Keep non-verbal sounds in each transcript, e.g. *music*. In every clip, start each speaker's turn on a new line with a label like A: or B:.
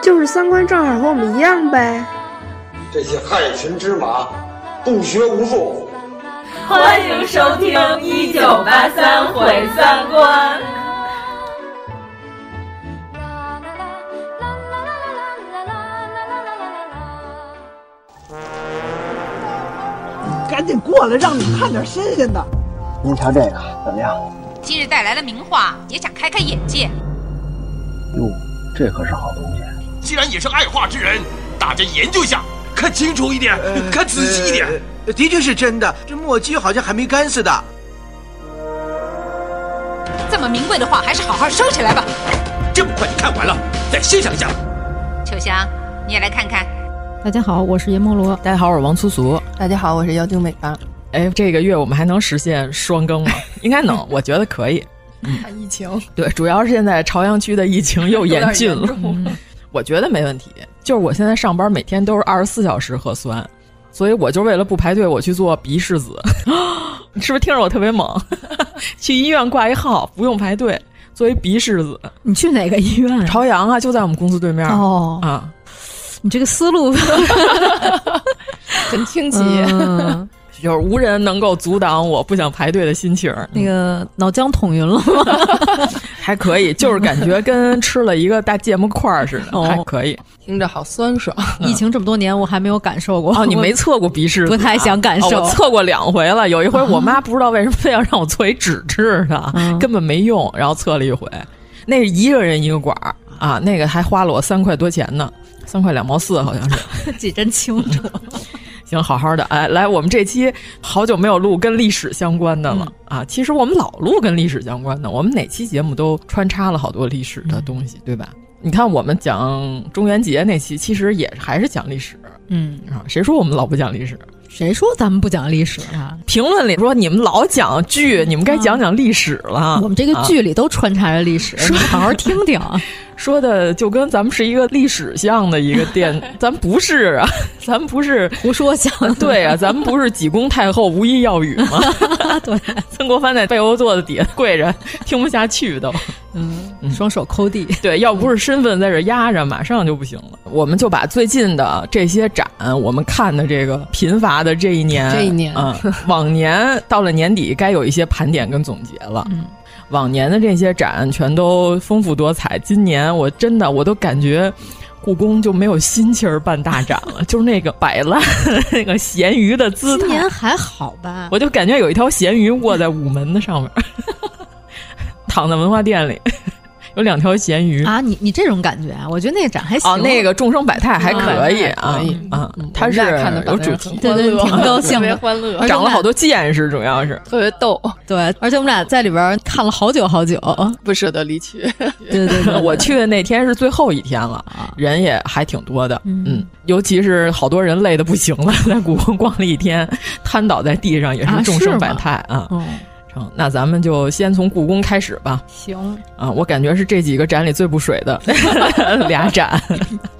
A: 就是三观正好和我们一样呗。
B: 这些害群之马，不学无术。
C: 欢迎收听《一九八三毁三观》。
D: 赶紧过来，让你看点新鲜的。
E: 您瞧这个怎么样？
F: 今日带来了名画，也想开开眼界。
E: 哟，这可是好东西。
G: 既然也是爱画之人，大家研究一下，看清楚一点，呃、看仔细一点、
H: 呃。的确是真的，这墨迹好像还没干似的。
F: 这么名贵的画，还是好好收起来吧。
H: 呃
G: 这么快就看完了，再欣赏一下。
F: 秋香，你也来看看。
I: 大家好，我是阎摩罗。
J: 大家好，我是王粗俗。
K: 大家好，我是妖精美吧。
J: 哎，这个月我们还能实现双更
K: *laughs*
J: 吗？应该能，我觉得可以。
K: 嗯， *laughs* 看疫情
J: 对，主要是现在朝阳区的
K: *laughs*
J: 疫情又严峻了嗯，我觉得没问题。就是我现在上班每天都是二十四小时核酸，所以我就为了不排队，我去做鼻
K: *laughs*
J: 拭子。你是不是听着我特别猛？ *laughs* 去医院挂一号，不用排队，作为鼻拭子。
I: 你去哪个医
J: *laughs*
I: 院？
J: 朝阳啊，就在我们公司对面
I: 哦
J: 啊。
I: 你这个思路
K: 很清奇、
J: 嗯，就是无人能够阻挡我不想排队的心情。
I: 那个脑浆捅匀了吗？
J: 还可以，就是感觉跟吃了一个大芥末块似
I: *laughs* 哦
J: 的，还可以。
K: 听着好酸爽。
I: 疫情这么多年，我还没有感受过。
J: 哦，你没测过鼻拭
I: 不太想感受。哦
J: 哦、
I: *laughs*
J: 我测过两回了，有一回我妈不知道为什么非要让我做一纸质的、嗯，根本没用，然后测了一回，那是一个人一个管儿啊，那个还花了我三块多钱呢。三块两毛四，好像是，
I: 记真清楚。
J: 行，好好的，哎，来，我们这期好久没有录跟历史相关的了、嗯、啊！其实我们老录跟历史相关的，我们哪期节目都穿插了好多历史的东西，嗯、对吧？你看，我们讲中元节那期，其实也还是讲历史，
I: 嗯
J: 啊，谁说我们老不讲历史？
I: 谁说咱们不讲历史啊？
J: 评论里说你们老讲剧，你们该讲讲历史了。啊、
I: 嗯我们这个剧里都穿插着历史，你好好听听。啊
J: 说的就跟咱们是一个历史向的一个电，
I: *laughs*
J: 咱不是啊，咱不是
I: 胡说向。
J: *laughs* 对啊，咱们不是济公太后无医药语
K: *laughs*
J: 吗？
I: 对，
J: *laughs* 曾国藩在被窝座子底下跪着，听不下去都。
I: 嗯， *laughs* 双手抠地。
J: 对，要不是身份在这压着，马上就不行了。我们就把最近的这些展，我们看的这个贫乏的这一年，
K: 这一年 *laughs*
J: 啊、嗯，往年到了年底该有一些盘点跟总结了。嗯，往年的这些展全都丰富多彩，今年我真的我都感觉。故宫就没有心气儿办大展了，就是那个摆烂、 *laughs* 那个咸鱼的姿态。
I: 今年还好吧？
J: 我就感觉有一条咸鱼卧在午门的上面，躺在文化殿里，有两条咸鱼
I: 啊！你你这种感觉啊？我觉得那个展还行。哦，
J: 那个众生百态还可以
K: 啊、嗯、
J: 啊！它是有主题，
I: 对对，挺高兴 *laughs* 的，特别
K: 欢乐，
J: 长了好多见识，主要是
K: 特别逗。
I: 对，而且我们俩在里边看了好久好久，
K: 不舍得离去。
I: 对对对，
J: 我去的那天是最后一天了，人也还挺多的。嗯，嗯尤其是好多人累的不行了，在故宫逛了一天，瘫倒在地上也是众生百态啊。
I: 嗯、
J: 哦，那咱们就先从故宫开始吧。
I: 行
J: 啊，我感觉是这几个展里最不水的俩展，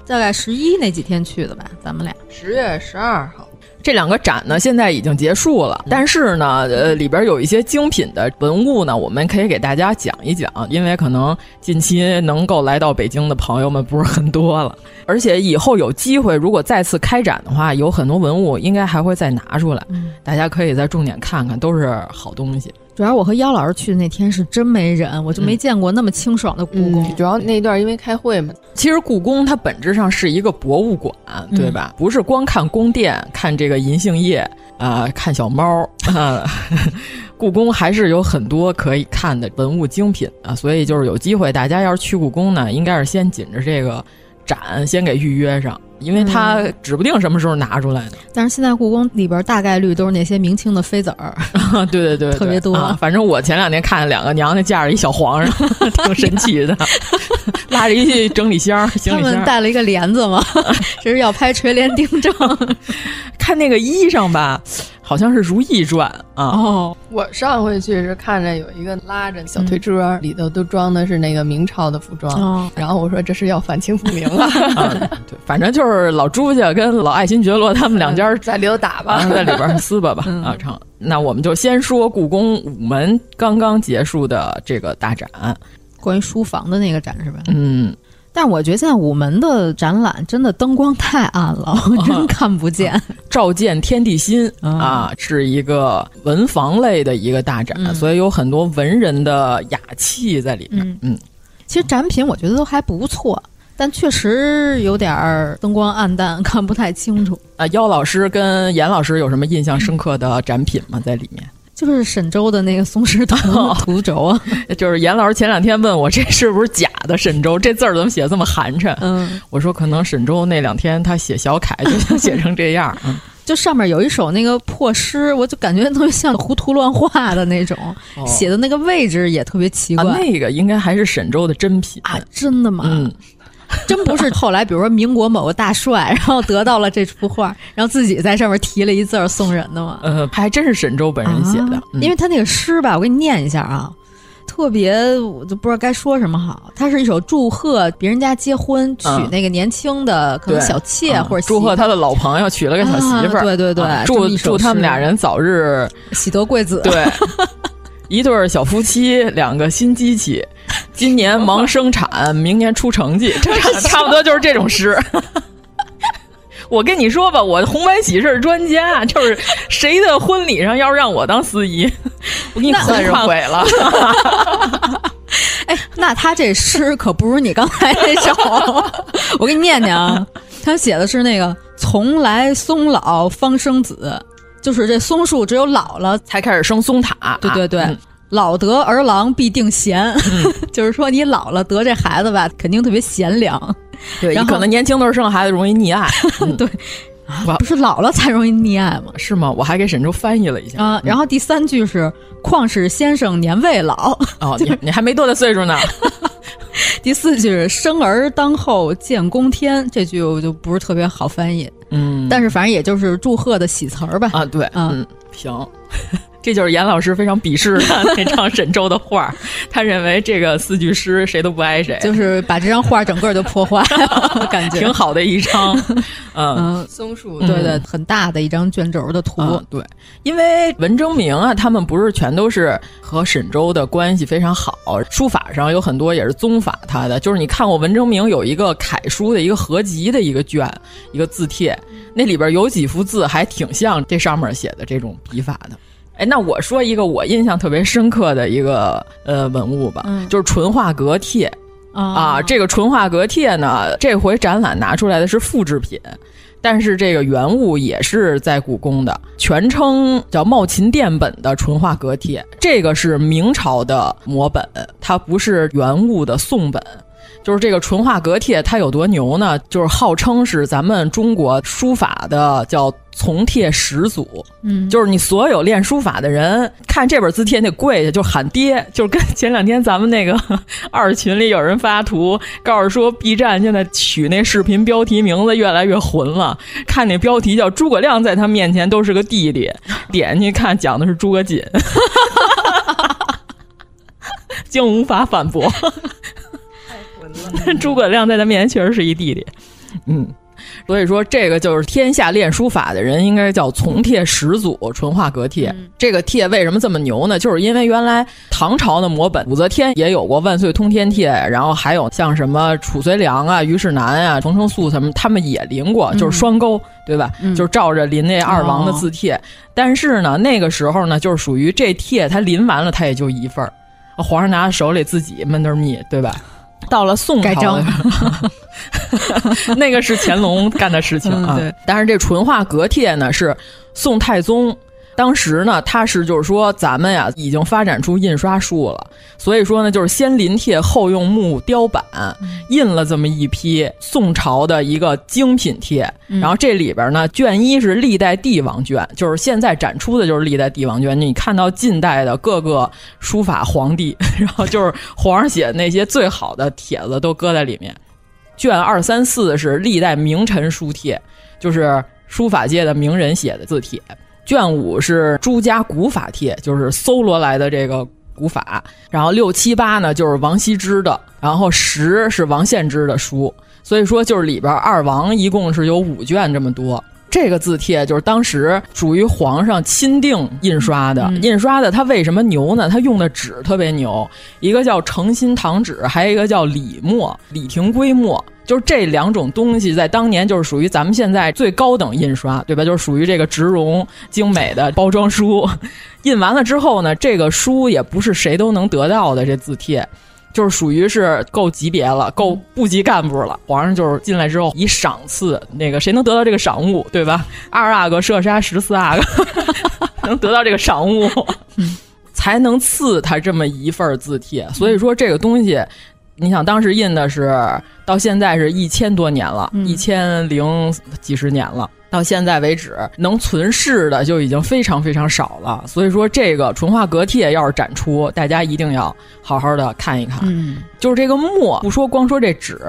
I: 大概十一那几天去的吧，咱们俩
K: 十月十二号。
J: 这两个展呢，现在已经结束了，但是呢，呃，里边有一些精品的文物呢，我们可以给大家讲一讲，因为可能近期能够来到北京的朋友们不是很多了，而且以后有机会，如果再次开展的话，有很多文物应该还会再拿出来，嗯、大家可以再重点看看，都是好东西。
I: 主要我和妖老师去那天是真没人，我就没见过那么清爽的故宫。
K: 嗯、主要那段因为开会嘛。
J: 其实故宫它本质上是一个博物馆，对吧？嗯、不是光看宫殿、看这个银杏叶啊、呃、看小猫啊， *laughs* 故宫还是有很多可以看的文物精品啊。所以就是有机会，大家要是去故宫呢，应该是先紧着这个。展先给预约上，因为它
I: 嗯
J: 指不定什么时候拿出来
I: *laughs*
J: 呢。
I: 但是现在故宫里边大概率都是那些明清的妃子儿，
J: 对对对，
I: 特别多、
J: 啊。反正我前两天看见两个娘娘架着一小皇上， *laughs* 挺神奇
I: *laughs*
J: 的，拉着一整理箱，行
I: 他
J: 李
I: 们
J: 箱。
I: 带了一个帘子嘛，这是要拍垂帘听政。
J: 看那个衣裳吧，好像是《如懿传》啊。
K: 哦，我上回去是看着有一个拉着小推车，
A: 嗯
K: 里头都装的是那个明朝的服装，
I: 哦
K: 然后我说这是要反清复明了，
J: 啊对，反正就是老朱家跟老爱新觉罗他们两家儿
K: 在里头打吧
J: 啊，在里边儿撕吧吧啊，成。那我们就先说故宫午门刚刚结束的这个大展，
I: 关于书房的那个展是吧？
J: 嗯，
I: 但我觉得现在午门的展览真的灯光太暗了，我真看不见。
J: 照见天地心啊，是一个文房类的一个大展，
I: 嗯
J: 所以有很多文人的雅气在里面。
I: 嗯
J: 嗯，
I: 其实展品我觉得都还不错，但确实有点儿灯光暗淡， *laughs* 看不太清楚。
J: 啊，妖老师跟严老师有什么印象深刻的展品吗？在里面？
I: 就是沈周的那个松石图
J: *laughs*
I: 图轴啊，
J: 就是严老师前两天问我这是不是假的沈周，这字儿怎么写得这么寒碜？
I: 嗯，
J: 我说可能沈周那两天他写小楷就想写成这样。嗯
I: 就上面有一首那个破诗，我就感觉特别像胡涂乱画的那种，
J: 哦
I: 写的那个位置也特别 *laughs* 奇
J: 啊
I: 怪。，
J: 那个应该还是沈周的真品啊，
I: 真的吗？
J: 嗯，
I: *laughs* 真不是后来，比如说民国某个大帅，然后得到了这幅画，然后自己在上面提了一字儿送人的吗？
J: 呃，还真是沈周本人写的嗯
I: 啊，因为他那个诗吧，我给你念一下啊，特别我就不知道该说什么好。它是一首祝贺别人家结婚，娶
J: 嗯
I: 那个年轻的可能
J: 对
I: 小妾
J: 嗯
I: 或者媳
J: 祝贺他的老朋友娶了个小媳妇儿、
I: 啊对对对
J: 啊
I: 这么
J: 祝
I: 一首
J: 祝他们
I: 诗
J: 俩人早日
I: 喜得贵子。
J: 对一对儿小夫妻，两个新机器，今年忙生产，明年出成绩，这
I: *laughs*
J: 差差不多就是这种诗。 *laughs* 我跟你说吧，我红白喜事儿专家，就是谁的婚礼上要是让我当司仪，我给你
I: 那
J: 算是毁了。
I: 哎， *laughs* 那他这诗可不如你刚才那首，我给你念念
J: *laughs*
I: 啊。他写的是那个“从来松老方生子”，就是这松树只有老了，
J: 才开始生松塔。
I: *laughs* 对对对，
J: 嗯
I: 老得儿郎必定贤， *laughs* 就是说你老了得这孩子吧，肯定特别贤良
J: 对，
I: 然后
J: 可能年轻的时候生孩子容易溺爱。对，
I: 不是老了才容易溺爱吗？
J: 是吗？我还给沈周翻译了一下
I: 啊。然后第三句是“况是先生年未老”， *laughs*
J: 哦，你你还没多大岁数呢。
I: 第四句是“生儿当后见公天”，这句我就不是特别好翻译，
J: 嗯，
I: 但是反正也就是祝贺的喜词儿吧。
J: 啊，对，
I: 啊
J: 嗯，行，这就是严老师非常鄙视的那张沈周的画儿，他认为这个四句诗谁都不挨谁，
I: 就是把这张画整个就破坏
J: *laughs*
I: 了，感觉
J: 挺好的一张，嗯。
I: 嗯，
K: 松树
I: 对对，
J: 嗯
I: 很大的一张卷轴的图，
J: 嗯对，因为文征明啊，他们不是全都是和沈周的关系非常好，书法上有很多也是宗法他的。就是你看过文征明有一个楷书的一个合集的一个卷，一个字帖，那里边有几幅字还挺像这上面写的这种笔法的。哎，那我说一个我印象特别深刻的一个呃文物吧，
I: 嗯
J: 就是淳化阁帖啊。
I: 啊
J: 这个淳化阁帖呢，这回展览拿出来的是复制品，但是这个原物也是在故宫的，全称叫《茂琴殿本》的淳化阁帖。这个是明朝的摹本，它不是原物的宋本。就是这个淳化阁帖，它有多牛呢？就是号称是咱们中国书法的叫从帖始祖，
I: 嗯，
J: 就是你所有练书法的人，看这本字帖你得跪下，就喊爹，就是跟前两天咱们那个二群里有人发图，告诉说 B 站现在取那视频标题名字越来越混了，看那标题叫诸葛亮在他面前都是个弟弟， *laughs* 点进去看讲的是诸葛瑾， *laughs* 竟无法反驳， *laughs* 但诸葛亮在他面前确实是一弟弟，嗯。所以说，这个就是天下练书法的人应该叫从帖始祖淳化阁帖。这个帖为什么这么牛呢？就是因为原来唐朝的摹本，武则天也有过万岁通天帖，然后还有像什么褚遂良啊、虞世南啊、冯承素他们，他们也临过，就是双钩，对吧？就是照着临那二王的字帖。但是呢，那个时候呢，就是属于这帖他临完了，他也就一份儿，皇上拿在手里自己闷得儿密，对吧？到了宋
I: 盖
J: 朝
I: 章
J: *laughs* 的时候， *laughs* 那个是乾隆干的事情啊。
I: 嗯对
J: 但是这淳化阁帖呢，是宋太宗当时呢，他是就是说咱们呀已经发展出印刷术了，所以说呢，就是先临帖后用木雕版印了这么一批宋朝的一个精品帖。然后这里边呢，卷一是历代帝王卷，就是现在展出的就是历代帝王卷。你看到近代的各个书法皇帝， *laughs* 然后就是皇上写的那些最好的帖子都搁在里面。卷二三四是历代名臣书帖，就是书法界的名人写的字帖。卷五是朱家古法帖，就是搜罗来的这个古法。然后六七八呢，就是王羲之的，然后十是王献之的书。所以说，就是里边二王一共是有五卷这么多。这个字帖就是当时属于皇上钦定印刷的，
I: 嗯
J: 印刷的它为什么牛呢？它用的纸特别牛，一个叫诚心堂纸，还有一个叫李墨、李廷圭墨。就是这两种东西在当年就是属于咱们现在最高等印刷，对吧？就是属于这个植绒精美的包装书，印完了之后呢，这个书也不是谁都能得到的，这字帖。就是属于是够级别了，够部级干部了。皇上就是进来之后以赏赐，那个谁能得到这个赏物，对吧？ *laughs* 二阿哥射杀十四阿 *laughs* 哥，能得到这个赏物， *laughs* 才能赐他这么一份儿字帖。所以说这个东西，你想当时印的是到现在是一千多年了，一千零几十年了。到现在为止，能存世的就已经非常非常少了。所以说，这个淳化阁帖要是展出，大家一定要好好的看一看。
I: 嗯，
J: 就是这个墨，不说光说这纸，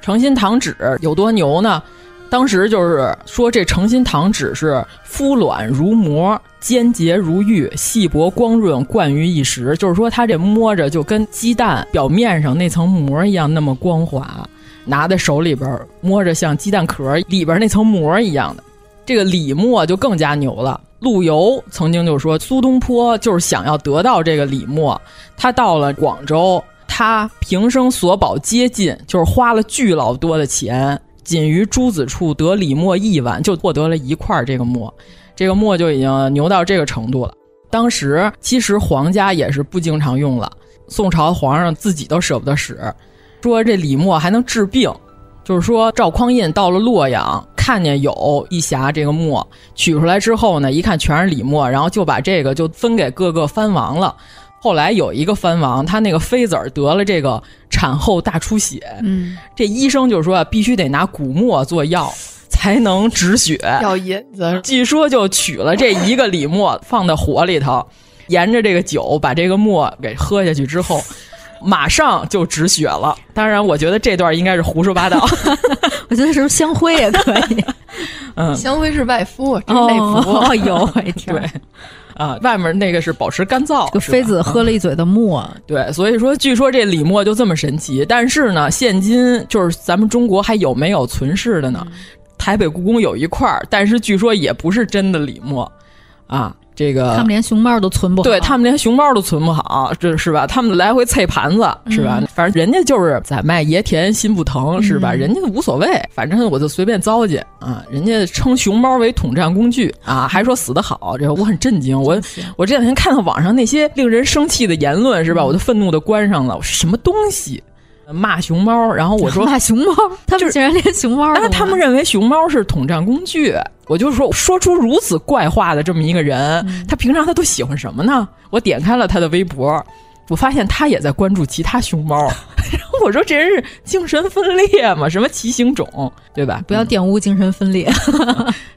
J: 诚心堂纸有多牛呢？当时就是说这诚心堂纸是肤卵如膜，坚洁如玉，细薄光润，贯于一时。就是说它这摸着就跟鸡蛋表面上那层膜一样那么光滑，拿在手里边摸着像鸡蛋壳里边那层膜一样的。这个李默就更加牛了。陆游曾经就说，苏东坡就是想要得到这个李默，他到了广州，他平生所保皆尽，就是花了巨老多的钱，仅于朱子处得李默一碗，就获得了一块儿这个墨，这个墨就已经牛到这个程度了。当时其实皇家也是不经常用了，宋朝皇上自己都舍不得使，说这李默还能治病，就是说赵匡胤到了洛阳，看见有一匣这个墨，取出来之后呢，一看全是李墨，然后就把这个就分给各个藩王了。后来有一个藩王，他那个妃子儿得了这个产后大出血，
I: 嗯，
J: 这医生就说啊必须得拿古墨做药才能止血，
K: 要引子。
J: 据说就取了这一个李墨放到火里头，沿着这个酒把这个墨给喝下去之后，马上就止血了。当然，我觉得这段应该是胡说八道。
I: 我觉得是不是香灰 *laughs* 也可以？
J: 嗯，
K: 香灰是外敷，这是内服。
I: 哦，呦喂天儿！
J: 对，啊，外面那个是保持干燥。
I: 这
J: 是吧
I: 妃子喝了一嘴的墨，
J: 对，所以说，据说这李默就这么神奇。但是呢，现今就是咱们中国还有没有存世的呢？
I: 嗯
J: 台北故宫有一块儿，但是据说也不是真的李默啊。这个
I: 他们连熊猫都存不好。
J: 对
I: *laughs*
J: 他们连熊猫都存不好，这是吧？他们来回菜盘子是吧？
I: 嗯
J: 反正人家就是在卖爷田心不疼是吧？人家无所谓，反正我就随便糟践啊。人家称熊猫为统战工具啊，
I: *laughs*
J: 还说死得好，这我很震惊。我我这两天看到网上那些令人生气的言论是吧？
I: 嗯
J: 我就愤怒的关上了，我说什么东西骂熊猫？然后
I: *laughs*
J: 我 *laughs* 说
I: 骂熊猫，他们竟然连熊猫都
J: 但是啊
I: 骂，
J: 他们认为熊猫是统战工具。我就说，说出如此怪话的这么一个人，
I: 嗯
J: 他平常他都喜欢什么呢？我点开了他的微博，我发现他也在关注其他熊猫。 *laughs* 然后我说，这人是精神分裂吗？什么奇形种，对吧？
I: 不要玷污精神分
J: *laughs*
I: 裂。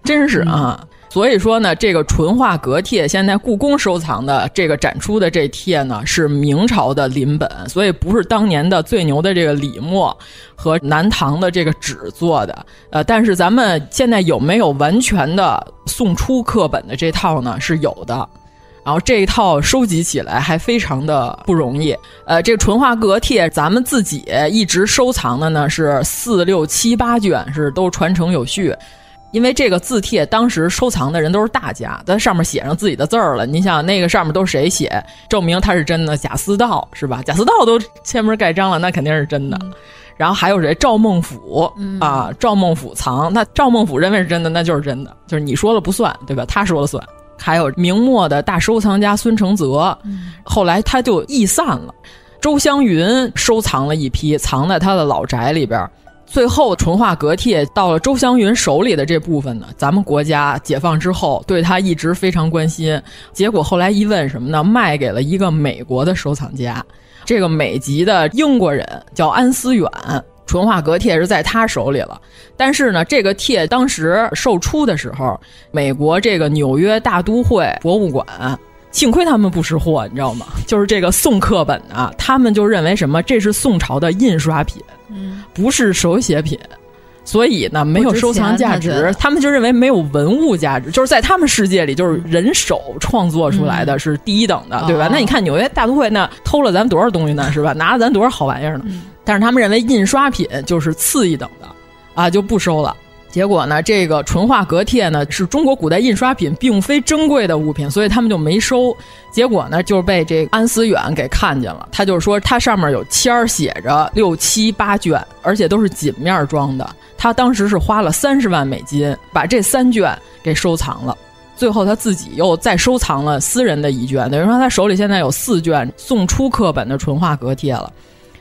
J: 真是啊。所以说呢，这个淳化阁帖现在故宫收藏的这个展出的这帖呢，是明朝的临本，所以不是当年的最牛的这个李墨和南唐的这个纸做的。呃，但是咱们现在有没有完全的宋初课本的这套呢？是有的。然后这一套收集起来还非常的不容易。呃，这个淳化阁帖咱们自己一直收藏的呢是四六七八卷，是都传承有序。因为这个字帖当时收藏的人都是大家，在上面写上自己的字儿了。你想那个上面都是谁写，证明他是真的？贾似道是吧？贾似道都签名盖章了，那肯定是真的。然后还有谁？赵孟俯、啊，赵孟俯藏，那赵孟俯认为是真的，那就是真的，就是你说了不算，对吧？他说了算。还有明末的大收藏家孙承泽，后来他就易散了。周湘云收藏了一批，藏在他的老宅里边儿。最后淳化革帖到了周湘云手里的这部分呢，咱们国家解放之后对他一直非常关心，结果后来一问什么呢？卖给了一个美国的收藏家，这个美籍的英国人叫安思远。淳化阁帖是在他手里了，但是呢，这个帖当时售出的时候，美国这个纽约大都会博物馆，幸亏他们不识货，你知道吗？就是这个宋刻本啊，他们就认为什么这是宋朝的印刷品，
I: 嗯，
J: 不是手写品，所以呢没有收藏价
I: 不值钱
J: 值
I: 他，
J: 他们就认为没有文物价值，就是在他们世界里，就是人手创作出来的是第一等的，
I: 嗯
J: 对吧
I: 哦？
J: 那你看纽约大都会那偷了咱们多少东西呢，是吧？拿了咱多少好玩意儿呢？但是他们认为印刷品就是次一等的，啊，就不收了。结果呢，这个淳化阁帖呢是中国古代印刷品，并非珍贵的物品，所以他们就没收。结果呢，就被这个安思远给看见了。他就说，它上面有签儿写着六七八卷，而且都是锦面儿装的。他当时是花了三十万美金把这三卷给收藏了。最后他自己又再收藏了私人的一卷，等于说他手里现在有四卷宋初刻本的淳化阁帖了。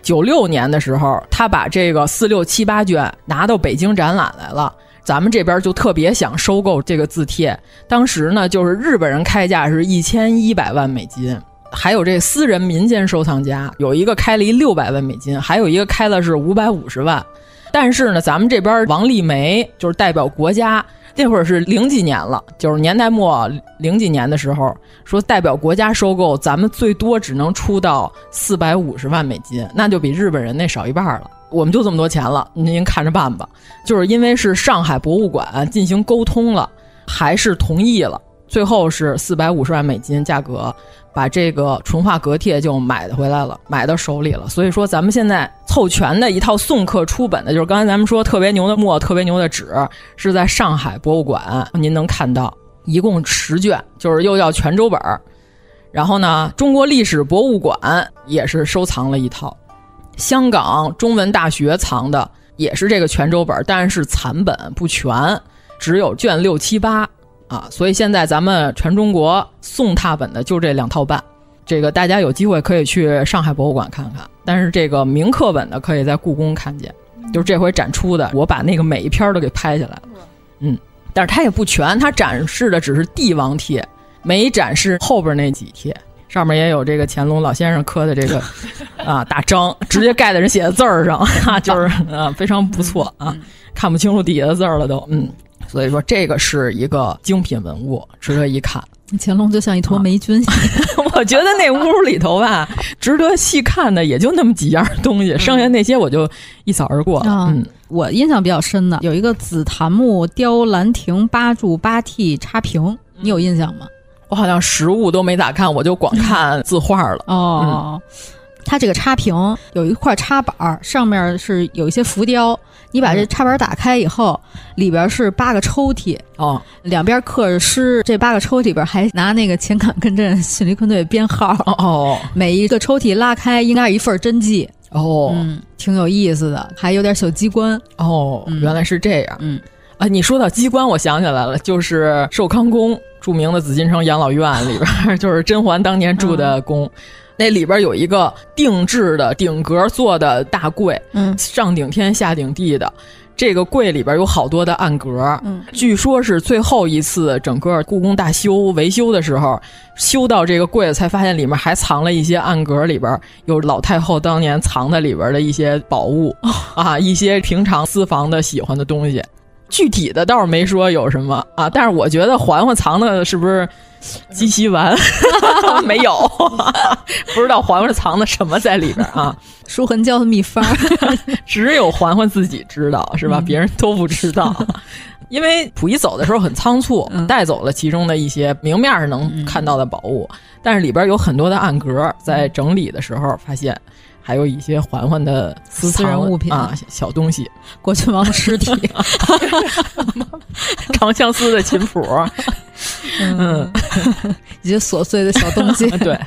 J: 九六年的时候，他把这个四六七八卷拿到北京展览来了。咱们这边就特别想收购这个字帖，当时呢，就是日本人开价是一千一百万美金，还有这私人民间收藏家有一个开了一六百万美金，还有一个开了是五百五十万。但是呢，咱们这边王丽梅就是代表国家，那会儿是零几年了，九十年代末零几年的时候，说代表国家收购，咱们最多只能出到四百五十万美金，那就比日本人那少一半了。我们就这么多钱了，您看着办吧。就是因为是上海博物馆进行沟通了，还是同意了，最后是四百五十万美金价格，把这个淳化阁帖就买回来了，买到手里了。所以说，咱们现在凑全的一套宋刻出本的，就是刚才咱们说特别牛的墨、特别牛的纸，是在上海博物馆您能看到，一共十卷，就是又叫泉州本儿。然后呢，中国历史博物馆也是收藏了一套，香港中文大学藏的也是这个泉州本儿，但是残本不全，只有卷六七八啊。所以现在咱们全中国宋拓本的就这两套半，这个大家有机会可以去上海博物馆看看，但是这个明刻本的可以在故宫看见，就是这回展出的，我把那个每一篇儿都给拍下来了。嗯，但是它也不全，它展示的只是帝王帖，没展示后边那几帖。上面也有这个乾隆老先生刻的这个啊大章，直接盖在人写的字儿上， *laughs* 啊、就是啊非常不错啊，看不清楚底下的字儿了都，嗯，所以说这个是一个精品文物，值得一看。
I: 乾隆就像一坨
J: 啊
I: 霉菌一 *laughs* 样，
J: *laughs* 我觉得那屋里头 *laughs* 吧，值得细看的也就那么几样东西，剩下那些我就一扫而过了。
I: 啊
J: 嗯，
I: 我印象比较深的有一个紫檀木雕兰亭八柱八屉插屏，
J: 嗯
I: 你有印象吗？
J: 我好像实物都没咋看，我就光看字画了。
I: 哦，它这个插屏有一块插板儿，上面是有一些浮雕。你
J: 嗯
I: 把这插板儿打开以后，里边是八个抽屉，
J: 哦，
I: 两边刻着诗。这八个抽屉里边还拿那个前港根 *laughs* 镇迅雷坤队编号。
J: 哦
I: 每一个抽屉拉开应该是一份真迹。
J: 哦，
I: 嗯，挺有意思的，还有点小机关。
J: 哦，原来是这样。
I: 嗯，
J: 啊，你说到机关，我想起来了，就是寿康宫，著名的紫禁城养老院里边 *laughs* 儿，就是甄嬛当年住的宫。那里边儿有一个定制的顶格做的大柜，
I: 嗯，
J: 上顶天下顶地的。这个柜里边儿有好多的暗格，
I: 嗯，
J: 据说是最后一次整个故宫大修维修的时候，修到这个柜子才发现里面还藏了一些暗格，里边儿有老太后当年藏在里边儿的一些
I: *laughs*
J: 宝物、
I: 哦
J: 啊，一些平常私房的喜欢的东西。具体的倒是没说有什么啊，但是我觉得环环藏的是不是鸡西丸？ *laughs* 没有， *laughs* 不知道环环藏的什么在里边啊。
I: 舒痕教的秘方， *laughs*
J: 只有环环自己知道，是吧？
I: 嗯
J: 别人都不知
I: *laughs*
J: 道。因为溥仪走的时候很仓促，
I: 嗯
J: 带走了其中的一些明面儿能看到的宝物，
I: 嗯
J: 但是里边有很多的暗格，在整理的时候发现还有一些环环的私
I: 私人
J: 藏
I: 物品
J: 啊，小东西， *laughs*
I: 果郡王的尸
K: *laughs*
I: 体，
J: 长相思的琴
I: *laughs*
J: 谱，啊嗯，。
I: 一些琐碎的小东西
K: *laughs*
J: 对，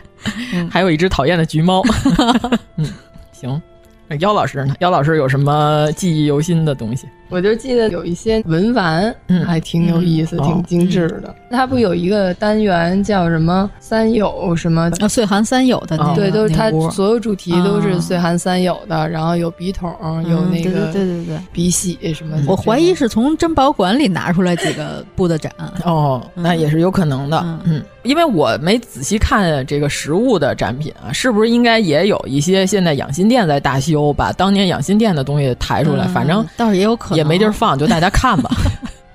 I: 嗯
J: 还有一只讨厌的橘猫。
I: *laughs*
J: 嗯，行。那妖老师呢？妖老师有什么记忆犹新的东西？
K: 我就记得有一些文玩，
J: 嗯
K: 还挺有意思，
J: 嗯
K: 挺精致的。它不有一个单元叫什么“三友”什么
I: 啊，岁寒三友的那个
K: 哦对，都是它
I: 那屋
K: 所有主题都是岁寒三友的，然后有笔筒，有那
I: 嗯对
K: 个
I: 对对对对
K: 笔洗什
J: 嗯
K: 么的。
I: 我怀疑是从珍宝馆里拿出来几个布的展，
J: 哦，那也是有可能的，嗯，因为我没仔细看这个实物的展品啊，是不是应该也有一些现在养心殿在大修，把当年养心殿的东西抬出来，
K: 嗯
J: 反正
I: 倒是也有可能
J: 也没地儿放，就大家看
K: *laughs*
J: 吧。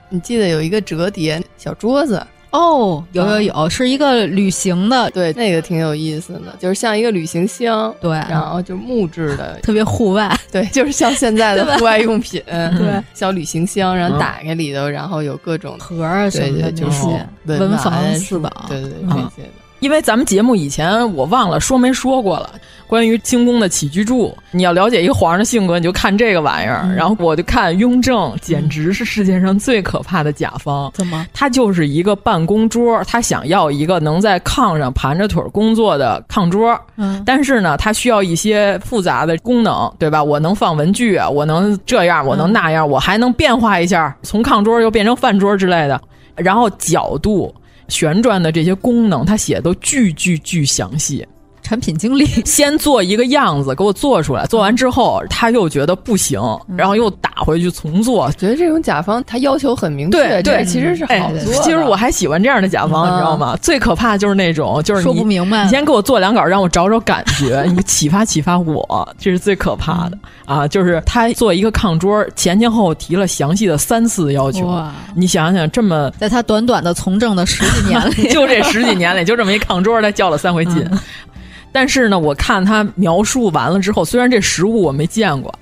K: 你记得有一个折叠小桌子，
I: 哦，有有
K: 啊
I: 有，是一个旅行的，
K: 对， *laughs* 那个挺有意思的，就是像一个旅行箱，
I: 对
J: 啊
K: 然后就木质
J: *laughs*
K: 的，
I: 特别户外，
K: 对，就是像现在
I: 对
K: 的
I: 吧
K: 户外用品，
I: 对，
K: 小旅行箱，然后
I: 嗯
K: 打开里头，然后有各种
I: 盒啊什么的
K: 对对，就
I: 那
K: 是
I: 些文
K: 玩
I: 房
K: 什
I: 四
K: 么
I: 宝
K: 对对对，
J: 嗯
K: 这些的。
J: 因为咱们节目以前我忘了说没说过了，关于清宫的起居注，你要了解一个皇上的性格，你就看这个玩意儿。
K: 嗯
J: *laughs* 然后我就看雍正，简直是世界上最可怕的甲方。
I: 怎么？
J: 他就是一个办公桌，他想要一个能在炕上盘着腿儿工作的炕桌。
I: 嗯
J: 但是呢，它需要一些复杂的功能，对吧？我能放文具啊，我能这样，我能那样，我还能变化一下，从炕桌又变成饭桌之类的。然后角度、旋转的这些功能，它写的都巨巨巨详细。 *laughs*
I: 产品经理
J: 先做一个样子给我做出来，做完之后他又觉得不行，然后又打回去重做。
K: 觉得这种甲方他要求很明
J: 对
K: 确，这
J: 对，
K: 其实是好
J: 哎
K: 做的。
J: 其实我还喜欢这样的甲方，
K: 嗯
J: 你知道吗？最可怕的就是那种，就是
I: 说
J: 你
I: 不明白
J: 你先给我做两稿，让我找找感 *laughs* 觉，你启发启发我，这是最可怕的啊！就是他做一个炕桌，前前后后提了详细的三次要求
I: 哇，
J: 你想想，这么
I: 在他短短的从政的十几年里，
J: *laughs* 就这十几年里，就这么一炕桌，他较了三回劲。 *laughs* 但是呢，我看他描述完了之后，虽然这实物我没见过，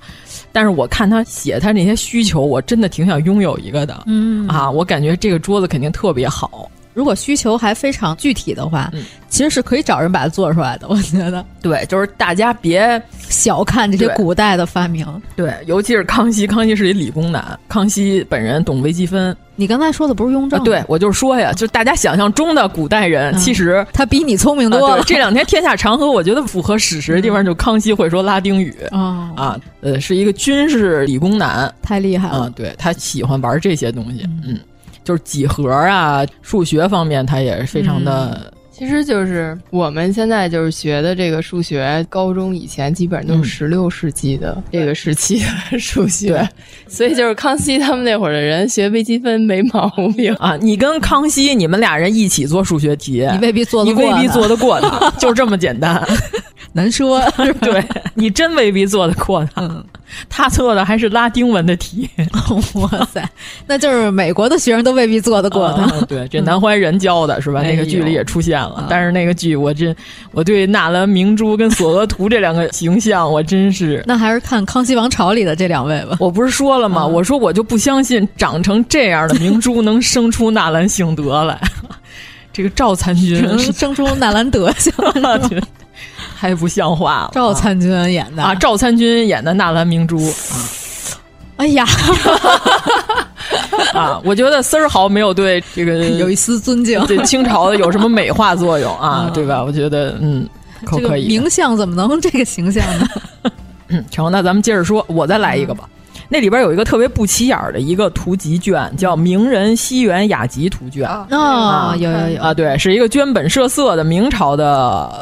J: 但是我看他写他那些需求，我真的挺想拥有一个的。
I: 嗯
J: 啊，我感觉这个桌子肯定特别好。
I: 如果需求还非常具体的
J: 嗯
I: 话，其实是可以找人把它做出来的。我觉得
J: 对，就是大家别
I: 小看这些
J: 对
I: 古代的发明。
J: 对，尤其是康熙，康熙是一理工男，康熙本人懂微积分。
I: 你刚才说的不是雍正
J: 啊
I: 吗、
J: 对我就说呀，就大家想象中的古代人，其实
I: 他比你聪明多
J: 啊
I: 了嗯
J: 对这两天天下长河，我觉得符合史实的地方，就康熙会说拉丁语、
I: 哦
J: 啊，呃，是一个军事理工男，
I: 太厉害了
J: 啊！对他喜欢玩这些东西，嗯，就是几何啊、数学方面，他也是非常的。
K: 嗯其实就是我们现在就是学的这个数学，高中以前基本上
J: 嗯
K: 都是十六世纪的这个时期的数学，所以就是康熙他们那会儿的人学微积分没毛病
J: 啊。你跟康熙，你们俩人一起做数学题，
I: 你未必做得过
J: 你未必
I: 呢
J: 做得过他，就这么简
K: *laughs*
J: 单。
I: 难
J: *laughs*
I: 说，
J: 对你真未必做得过他。
K: 嗯
J: 他做的还是拉丁文的题，
I: 哇塞，那就是美国的学生都未必做得过他。
J: 啊对，这南怀仁教的是吧？
I: 哎呦
J: 那个剧里也出现了，但是那个剧我真，我对纳兰明珠跟索额图这两个形象，我真是。
I: 那还是看《康熙王朝》里的这两位吧。
J: *laughs* 我不是说了吗？我说我就不相信长成这样的明珠能生出纳兰性德 *laughs* 来。这个赵参军
I: 能生出纳兰 *laughs* 德性，
J: *laughs* 太不像话了。
I: *laughs* 赵参军演的
J: 啊，赵参军演的纳兰明 *laughs* 珠
I: 哎呀，
J: 啊，我觉得丝儿毫没 *laughs* 有对这个
I: *laughs* 有一丝尊敬。
J: 对清朝的有什么美化作用 *laughs* 啊？对吧？我觉得，嗯，可
I: 这
J: 不
I: 个
J: 可以？
I: 名相怎么能这个形象 *laughs* 呢？
J: 嗯，成，那咱们接着说，我再来一个吧。那里边有一个特别不起眼儿的一个图集卷，叫《名人西园雅集图卷》
I: 哦，有有有，
J: 啊，对，是一个绢本设色的明朝的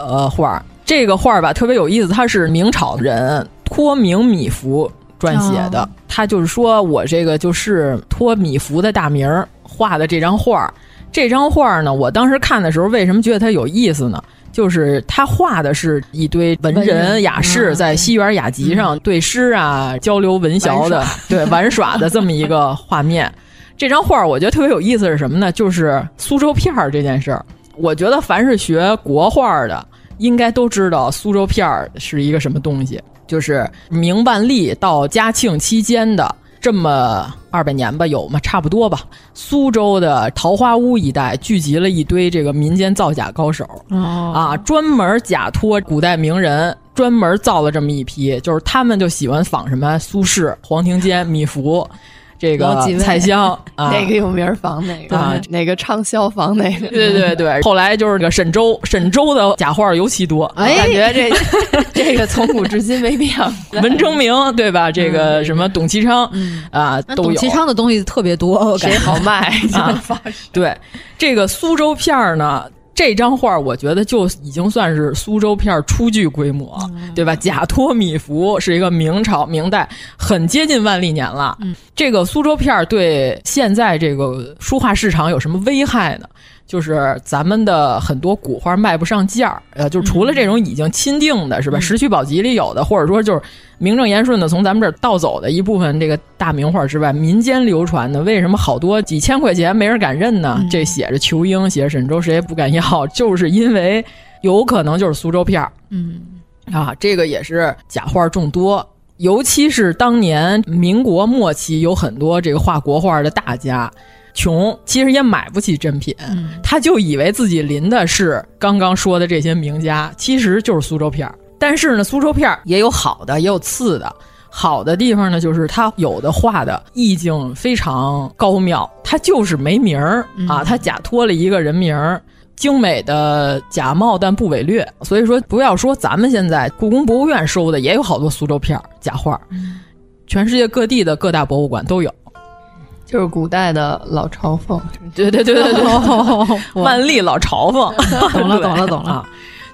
J: 呃画儿。这个画儿吧特别有意思，它是明朝人托名米芾撰写的。
I: 哦
J: 他就是说我这个就是托米芾的大名儿画的这张画儿。这张画儿呢，我当时看的时候，为什么觉得它有意思呢？就是他画的是一堆文
I: 文
J: 人嗯
I: 人
J: 雅士在西园雅集上对诗啊、交流文
I: 玩
J: 学的
I: 耍、
J: 对玩耍的这么一个画面。这张画儿我觉得特别有意思是什么呢？就是苏州片儿这件事儿。我觉得凡是学国画儿的，应该都知道苏州片儿是一个什么东西，就是明万历到嘉庆期间的这么二百年吧，有吗？差不多吧。苏州的桃花坞一带聚集了一堆这个民间造假高手，
I: 哦，
J: 啊，专门假托古代名人，
K: *laughs*
J: 专门造了这么一批，就是他们就喜欢仿什么苏轼、黄庭坚、米芾。这个菜香，啊、
K: 哪个有名防哪个，
I: 哎
K: 啊、哪个畅销防哪个。
J: 对对对，后来就是这个沈周，沈周的假画尤其多，
K: *laughs*
J: 啊
K: 哎、感觉这 *laughs* 这个从古至今没变。
J: *laughs* 文征明对吧？这个什么董其昌、嗯、啊，都有。
I: 董其昌的东西特别多，我感觉
K: 谁好
J: *laughs*
K: 卖
J: 啊？对，这个苏州片儿呢。这张画我觉得就已经算是苏州片初具规模，嗯、对吧？假托米服是一个明朝明代，很接近万历年了。嗯、这个苏州片对现在这个书画市场有什么危害呢？就是咱们的很多古画卖不上价儿，呃，就除了这种已经钦定的，是吧？嗯、石渠宝笈里有的，或者说就是名正言顺的从咱们这儿盗走的一部分这个大名画之外，民间流传的，为什么好多几千块钱没人敢认呢？嗯、这写着仇英，写着沈周，谁也不敢要，就是因为有可能就是苏州片儿，
I: 嗯，
J: 啊，这个也是假画众多。尤其是当年民国末期，有很多这个画国画的大家，穷，其实也买不起真品，嗯、他就以为自己临的是刚刚说的这些名家，其实就是苏州片儿。但是呢，苏州片儿也有好的，也有次的。好的地方呢，就是它有的画的意境非常高妙，它就是没名儿、嗯、啊，它假托了一个人名儿。精美的假冒但不伪劣，所以说不要说咱们现在故宫博物院收的也有好多苏州片儿假画，嗯、全世界各地的各大博物馆都有，
K: 就是古代的老嘲讽，
J: 对对对对
I: 哦
J: 对，万历老嘲讽， *laughs*
I: 懂了懂了懂
J: 啊
I: 了。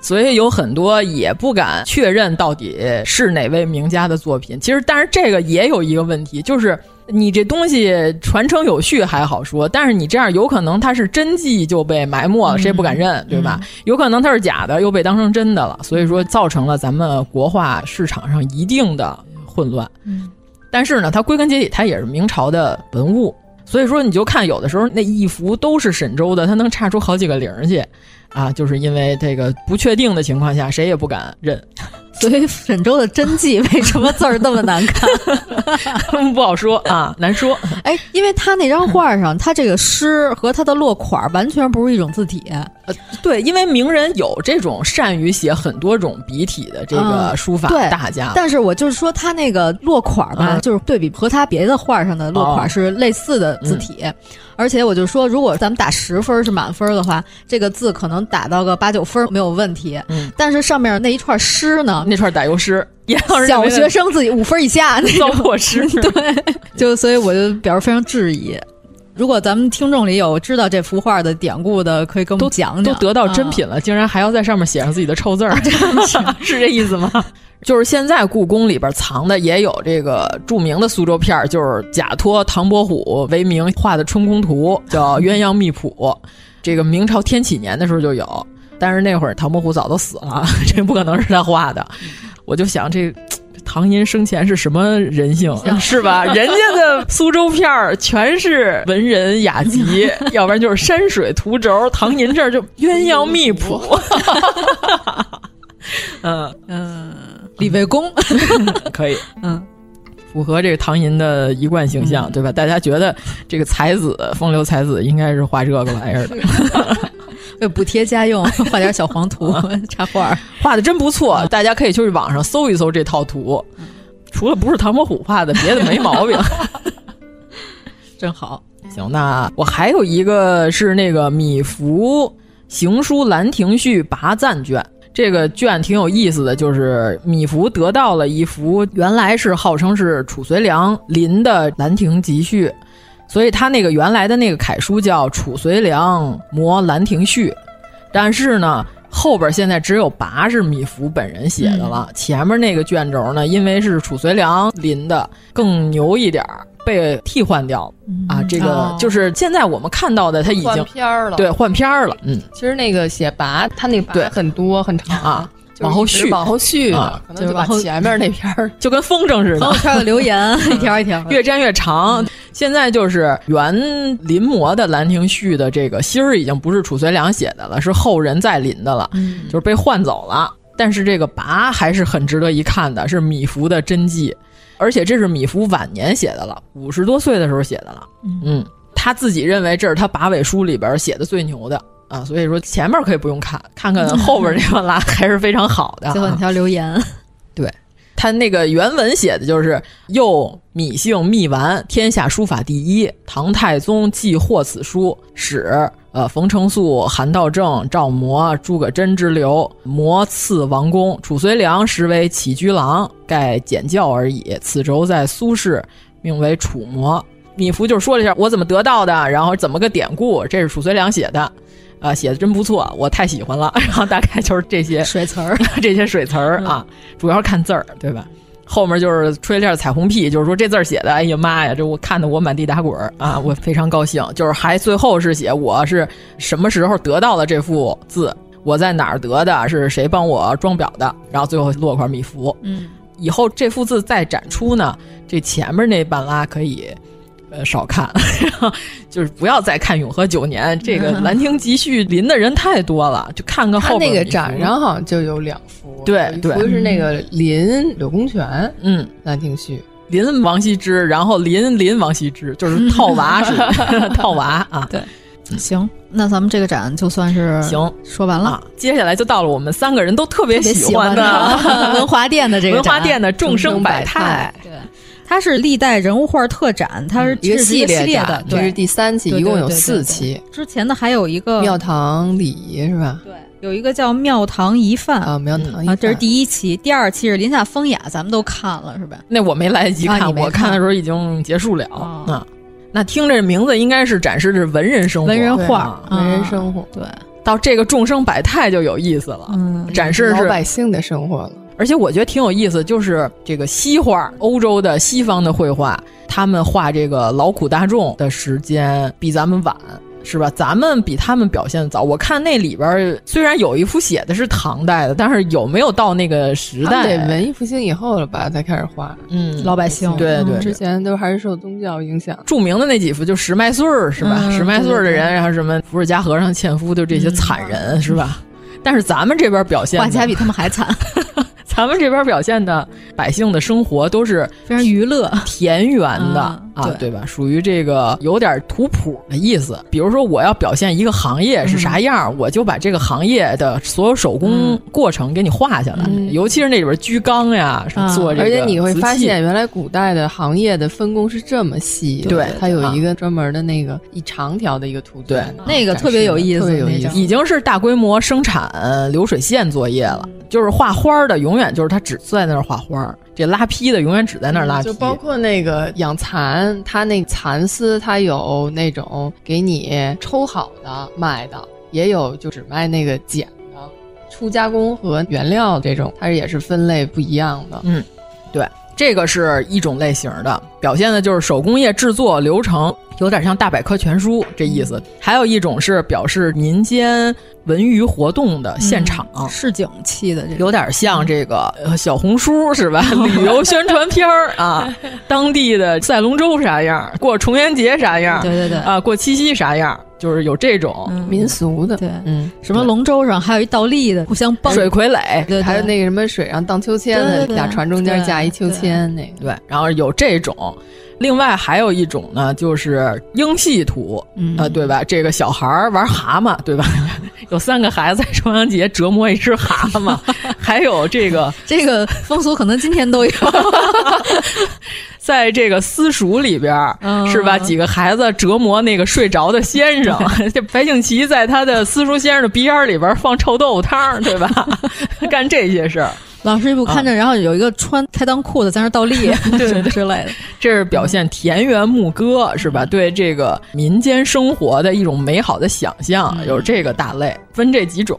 J: 所以有很多也不敢确认到底是哪位名家的作品。其实，但是这个也有一个问题，就是你这东西传承有序还好说，但是你这样有可能它是真迹就被埋没了，谁也不敢认，对
I: 嗯
J: 吧？有可能它是假的，又被当成真的了。所以说，造成了咱们国画市场上一定的混乱。
I: 嗯，
J: 但是呢，它归根结底，它也是明朝的文物。所以说，你就看有的时候那一幅都是沈周的，它能差出好几个零去。啊，就是因为这个不确定的情况下，谁也不敢认， *laughs*
I: 所以沈周的真迹为什么字儿那么难看，
J: 不好说啊，难说。
I: *laughs* 哎，因为他那张画上，他这个诗和他的落款完全不是一种字体。
J: 呃，对，因为名人有这种善于写很多种笔体的这个书法大家、嗯，
I: 但是我就是说他那个落款吧，
J: 啊
I: 嗯、就是对比和他别的画上的
J: 哦
I: 落款是类似的字体。哦嗯而且我就说，如果咱们打十分是满分的话，这个字可能打到个八九分没有问题。
J: 嗯，
I: 但是上面那一串诗呢？
J: 那串打油诗，
I: 小学生自己五分以下那
J: 造
I: *laughs*
J: 破诗，
I: 对，就所以我就表示非常质疑。如果咱们听众里有知道这幅画的典故的，可以跟我们讲讲。
J: 都得到真品了，啊、竟然还要在上面写上自己的臭字儿，啊、是这 *laughs* 意思吗？就是现在故宫里边藏的也有这个著名的苏州片儿，就是假托唐伯虎为名画的《春宫图》，叫《鸳鸯秘谱》， *laughs* 这个明朝天启年的时候就有，但是那会儿唐伯虎早都死了， *laughs* 这不可能是他画的。我就想这。唐寅生前是什么人性， *laughs* 是吧？人家的苏州片儿全是文人雅 *laughs* 集，要不然就是山水图轴。唐寅这儿就鸳鸯密谱，嗯
I: 嗯，李卫
J: *laughs*
I: 公
J: *laughs* 可 *laughs* 以，
I: 嗯，
J: 符合这个唐寅的一贯形象，对吧？大家觉得这个才子风流才子应该是画这个玩意 *laughs* 儿的。
I: 为呃补贴家用，画点小黄
J: *laughs*
I: 图插画，
J: 画的真不错，大家可以去网上搜一搜这套图。除了不是唐伯虎画的，别的没毛 *laughs* 病，
I: 真好。
J: 行，那我还有一个是那个米芾《行书兰亭序》跋赞卷。这个卷挺有意思的，就是米芾得到了一幅原来是号称是褚遂良临的《兰亭集序》。所以他那个原来的那个楷书叫《褚遂良摹兰亭序》，但是呢，后边现在只有跋是米芾本人写的了，嗯、前面那个卷轴呢，因为是褚遂良临的，更牛一点儿，被替换掉了、嗯、啊。这个就是现在我们看到的，他已经换
K: 片了，
J: 对，换片了。嗯，
K: 其实那个写跋，他那个
J: 对
K: 很多很长
J: 啊。
K: 往
J: 后续，啊
K: 往后续的，可能就把前面那篇儿
J: 就跟风筝似的，
I: 朋友圈的留言 *laughs* 一条一条，
J: 越粘越长。现在就是原临摹的《兰亭序》的这个心儿已经不是褚遂良写的了，是后人再临的了，就是被换走了。但是这个跋还是很值得一看的，是米芾的真迹，而且这是米芾晚年写的了，五十多岁的时候写的了。嗯，他自己认为这是他跋尾书里边写的最牛的。啊，所以说前面可以不用看，看看后边那个拉还是非常好的。
I: 最后一条留言，
J: 对他那个原文写的就是“又米姓密完，天下书法第一。唐太宗既获此书，使呃冯承素、韩道正、赵摩、诸葛真之流，摩赐王公。褚遂良实为起居郎，盖简教而已。此轴在苏轼，命为楚摩。”米芾就说了一下我怎么得到的，然后怎么个典故，这是褚遂良写的。啊，写的真不错，我太喜欢了。 *laughs* 然后大概就是这些 *laughs*
I: 水词儿，
J: 这些水词儿啊，嗯、主要是看字儿，对吧？后面就是吹了下彩虹屁，就是说这字儿写的，哎呀妈呀，这我看的我满地打滚儿
K: *laughs*
J: 啊，我非常高兴。就是还最后是写我是什么时候得到了这幅字，我在哪儿得的，是谁帮我装裱的，然后最后落款米芾。
I: 嗯，
J: 以后这幅字再展出呢，这前面那半拉可以。呃，少看， *laughs* 就是不要再看《永和
K: *laughs*
J: 九年》这个《兰亭集序》临的人太多了，就看看后
K: 边。那个展上好像就有两幅，
J: 对对，
K: 一幅是那个临柳公权，
J: 嗯，《
K: 兰亭序》
J: 临王羲之，然后临临王羲之，就是套娃是套娃啊。
I: 对， *laughs* 行，那咱们这个展就算是
J: 行
I: 说完了、
J: 啊。接下来就到了我们三个人都特别喜欢的 *laughs*
I: 文华殿的 *laughs* 这个
J: 文华殿的众生
I: 百
J: 态。
I: 对。它是历代人物画特展，它
J: 嗯
I: 是
K: 一个
I: 系
K: 列
I: 的，
K: 这是第三期，一共有四期。
I: 之前的还有一个
K: 庙堂礼仪是吧？
I: 对，有一个叫庙堂遗范
K: 啊，庙
J: 嗯
K: 堂
I: 啊，这是第一期，第二期是林下风雅，咱们都看了是吧？
J: 那我没来得及看，
I: 我
J: 看的时候已经结束了啊。那听这名字应该是展示的是文人生活、啊
I: 文人画、
K: 文人生活。
I: 对，
J: 到这个众生百态就有意思了，
I: 嗯
J: 展示
K: 嗯老百姓的生活了。
J: 而且我觉得挺有意思，就是这个西画，欧洲的西方的绘画，他们画这个劳苦大众的时间比咱们晚，是吧？咱们比他们表现早。我看那里边虽然有一幅写的是唐代的，但是有没有到那个时代？
K: 得文艺复兴以后了吧，才开始画。
J: 嗯，
I: 老百姓
J: 对对，
K: 之前都还是受宗教影响。
J: 著名的那几幅就十麦穗儿是
K: 嗯
J: 吧？十麦穗儿的人，然后什么伏尔加河上纤夫，就这些惨人是吧？但是咱们这边表现
I: 画家比他们还惨。
J: 咱们这边表现的百姓的生活都是
I: 非常娱乐、
J: 田园的啊，
K: 嗯
J: 啊对吧？属于这个有点图谱的意思。比如说，我要表现一个行业是啥样，嗯、我就把这个行业的所有手工
K: 嗯
J: 过程给你画下来，嗯、尤其是那里边居缸呀，是做这个、啊。而
K: 嗯且你会发现，原来古代的行业的分工是这么细的，
J: 对，
K: 它有一个专门的那个、啊、一长条的一个图，啊
J: 对，
I: 那个特别有意思，
K: 特别有意思，
J: 已经是大规模生产流水线作业了，就是画花的永远。远就是他只在那儿画花儿，这拉坯的永远只在那儿拉坯、嗯。
K: 就包括那个养蚕，他那蚕丝，他有那种给你抽好的卖的，也有就只卖那个剪的。初加工和原料这种，它也是分类不一样的。
J: 嗯，对，这个是一种类型的，表现的就是手工业制作流程，有点像《大百科全书》这意思。还有一种是表示民间。文娱活动的现场，
I: 嗯、市井气的这，
J: 有点像这个呃小红书是吧？ *laughs* 旅游宣传片儿
I: *laughs*
J: 啊，当地的赛龙舟啥样，过重阳节啥样，
I: 对对对，
J: 啊，过七夕啥样，就是有这种、
I: 嗯、
K: 民俗的，
I: 对，
J: 嗯，
I: 什么龙舟上还有一倒立的，互相蹦，
J: 水傀儡，
I: 对,对，
K: 还有那个什么水上荡秋千的，俩船中间架一秋千那
J: 个，对，然后有这种。另外还有一种呢，就是婴戏图，啊、嗯呃，对吧？这个小孩儿玩蛤蟆，对吧？ *laughs* 有三个孩子在重阳节折磨一只蛤蟆， *laughs* 还有这个
I: 这个风俗可能今天都
J: *laughs*
I: 有， *laughs*
J: 在这个私塾里边儿、嗯、是吧？几个孩子折磨那个睡着的先生， *laughs* 这白景琦在他的私塾先生的鼻烟里边放臭豆腐汤，对吧？ *laughs* 干这些事儿。
I: 老师一不看着，啊、然后有一个穿开裆裤的在那倒立， *laughs*
J: 对对对
I: 之类的，
J: 这是表现田园牧歌是
I: 嗯
J: 吧？对这个民间生活的一种美好的想象，嗯、有这个大类，分这几种，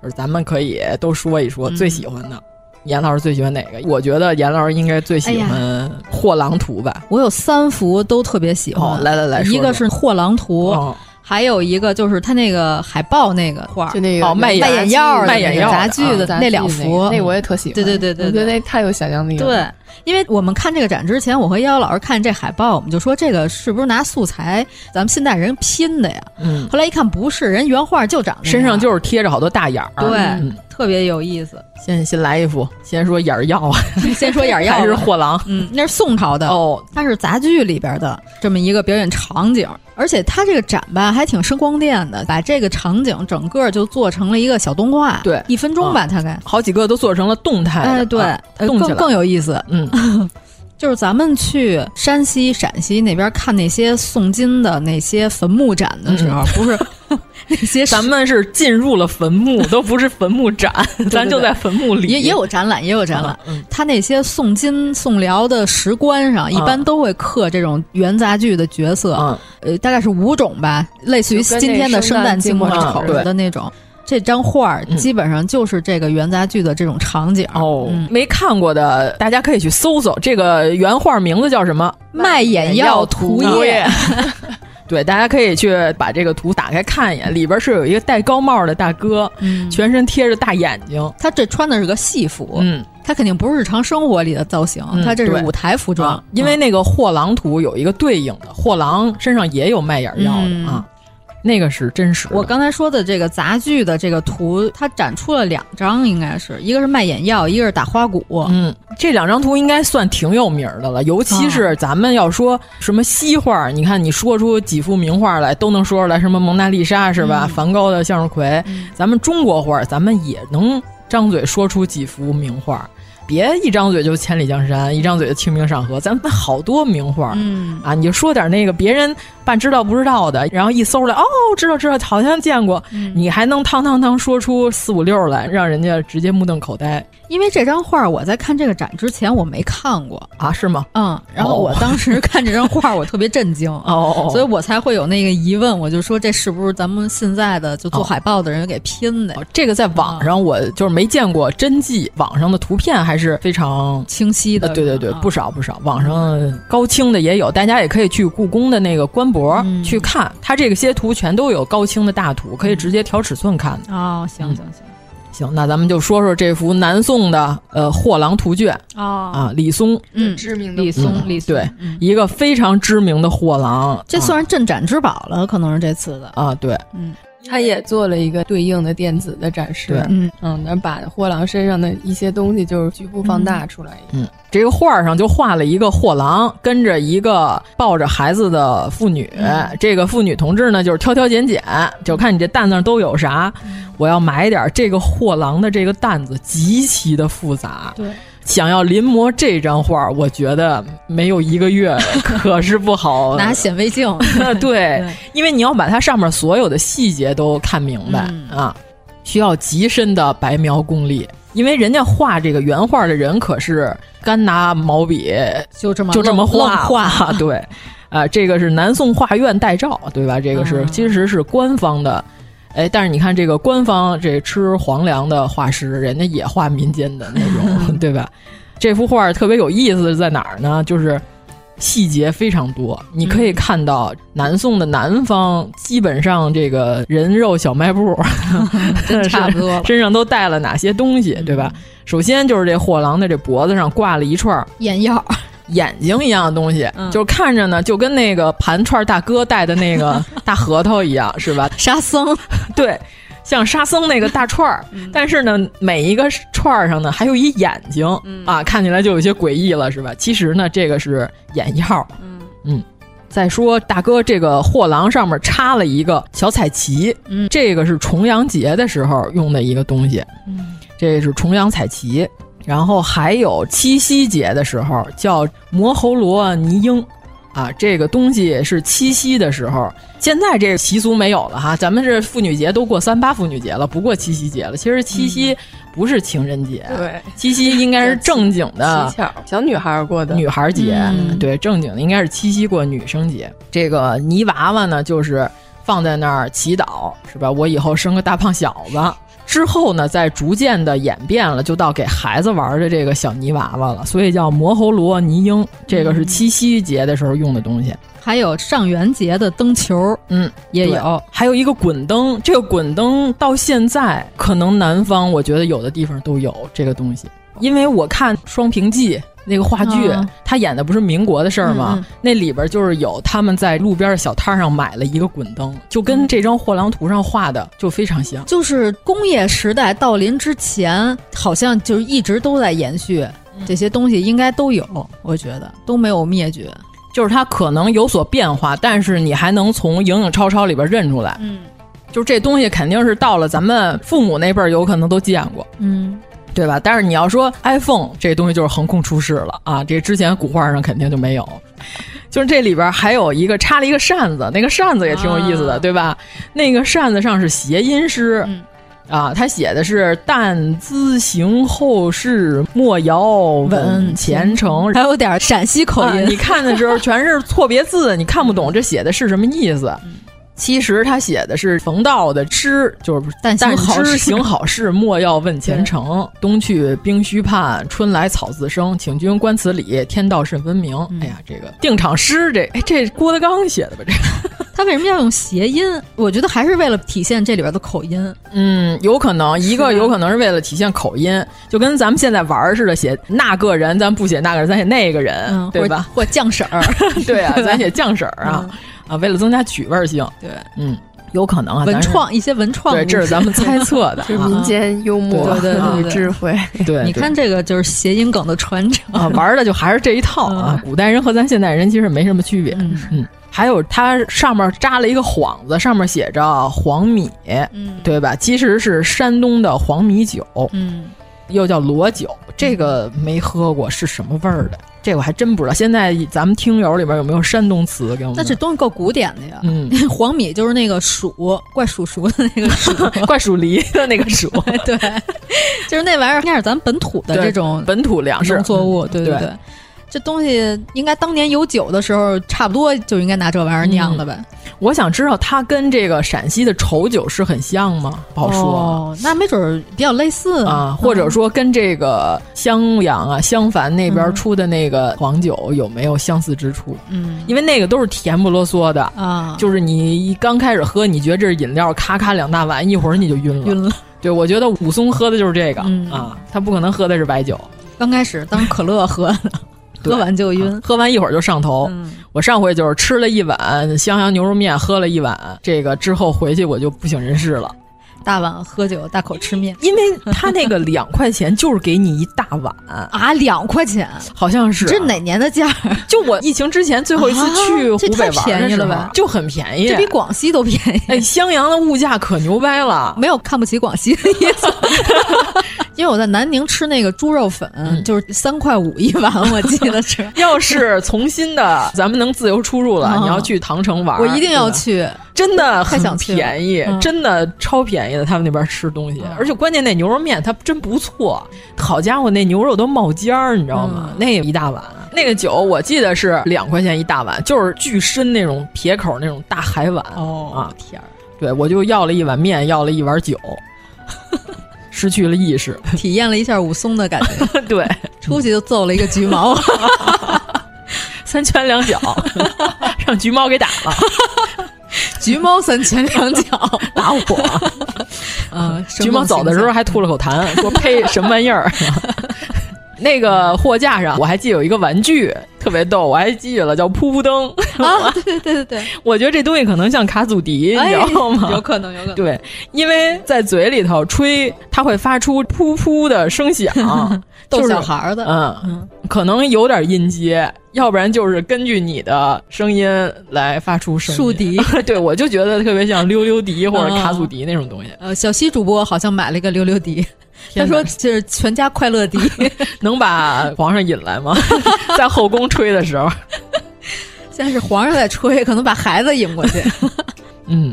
J: 就是咱们可以都说一说最喜欢的。嗯严老师最喜欢哪个？我觉得严老师应该最喜欢货郎图吧、
I: 哎。我有三幅都特别喜欢，
J: 哦、来来来说说，
I: 一个是货郎图。
J: 哦
I: 还有一个就是他那个海报那个画，
K: 就那个
J: 哦卖
I: 眼药、
J: 卖眼药
I: 杂剧的那两幅，
K: 啊那我也特喜欢。
I: 对对对对，
K: 我觉得那太有想象力了。
I: 对，因为我们看这个展之前，我和幺幺老师看这海报，我们就说这个是不是拿素材咱们现代人拼的呀？
J: 嗯，
I: 后来一看不是，人原画就长
J: 身上就是贴着好多大眼儿，
I: 对，
J: 嗯
I: 特别有意思。
J: 先先来一幅，先说眼儿药啊，
I: 先 *laughs* 说眼儿药吧
J: 还是货郎，
I: 嗯，那是宋朝的
J: 哦，
I: 它是杂剧里边的这么一个表演场景，而且它这个展吧还挺声光电的，把这个场景整个就做成了一个小动画，
J: 对
I: 一分钟吧，大概。
J: 好几个都做成了动态的，
I: 哎，对，
J: 啊
I: 呃
J: 动起
I: 更
J: 来
I: 更有意思，
J: 嗯，
I: *laughs* 就是咱们去山西、陕西那边看那些宋金的那些坟墓展的时候，不是 *laughs* 那些
J: 嗯咱们是进入了坟
I: *laughs*
J: 墓，都不是坟墓展，咱就在坟墓里，
I: 也也有展览，也有展览。他那些宋金、宋辽的石棺上，一般都会刻这种元杂剧的角色，
J: 嗯啊
I: 呃，大概是五种吧，类似于
K: 就跟那
I: 今天的
K: 圣
I: 生
K: 诞
I: 旦
K: 寂
I: 净末
K: 寞
I: 丑
J: 丑
I: 的那种。这张画儿基本上就是这个元杂剧的这种场景
J: 哦，没看过的大家可以去搜搜，这个原画名字叫什么？
I: 卖眼药涂
J: 液 *laughs*
I: 液，
J: 对，大家可以去把这个图打开看一眼，里边是有一个戴高帽的大哥，
I: 嗯
J: 全身贴着大眼睛，
I: 他这穿的是个戏服，
J: 嗯，
I: 他肯定不是日常生活里的造型，
J: 嗯
I: 他这是
J: 对
I: 舞台服装。
J: 啊因为那个货郎图有一个对应的，货郎身上也有卖眼药的、
I: 嗯
J: 啊，那个是真实的。
I: 我刚才说的这个杂剧的这个图，它展出了两张，应该是一个是卖眼药，一个是打花鼓。
J: 嗯，这两张图应该算挺有名儿的了，尤其是咱们要说什么西画儿，你看你说出几幅名画来都能说出来，什么蒙娜丽莎是吧？梵高的向日葵，咱们中国画儿咱们也能张嘴说出几幅名画儿，别一张嘴就千里江山，一张嘴就清明上河，咱们好多名画，
I: 嗯
J: 啊，你就说点那个别人半知道不知道的，然后一搜来，哦，知道知道，好像见过，你还能汤汤汤说出四五六来，让人家直接目瞪口呆
I: 因为这张画我在看这个展之前我没看过，
J: 啊？是吗？
I: 嗯，然后我
J: 哦
I: 当时看这张画我特别震惊，嗯
J: 哦
I: 所以我才会有那个疑问，我就说这是不是咱们现在的就做海报的人给拼的？
J: 这个在网上我就是没见过真迹，网上的图片还是非常
I: 清晰的嗯
J: 呃对对对，不少不少，网上高清的也有，大家也可以去故宫的那个官博去看，它这个些图全都有高清的大图，可以直接调尺寸看的。
I: 哦，行行行，
J: 行，那咱们就说说这幅南宋的呃《货郎图卷》
I: 哦
J: 啊，李松，
I: 嗯，
K: 知名
I: 李松，
J: 嗯
I: 李松，
J: 对，一个非常知名的货郎，
I: 这算是镇展之宝了，可能是这次的。
J: 啊啊对，
I: 嗯，
K: 他也做了一个对应的电子的展示
J: 对，
I: 嗯
K: 嗯，然后把货郎身上的一些东西就是局部放大出来。
J: 嗯，这个画儿上就画了一个货郎，跟着一个抱着孩子的妇女。这个妇女同志呢，就是挑挑拣拣，就看你这担子上都有啥，我要买点儿。这个货郎的这个担子极其的复杂，
I: 对，
J: 想要临摹这张画儿，我觉得没有一个月 *laughs* 可是不好
I: 拿显微
J: *laughs*
I: 镜，
J: 对，因为你要把它上面所有的细节都看明白、啊，需要极深的白描功力。因为人家画这个原画的人可是干拿毛笔
I: 就这么
J: 就这么
I: 愣
J: 画
I: 愣画
J: 对，啊、这个是南宋画院代诏，对吧？这个是、其实是官方的，哎，但是你看这个官方这吃皇粮的画师，人家也画民间的那种， *laughs* 对吧？这幅画特别有意思的在哪儿呢？就是细节非常多，你可以看到南宋的南方基本上这个人肉小卖部，
I: 真差不多了
J: *laughs* 身上都带了哪些东西，对吧？首先就是这货郎的这脖子上挂了一串儿
I: 眼药，
J: 眼睛一样的东西，就是看着呢，就跟那个盘串大哥戴的那个大核桃一样，是吧？
I: 沙僧，
J: 对，像沙僧那个大串儿，但是呢，每一个串儿上呢还有一眼睛、
I: 嗯
J: 啊，看起来就有些诡异了，是吧？其实呢，这个是眼药，嗯再说大哥这个货郎上面插了一个小彩旗，
I: 嗯，
J: 这个是重阳节的时候用的一个东西，这是重阳彩旗，然后还有七夕节的时候叫摩喉罗尼鹰，啊，这个东西是七夕的时候，现在这习俗没有了哈，咱们这妇女节都过三八妇女节了，不过七夕节了。其实七夕不是情人节，啊
K: 对，
J: 七夕应该是正经的
K: 乞巧，小女孩儿过的
J: 女孩儿节，
K: 嗯
J: 对，正经的应该是七夕过女生节。这个泥娃娃呢，就是放在那儿祈祷，是吧？我以后生个大胖小子。之后呢，再逐渐的演变了，就到给孩子玩的这个小泥娃娃了，所以叫摩喉罗泥鹰，
K: 嗯
J: 这个是七夕节的时候用的东西。
I: 还有上元节的灯球，
J: 嗯，
I: 也
J: 对
I: 有，
J: 还有一个滚灯，这个滚灯到现在可能南方我觉得有的地方都有这个东西，因为我看《双屏记》那个话剧，
I: 哦
J: 他演的不是民国的事儿吗？
I: 嗯嗯
J: 那里边就是有他们在路边的小摊上买了一个滚灯，就跟这张货郎图上画的就非常像。
I: 就是工业时代到临之前，好像就是一直都在延续
J: 嗯
I: 这些东西，应该都有，我觉得都没有灭绝。
J: 就是它可能有所变化，但是你还能从影影绰绰里边认出来。
I: 嗯，
J: 就是这东西肯定是到了咱们父母那辈儿，有可能都见过，
I: 嗯，
J: 对吧？但是你要说 iPhone 这东西就是横空出世了啊，这之前古画上肯定就没有。就是这里边还有一个插了一个扇子，那个扇子也挺有意思的，对吧？那个扇子上是谐音诗。啊，他写的是“但兹行后世，莫摇稳前程”，
I: 还有点陕西口音
J: *laughs* 啊你看的时候全是错别字，你看不懂这写的是什么意思。其实他写的是冯道的诗，就是“但
I: 行好
J: 知
I: 事 *laughs*
J: 行好事，莫要问前程。冬去冰须畔，春来草自生。请君观此理，天道甚分明。
I: 嗯
J: 哎呀，这个定场诗，这哎这郭德纲写的吧？这
I: 嗯他为什么要用谐音？我觉得还是为了体现这里边的口音。
J: 嗯，有可能一个
I: 啊
J: 有可能是为了体现口音，就跟咱们现在玩儿似的，写那个人，咱不写那个人，咱写那个人，
I: 嗯，
J: 呃 *laughs* 对吧？，
I: 或？或酱婶儿嗯
J: 对
I: *laughs*
J: 啊，咱写酱婶儿啊、啊，为了增加趣味儿性，
I: 对，
J: 嗯，有可能啊，
I: 文
J: 咱是
I: 创一些文创故
J: 对，
I: 事，，
J: 这是咱们猜测的
I: *laughs* 就是
J: 啊
I: 民间
K: 幽默
I: 对对对对
K: 与智慧。
J: 对，
I: 你看这个就是谐音梗的传承
J: 啊，玩儿的就还是这一套
I: 嗯
J: 啊。古代人和咱现代人其实没什么区别。嗯还有它上面扎了一个幌子，上面写着黄米，
I: 嗯，
J: 对吧？其实是山东的黄米酒，
I: 嗯，
J: 又叫罗酒，这个没喝过是什么味儿的？这我还真不知道。现在咱们听友里边有没有山东词给我们？
I: 但这东西够古典的呀。
J: 嗯，
I: *laughs* 黄米就是那个蜀怪蜀黍的那个蜀，
J: 怪蜀梨的那个蜀，
I: *laughs* 对，就是那玩意儿应该是咱本土的
J: 对
I: 这种
J: 本土粮食
I: 农作物，
J: 嗯
I: 对
J: 对
I: 对。这东西应该当年有酒的时候，差不多就应该拿这玩意儿
J: 嗯
I: 酿的呗。
J: 我想知道它跟这个陕西的稠酒是很像吗？不好说。
I: 哦，那没准儿比较类似嗯
J: 啊，或者说跟这个襄阳啊、襄樊那边出的那个黄酒有没有相似之处？
I: 嗯，
J: 因为那个都是甜不啰嗦的
I: 啊
J: 就是你一刚开始喝，你觉得这是饮料，咔咔两大碗，一会儿你就晕了。
I: 晕了。
J: 对，我觉得武松喝的就是这个、
I: 嗯
J: 啊，他不可能喝的是白酒，
I: 刚开始当可乐喝的，
J: 对
I: 喝
J: 啊
I: 完就晕。嗯
J: 喝完一会儿就上头。我上回就是吃了一碗襄阳牛肉面，喝了一碗这个之后回去我就不省人事了，
I: 大碗喝酒，大口吃
J: *laughs*
I: 面
J: 因为他那个两块钱就是给你一大
I: *laughs*
J: 碗。
I: 啊，两块钱，
J: 好像是啊
I: 这哪年的价儿？
J: 就我疫情之前最后一次去
I: 啊
J: 湖北玩
I: 这太便宜了
J: 吧
I: 吧，
J: 就很便宜，
I: 这比广西都便宜。
J: 哎，襄阳的物价可牛
I: *laughs*
J: 掰了，
I: 没有看不起广西的意
J: *laughs*
I: 思，因为我在南宁吃那个猪肉粉，
J: 嗯
I: 就是三块五一碗，我记得是。
J: *laughs* 要是从新的，咱们能自由出入了，
I: 嗯
J: 你要去唐城玩，
I: 我一定要
J: 对吧。
I: 去，
J: 真的
I: 太
J: 很
I: 想去了
J: 便宜，
I: 嗯
J: 真的超便宜的。他们那边吃东西，而且关键那牛肉面它真不错，好家伙，那牛肉都冒尖儿，你知道
I: 嗯
J: 吗？那一大碗，那个酒我记得是两块钱一大碗，就是巨深那种撇口那种大海碗。
I: 哦
J: 啊，
I: 天儿，
J: 对我就要了一碗面，要了一
I: *laughs*
J: 碗酒，失去了意识。
I: 体验了一下武松的感觉，
J: 对，
I: 出去就揍了一个橘毛，
J: *laughs* 三拳两脚 *laughs* 让橘猫给打了，
I: 橘猫三拳两
J: *laughs*
I: 脚
J: 打我。
I: 嗯，
J: 橘猫走的时候还吐了口痰，说呸，什么玩意儿？ *laughs* 那个货架上我还记得有一个玩具特别逗，我还记得了叫噗噗灯。 *laughs*
I: 啊，对对对对对，
J: 我觉得这东西可能像卡祖笛， *laughs* 你知道吗？
I: 哎有可能，有可能，，
J: 对，因为在嘴里头吹，它会发出噗噗的声响
I: *laughs* 逗
J: 就是
I: 小孩儿的
J: *laughs* 嗯，可能有点音阶，要不然就是根据你的声音来发出声音。
I: 竖笛，
J: *laughs* 对我就觉得特别像溜溜笛或者
I: 嗯
J: 卡祖笛那种东西，
I: 呃，小西主播好像买了一个溜溜笛，他
J: 天哪
I: 说这是全家快
J: *laughs*
I: 乐笛，
J: 能把皇上引来吗？ *laughs* 在后宫吹的时候，
I: 现在是皇上在吹，可能把孩子引过去。
J: 嗯，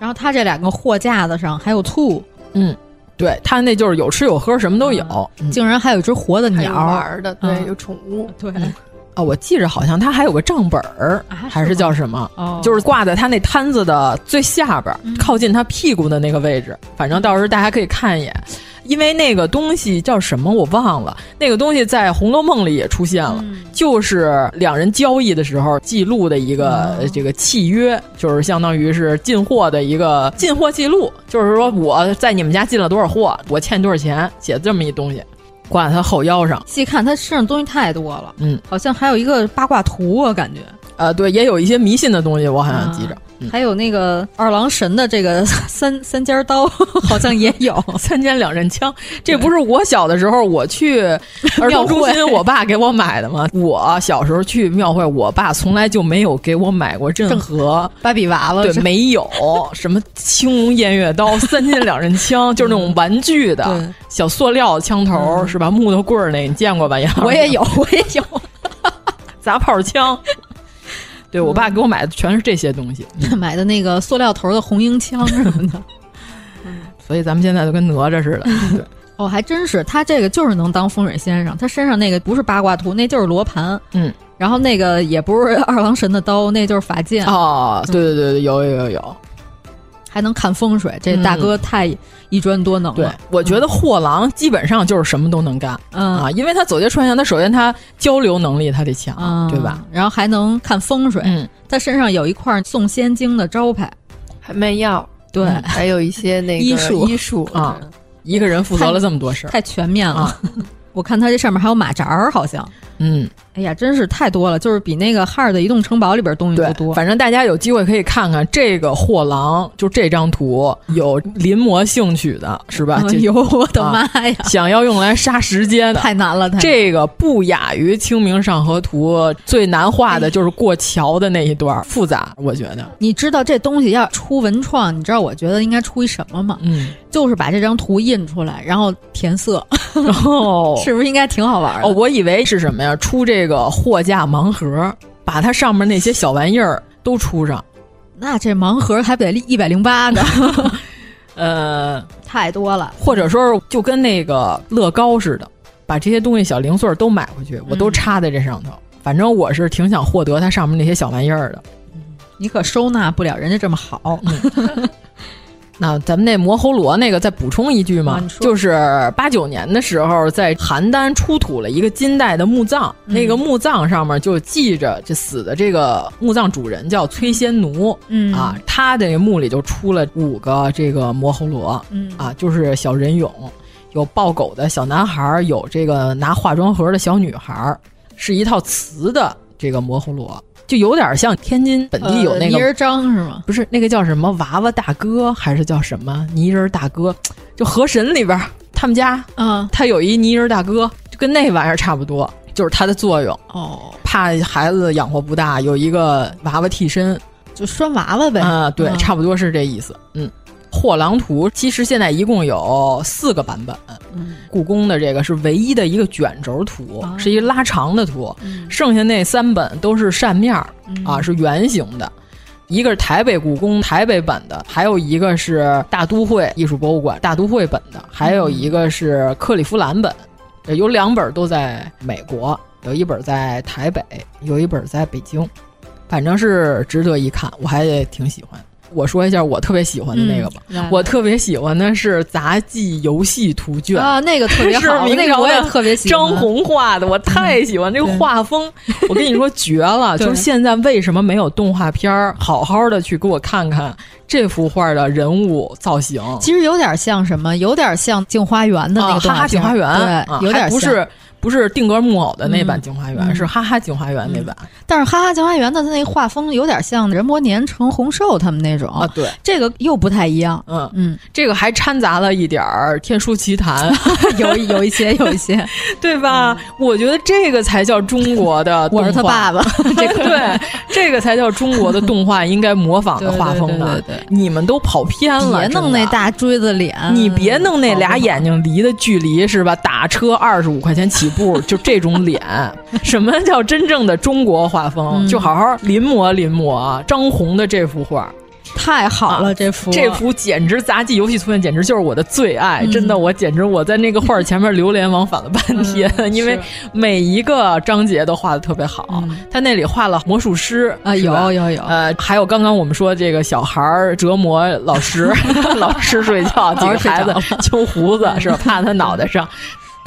I: 然后他这两个货架子上还有醋，
J: 嗯，对他那就是有吃有喝，什么都有。嗯
I: 竟然还有一只活的鸟
K: 玩儿的，对，
I: 嗯
K: 有宠物，
I: 对，啊
J: 啊，我记着好像他还有个账本儿，还是叫什么？
I: 哦嗯
J: 就是挂在他那摊子的最下边儿，靠近他屁股的那个位置。反正到时候大家可以看一眼，因为那个东西叫什么我忘了，那个东西在《红楼梦》里也出现
I: 嗯
J: 了，就是两人交易的时候记录的一个、
I: 哦
J: 呃这个契约，就是相当于是进货的一个进货记录，就是说我在你们家进了多少货，我欠多少钱，写这么一东西。挂在他后腰上。
I: 细看他身上东西太多了，
J: 嗯，
I: 好像还有一个八卦图啊，感觉。
J: 呃，对，也有一些迷信的东西，我好像记着。啊 *laughs* 嗯、
I: 还有那个二郎神的这个 *laughs* 三三尖刀， *laughs* 好像也有
J: 三尖两刃枪。这不是我小的时候我 *laughs* 去儿童中心，我爸给我买的吗？我小时候去庙会，我爸从来就没有给我买过任何
I: 芭比娃娃，
J: 对，没 *laughs* 有什么青龙偃月刀、三尖两刃枪，就是那种玩具的、嗯、小塑料枪头、嗯、是吧？木头棍儿那你见过吧？杨
I: 我 *laughs* 也有，我也有
J: *laughs* 砸炮 *laughs* 枪。对我爸给我买的全是这些东西，
I: 嗯、买的那个塑料头的红缨枪什么 *laughs* 的，
J: 所以咱们现在都跟哪吒 *laughs* 似的。对
I: 哦，还真是，他这个就是能当风水先生，他身上那个不是八卦图，那就是罗盘。
J: 嗯，
I: 然后那个也不是二郎神的刀，那就是法剑。
J: 哦，对对对对，有有有有。
I: 还能看风水，这大哥太一专多能了。嗯、
J: 嗯对，我觉得货郎基本上就是什么都能干、
I: 嗯、
J: 啊，因为他走街串巷，他首先他交流能力他得强，
I: 嗯、
J: 对吧？嗯
I: 然后还能看风水，他身上有一块送仙经的招牌，
K: 还卖药，
I: 对，
J: 嗯
K: 还有一些那个
I: 医术
K: 医术
J: 啊，一个人负责了这么多事儿，
I: *laughs* 太全面了。啊 *laughs* 我看他这上面还有马扎儿，好像，
J: 嗯，
I: 哎呀，真是太多了，就是比那个哈尔的移动城堡里边东西都多。
J: 反正大家有机会可以看看这个货郎，就这张图有临摹兴趣的是吧？
I: 有、哎，我的妈呀、
J: 啊！想要用来杀时间的
I: 太难了，太
J: 这个不亚于《清明上河图》，最难画
I: 哎
J: 的就是过桥的那一段，哎、复杂，我觉得。
I: 你知道这东西要出文创，你知道我觉得应该出一什么吗？ *laughs*
J: 嗯，
I: 就是把这张图印出来，然后填色，
J: *laughs* 然后。
I: *laughs* 是不是应该挺好玩的？
J: 哦，我以为是什么呀？出这个货架盲盒，把它上面那些小玩意儿都出上。
I: 那这盲盒还得一百零八个，
J: 呃，
I: *laughs* 太多了。
J: 或者说，就跟那个乐高似的，把这些东西小零碎都买回去，我都插在这上头。嗯、反正我是挺想获得它上面那些小玩意儿的。
I: 你可收纳不了人家这么好。
J: 嗯那咱们那魔猴罗那个再补充一句嘛，就是八九年的时候，在邯郸出土了一个金代的墓葬，
I: 嗯、
J: 那个墓葬上面就记着这死的这个墓葬主人叫崔仙奴，
I: 嗯
J: 啊，他的墓里就出了五个这个魔猴罗，
I: 嗯
J: 啊，就是小人俑，有抱狗的小男孩，有这个拿化妆盒的小女孩，是一套瓷的这个魔猴罗。就有点像天津本地有那
I: 呃
J: 个
I: 泥人张是吗？
J: 不是，那个叫什么娃娃大哥还是叫什么泥人大哥？就河神里边他们家，
I: 嗯，
J: 他有一泥人大哥，就跟那玩意儿差不多，就是它的作用。
I: 哦，
J: 怕孩子养活不大，有一个娃娃替身，
I: 就拴娃娃呗。
J: 啊，对，
I: 嗯、
J: 差不多是这意思。嗯，货郎图其实现在一共有四个版本。
I: 嗯、
J: 故宫的这个是唯一的一个卷轴图，
I: 啊、
J: 是一个拉长的图，
I: 嗯、
J: 剩下那三本都是扇面儿、
I: 嗯、
J: 啊，是圆形的。一个是台北故宫台北本的，还有一个是大都会艺术博物馆大都会本的，还
I: 嗯
J: 有一个是克利夫兰本，呃有两本都在美国，有一本在台北，有一本在北京，反正是值得一看，我还挺喜欢。我说一下我特别喜欢的那个吧，
I: 嗯、
J: 我特别喜欢的是杂技游戏图卷
I: 啊，那个特别 *laughs* 好，那个我也特别喜
J: 欢。张红画的，我太喜欢、嗯、这个画风，我跟你说
I: *laughs*
J: 绝了！就是现在为什么没有动画片儿，好好的去给我看看这幅画的人物造型？啊
I: 其实有点像什么，有点像《镜花缘》的那个
J: 哈哈镜花缘》
I: 对，有点、嗯
J: 啊、不是。不是定格木偶的那版《镜花缘》，是哈哈《镜花缘》那版。
I: 但是哈哈《镜花缘》的它那画风有点像任伯年、程红寿他们那种
J: 啊，对，
I: 这个又不太一样。
J: 嗯
I: 嗯，
J: 这个还掺杂了一点儿《天书奇谭》，
I: *laughs* 嗯有有一些有一些，
J: 对吧？我觉得这个才叫中国
I: 嗯
J: 的。
I: 我是他爸 *laughs* 爸，
J: 这个 *laughs* 对，这个才叫中国的动画应该模仿的画风呢。你们都跑偏了，
I: 别弄那大嗯锥子脸，
J: 你别弄那俩眼睛离的距离是吧？打车二十五块钱起。
I: *laughs*
J: 不，就这种脸，什么叫真正的中国画
I: 嗯
J: 风？就好好临摹临摹张红的这幅画，
I: 太好了！啊这幅
J: 这幅简直杂技游戏图片，简直就是我的最
I: 嗯
J: 爱！真的，我简直我在那个画前面流连忘返了半
I: 嗯 *laughs*
J: 天，因为每一个章节都画的特别好。
I: 嗯
J: 他那里画了魔术师
I: 啊，有有有，
J: 呃，还有刚刚我们说这个小孩儿折磨老师， *laughs* 老师睡觉，几个孩子
I: *laughs*
J: 揪胡子是吧？趴他脑袋上。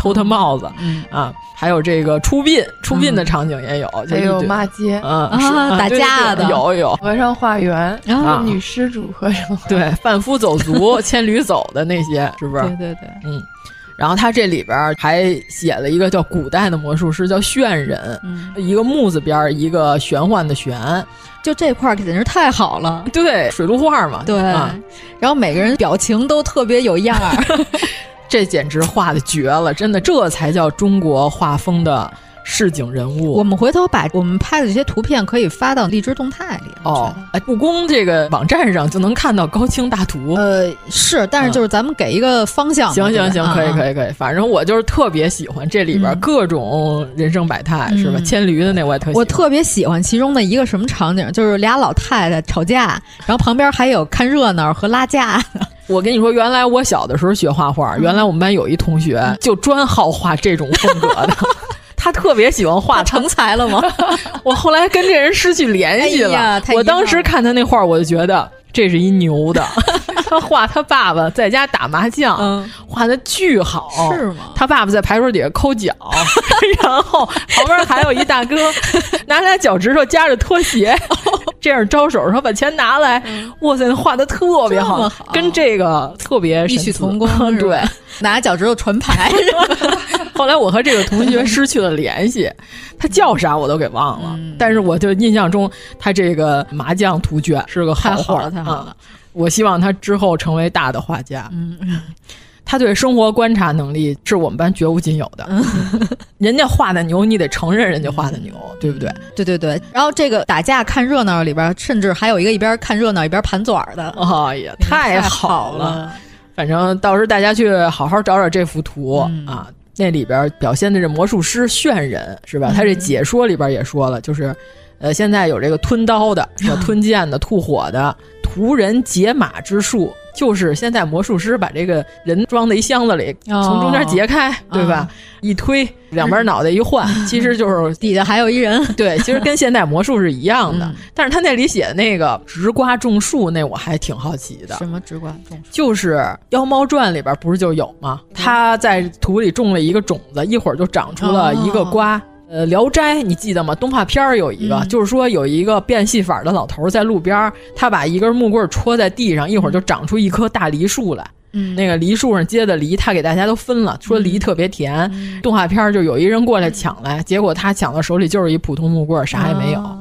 J: 偷他帽子，
I: 嗯
J: 啊，还有这个出殡，出殡的场景也有，
K: 还
I: 哎
K: 有骂街，
J: 嗯，
I: 啊打架的啊
J: 有有，啊
K: 和尚化缘，
J: 然后
K: 女施主和尚，
J: 对，贩夫走卒、牵驴走的那些，是不是？
I: 对对对，
J: 嗯，然后他这里边还写了一个叫古代的魔术师叫炫人，嗯、一个木字边一个玄幻的玄。
I: 就这块儿简直太好了，
J: 对，水陆画嘛，
I: 对、
J: 嗯，
I: 然后每个人表情都特别有样儿，
J: 这简直画的绝了，真的，这才叫中国画风的市井人
I: *laughs*
J: 物。
I: 我们回头把我们拍的这些图片可以发到荔枝动态里
J: 哦，哎，故宫这个网站上就能看到高清大图。
I: 呃，是，但是就是咱们给一个方向、嗯。
J: 行行行，可以可以可以，反正我就是特别喜欢这里
I: 嗯
J: 边各种人生百态，嗯、是吧？牵驴的那我也特
I: 我特别喜欢其中的一个什么场景，就是俩老太太吵架，然后旁边还有看热闹和拉架。
J: 我跟你说，原来我小的时候学画
I: 嗯
J: 画，原来我们班有一同学就专好画这种风格
I: *laughs*
J: 的。他特别喜欢画，
I: 成才了 *laughs* 吗？
J: 我后来跟这人失去联系了。
I: 哎、
J: 我当时看他那画，我就觉得这是一
I: *laughs*
J: 牛的。他画他爸爸在家打麻将，嗯、画的巨好，
I: 是吗？
J: 他爸爸在牌桌底下
I: *laughs*
J: 抠脚，然后旁边还有一大哥拿俩脚趾头夹着拖鞋，
I: 哦
J: 这样招手说把钱拿来。嗯、哇塞，画的特别好，
I: 好
J: 跟这个特别
I: 异曲同工。
J: 对，
I: *laughs* 拿脚趾头传牌。
J: *laughs*
I: *laughs*
J: 后来我和这个同学失去了联系，他叫啥我都给忘了，嗯、但是我就印象中他这个麻将图卷是个
I: 好
J: 画
I: 了，太好了、
J: 嗯！我希望他之后成为大的画家。嗯，他对生活观察能力是我们班绝无仅有的。嗯、人家画的牛，你得承认人家画的牛，
I: 嗯
J: 对不对？
I: 对对对。然后这个打架看热闹里边，甚至还有一个一边看热闹一边盘嘴儿的。
J: 哎呀，
I: 哦太
J: 好
I: 了！
J: 反正到时候大家去好好找找这幅图啊。那里边表现的这魔术师炫人是吧？他这解说里边也说了，就是，呃，现在有这个吞刀的、是吧吞剑的、吐火的、屠人解马之术，就是现在魔术师把这个人装在一箱子里，从中间截开，对吧？一推，两边脑袋一换，其实就是
I: 底下还有一人。
J: 对，其实跟现代魔术是一样
I: 嗯
J: 的，但是他那里写的那个直瓜种树，那我还挺好奇的。
I: 什么直瓜种树？
J: 就是《妖猫传》里边不是就有吗？他在土里种了一个种子，一会儿就长出了一个瓜。呃，《聊斋》你记得吗？动画片儿有一个，嗯、就是说有一个变戏法的老头在路边，他把一根木棍戳在地上，一会儿就长出一棵大梨树来。嗯，那个梨树上结的梨，他给大家都分了，说梨特别甜。嗯、动画片就有一人过来抢来，结果他抢到手里就是一普通木棍，啥也没有。啊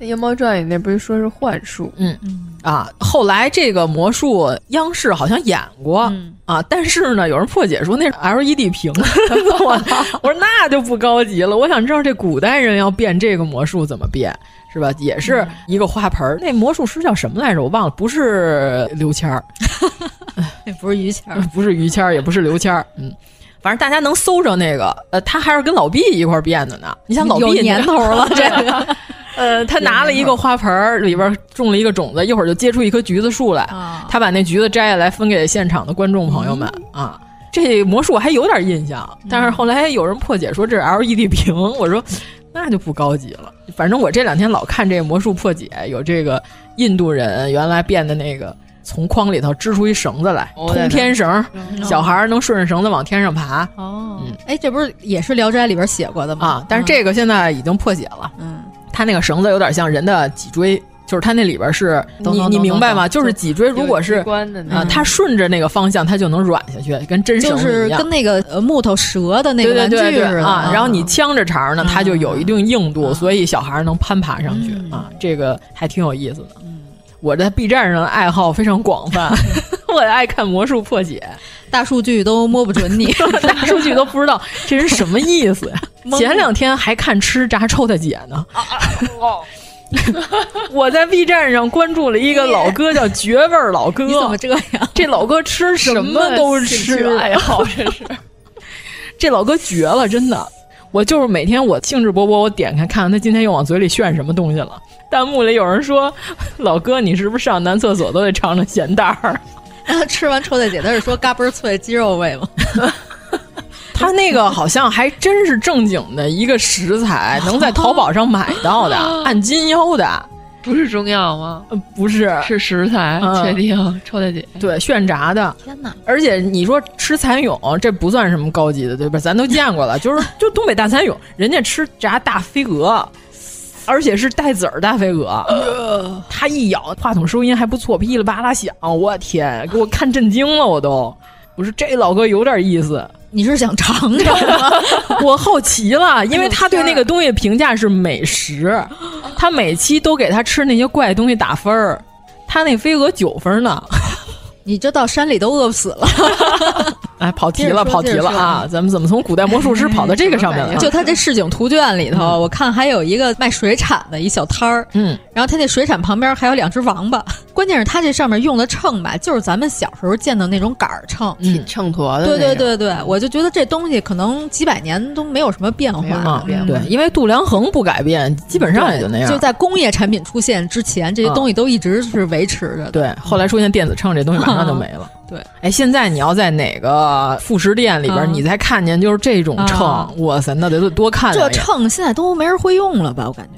K: 《妖猫传》里那不是说是幻术？
J: 嗯嗯啊，后来这个魔术央视好像演过、嗯、啊，但是呢，有人破解说那是 LED 屏。 *laughs*
I: *laughs*
J: 我操！我说那就不高级了。我想知道这古代人要变这个魔术怎么变，是吧？也是一个花盆儿。嗯、那魔术师叫什么来着？我忘了，不是刘谦儿， *laughs*
I: 那不是于谦儿，
J: 不是于谦儿，也不是刘谦儿，嗯。反正大家能搜着那个，呃，他还是跟老毕一块变的呢。你像老毕
I: 年头
J: *laughs*
I: 了，这个，
J: 呃，他拿了一个花盆儿，里边种了一个种子，一会儿就结出一棵橘子树来。哦、他把那橘子摘下来分给现场的观众朋友们、嗯、啊。这魔术还有点印象，但是后来有人破解说这是 LED 屏，我说那就不高级了。反正我这两天老看这魔术破解，有这个印度人原来变的那个。从筐里头织出一绳子来，通天绳，
I: 嗯
J: 小孩儿能顺着绳子往天上爬。
I: 哦，哎，这不是也是《聊斋》里边写过的吗？
J: 啊，但是这个现在已经破解了。嗯，它那个绳子有点像人的脊椎，就是它那里边是，你你明白吗？就是脊椎，如果是啊，它顺着那个方向，它就能软下去，跟真
I: 嗯
J: 绳
I: 就是跟那个呃木头蛇的那个玩具似的。嗯
J: 啊，然后你呛着茬呢，它就有一定硬度，所以小孩能攀爬上去
I: 嗯
J: 啊，这个还挺有意思的。我在 B 站上的爱好非常
I: *laughs*
J: 广泛，我爱看魔术破解，
I: 大数据都摸不准
J: *laughs*
I: 你，
J: 大数据都不知道这人什么意思呀。前两天还看吃炸臭大姐呢， *laughs* 我在 B 站上关注了一个老哥叫绝味儿老哥，
I: 你怎么这 *laughs* 样？
J: 这老哥吃什么都吃，
K: 爱好这是，
J: *laughs* 这老哥绝了，真的。我就是每天我兴致勃勃，我点开看看他今天又往嘴里炫什么东西了。弹幕里有人说：“老哥，你是不是上男厕所都得尝尝咸蛋儿？”
I: 啊、吃完臭大姐，他是说嘎嘣脆鸡肉味吗？
J: 他那个好像还真是正经的一个食材，能在淘宝上买到的，按斤腰的。
K: 不是中药吗？
J: 呃、不是，
K: 是食材，确定、嗯、臭大姐
J: 对炫炸的。
I: 天哪！
J: 而且你说吃蚕蛹，这不算什么高级的，对吧？咱都见过了，就是就东北大蚕蛹，人家吃炸大飞蛾，而且是带籽儿大飞蛾，呃、它一咬，话筒收音还不错，噼里啪啦响，我天，给我看震惊了，我都。我说这老哥有点意思。
I: *laughs* 你是想尝尝吗？
J: *laughs* 我好奇了，因为他对那个东西评价是美食，他每期都给他吃那些怪东西打分儿，他那飞蛾九分呢。
I: 你这到山里都饿死 *laughs* 了。
J: 哎，跑题了，跑题了啊！咱们怎么从古代魔术师跑到这个上面了？
I: 就他这市井图卷里头，我看还有一个卖水产的一小摊儿，
J: 嗯，
I: 然后他那水产旁边还有两只王八。关键是他这上面用的秤吧，就是咱们小时候见的那种杆儿秤，
K: 挺秤砣的。
I: 对对对对，我就觉得这东西可能几百年都没有什么变化。
J: 对，因为度量衡不改变，基本上也就那样。嗯
I: 就在工业产品出现之前，这些东西都一直是维持着。
J: 对，后来出现电子秤，这东西马上就没 *laughs* 了。
I: 对，
J: 哎，现在你要在哪个副食店里边，你才看见就是这种秤，哇塞，那得多看。
I: 这秤现在都没人会用了吧？我感觉。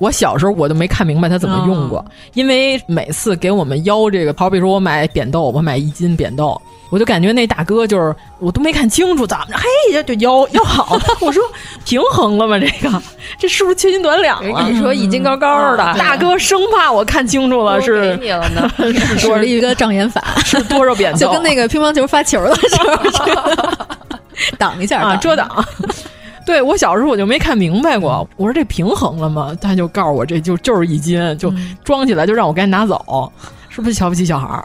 J: 我小时候我就没看明白它怎么用
K: 嗯
J: 过，因为每次给我们邀这个，好比说我买扁豆，我买一斤扁豆，我就感觉那大哥就是我都没看清楚怎么着，嘿，这就腰腰好了。 *laughs* 我说平衡了吗？这个这是不是缺斤短两了？
K: 你说一斤高高的，
J: 大哥生怕我看清楚了是
K: 你了
J: *laughs*
K: 呢，
I: 说了一个障眼 *laughs* 法，
J: 是多少扁豆，
I: 就跟那个乒乓球发球的时候 *laughs* 挡一下
J: 啊，遮挡。 *laughs* 对我小时候我就没看明白过，我说这平衡了吗？他就告诉我这就就是一斤，就装起来就让我赶紧拿走，是不是瞧不起小孩儿？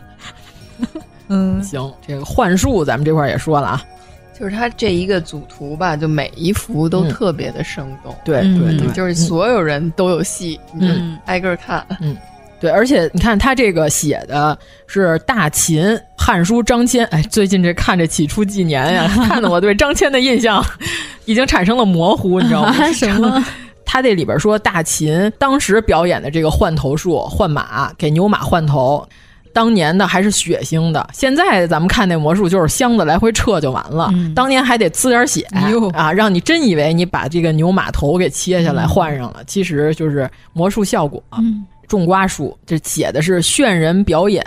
J: *laughs*
I: 嗯，
J: 行，这个幻术咱们这块也说了啊，
K: 就是他这一个组图吧，就每一幅
J: 嗯
K: 都特别的生动，
J: 对对嗯对，
K: 嗯就是所有人都有戏，嗯，挨个看，
J: 嗯。对，而且你看他这个写的是大秦《汉书》张骞，哎，最近这看这起初纪年呀、 *laughs* 啊，看得我对张骞的印象已经产生了模糊，你知道吗？
I: 啊、 *laughs* 什么？
J: *laughs* 他这里边说大秦当时表演的这个换头术，换马给牛马换头，当年呢还是血腥的，现在咱们看那魔术就是箱子来回撤就完了，嗯、当年还得呲点血、哎、啊，让你真以为你把这个牛马头给切下来换上了，嗯、其实就是魔术效果。
I: 嗯
J: 种瓜术，这写的是炫人表演，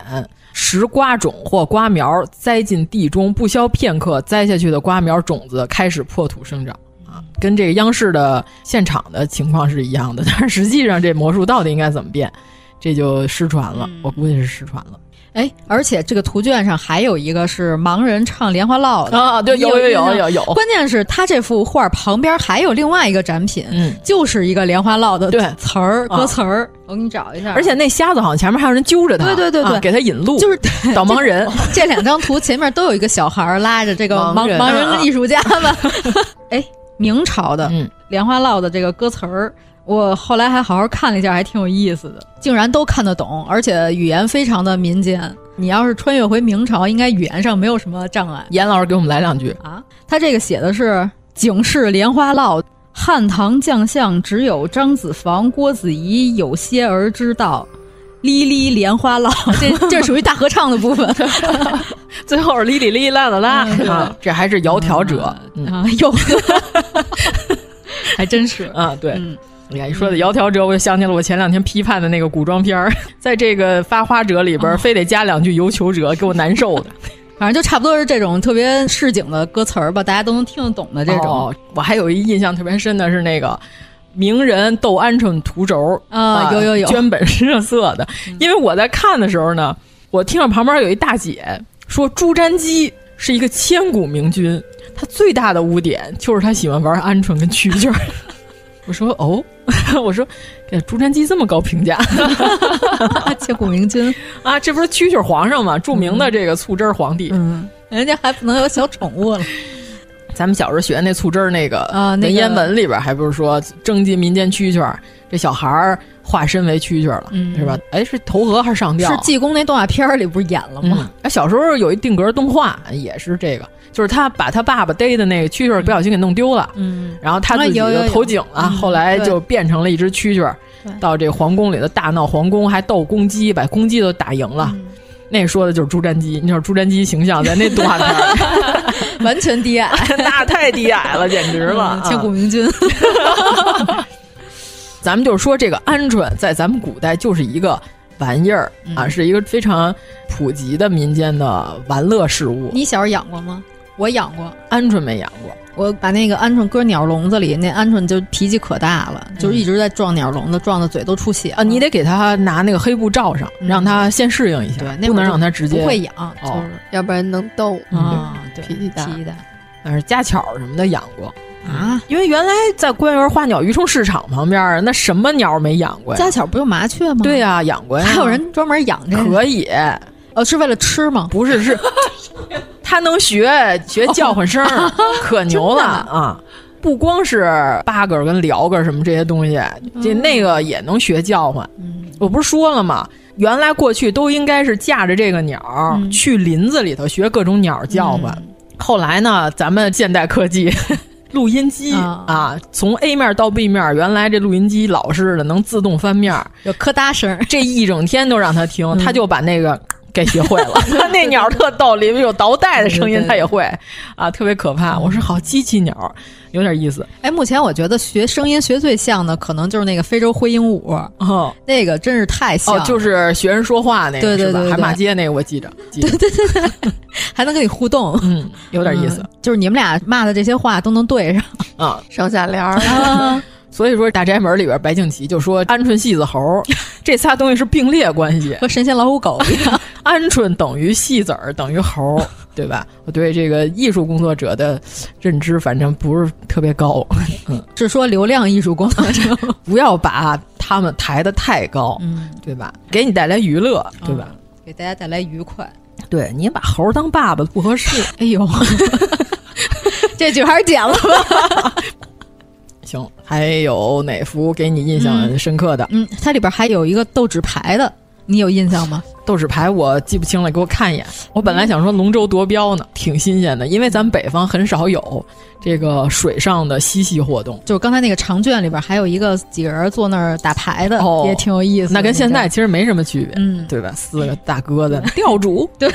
J: 拾瓜种或瓜苗栽进地中，不消片刻，栽下去的瓜苗种子开始破土生长啊，跟这个央视的现场的情况是一样的。但 *laughs* 是实际上，这魔术到底应该怎么变，这就失传了，我估计是失传了。
I: 哎，而且这个图卷上还有一个是盲人唱莲花落的
J: 啊，对，有有有有有。
I: 关键是他这幅画旁边还有另外一个展品，
J: 嗯，
I: 就是一个莲花落的
J: 对
I: 词儿歌词儿，啊我给你找一下。
J: 而且那瞎子好像前面还有人揪着他，啊
I: 对对对对，
J: 给他引路，
I: 就是
J: 导盲 *laughs* 人。
I: 这两张图前面都有一个小孩拉着这个盲盲人艺啊术家 *laughs* 们。哎，明朝的
J: 嗯
I: 莲花落的这个歌词儿。我后来还好好看了一下，还挺有意思的，竟然都看得懂，而且语言非常的民间。你要是穿越回明朝，应该语言上没有什么障碍。
J: 严老师给我们来两句
I: 啊！他这个写的是“警世莲花落，汉唐将相只有张子房、郭子仪有些儿知道。”哩哩莲花落，这这属于大合唱的部分。
J: 最后是哩哩哩啦啦啊嗯啦，嗯这还是窈窕者
I: 啊，有， *laughs* 还真是嗯
J: 啊，对。你看，你说的窈窕者，我就想起了我前两天批判的那个古装片儿， *laughs* 在这个发花者里
I: 哦
J: 边，非得加两句游求者，给我难受的。
I: 反正就差不多是这种特别市井的歌词儿吧，大家都能听得懂的这种。 *laughs*
J: 哦、我还有一印象特别深的是那个名人斗鹌鹑图轴
I: 啊，有
J: *laughs*
I: 有有，嗯
J: 绢本是色的。因为我在看的时候呢，我听着旁边有一大姐说朱瞻基是一个千古明君，他最大的污点就是他喜欢玩鹌鹑跟蛐蛐儿。 *laughs* 我说哦， *laughs* 我说给朱瞻基这么高评价，
I: 千古明 *laughs* 君
J: 啊，这不是蛐蛐皇上吗？著名的这个醋汁儿皇帝，
I: 嗯，人家还不能有小宠 *laughs* 物了。
J: 咱们小时候学那醋汁儿那个
I: 啊，那
J: 言文里边还不是说征集民间蛐蛐，这小孩儿化身为蛐蛐了，是吧？哎，是投河还是上
I: 嗯
J: 吊？啊
I: 是济公那动画片里不是演了吗？
J: 哎，小时候有一定格动画，也是这个，就是他把他爸爸逮的那个蛐蛐不小心给弄丢了，
I: 嗯，
J: 然后他自己就投井了，后来就变成了一只蛐蛐，到这皇宫里头大闹皇宫，还斗公鸡，把公鸡都打赢了。
I: 嗯
J: 那说的就是朱瞻基，你知道朱瞻基形象在那动
I: *laughs*
J: 画片
I: 完全低矮， *laughs*
J: *laughs* 那太低矮了，简直了，嗯
I: 千古明君。 *laughs*
J: 咱们就说这个鹌鹑，在咱们古代就是一个玩意儿、嗯、啊，是一个非常普及的民间的玩乐事物。
I: 你小时候养过吗？我养过
J: 鹌鹑，没养过。啊
I: 我把那个鹌鹑搁鸟笼子里，那鹌鹑就脾气可大了，就是一直在撞鸟笼子，撞的嘴都出血
J: 啊！你得给它拿那个黑布罩上，让它先适应一下，
I: 对，
J: 不能让它直接
I: 不会养，
J: 哦，
K: 要不然能逗
I: 啊，对，
K: 脾气大，
I: 脾气大。
J: 但是家呃巧什么的养过
I: 啊，
J: 因为原来在公园花鸟鱼虫市场旁边，那什么鸟没养过呀？
I: 家巧不就麻雀吗？
J: 对呀、啊，养过呀。
I: 还有人专门养这个，
J: 可以，
I: 呃，是为了吃吗？
J: 不是，是他能学学叫唤声， *laughs* 哦、可牛了啊！不光是八哥跟鹩哥什么这些东西，这、嗯、那个也能学叫唤。嗯、我不是说了吗？原来过去都应该是驾着这个鸟、嗯、去林子里头学各种鸟叫唤。后来呢，咱们现代科技， *laughs* 录音机、哦、啊，从 A 面到 B 面，原来这录音机老式的能自动翻面，
I: 有咔嗒声，
J: 这一整天都让他听，嗯、他就把那个给学会
I: *laughs*
J: 了。那鸟特逗，里面有倒带的声音，他也会啊，特别可
I: 嗯
J: 怕。我说好机器鸟，有点意思。
I: 哎，目前我觉得学声音学最像的，可能就是那个非洲灰鹦鹉，
J: 哦，
I: 那个真是太像、哦，
J: 就是学人说话那
I: 对
J: 个，
I: 对对,对,对，
J: 海马街那个我记着，记
I: 着对对对对。还能跟你互动，
J: 嗯，有点意思、
I: 嗯。就是你们俩骂的这些话都能对上
J: 啊，
K: 上下联
J: *laughs*
K: 儿。
J: 啊、所以说，《大宅门》里边白敬亭
I: *laughs*
J: 就说：“鹌鹑、戏子、猴，这仨东西是并列关系，
I: 和神仙老虎狗一样。 *laughs*
J: 鹌鹑等于戏子儿等于猴，对吧？”我对这个艺术工作者的认知，反正不是特别高。嗯，
I: 是说流量艺术工作者
J: *laughs* 不要把他们抬得太高，嗯，对吧？给你带来娱乐，对吧？
I: 嗯、给大家带来愉快。
J: 对你把猴当爸爸不合适。
I: 哎
J: *laughs*
I: 呦，这句还是剪了吧。
J: 行，还有哪幅给你印象深刻的？
I: 嗯，它里边还有一个斗纸牌的，你有印象吗？
J: 斗纸牌我记不清了，给我看一眼。我本来想说龙舟夺标呢，挺新鲜的，因为咱们北方很少有这个水上的嬉戏活动。
I: 就是刚才那个长卷里边还有一个几个人坐那儿打牌的，
J: 哦、
I: 也挺有意思。
J: 那跟现在其实没什么区别，
I: 嗯，
J: 对吧？四个大哥的钓主，
I: 对，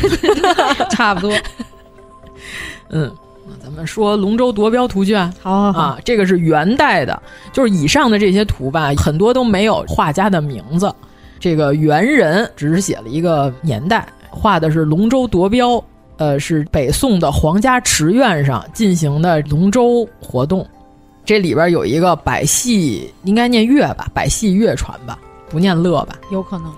I: 差不多。
J: 嗯，咱们说龙舟夺标图卷，
I: 好,好,好，
J: 啊，这个是元代的，就是以上的这些图吧，很多都没有画家的名字。这个元人只是写了一个年代，画的是龙舟夺标，呃，是北宋的皇家池院上进行的龙舟活动。这里边有一个百戏，应该念乐吧，百戏乐船吧，不念乐吧？
I: 有可能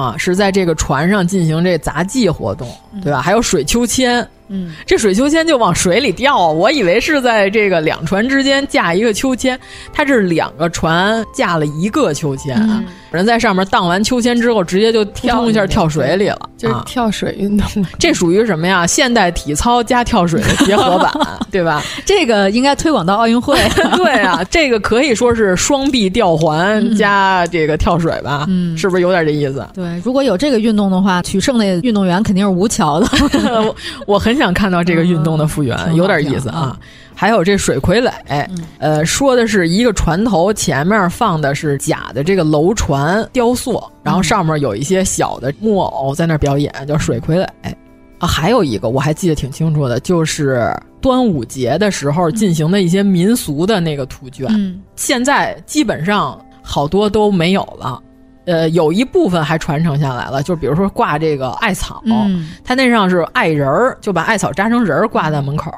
J: 啊，是在这个船上进行这杂技活动，对吧？还有水秋千，
I: 嗯，
J: 这水秋千就往水里掉，啊我以为是在这个两船之间架一个秋千，它是两个船架了一个秋千啊。
I: 嗯
J: 人在上面荡完秋千之后，直接就跳一下跳水里了，
K: 就是跳水运动、啊。
J: 这属于什么呀？现代体操加跳水的结
I: *laughs*
J: 合版，对吧？
I: *laughs*
J: *laughs*
I: 这个应该推广到奥运会。
J: 对啊，这个可以说是双臂吊环加这个跳水吧？
I: *laughs* 嗯，
J: 是不是有点这意思？
I: 对，如果有这个运动的话，取胜的运动员肯定是吴桥的。
J: 我, *laughs* 我很想看到这个运动的复原，嗯、有点意思啊。还有这水傀儡，
I: 嗯、
J: 呃，说的是一个船头前面放的是假的这个楼船雕塑，然后上面有一些小的木偶在那表演，叫水傀儡。啊，还有一个我还记得挺清楚的，就是端午节的时候进行的一些民俗的那个图卷，
I: *laughs* 嗯、
J: 现在基本上好多都没有了。呃，有一部分还传承下来了，就比如说挂这个艾草，
I: 嗯、
J: 它那上是艾人儿，就把艾草扎成人儿挂在门口。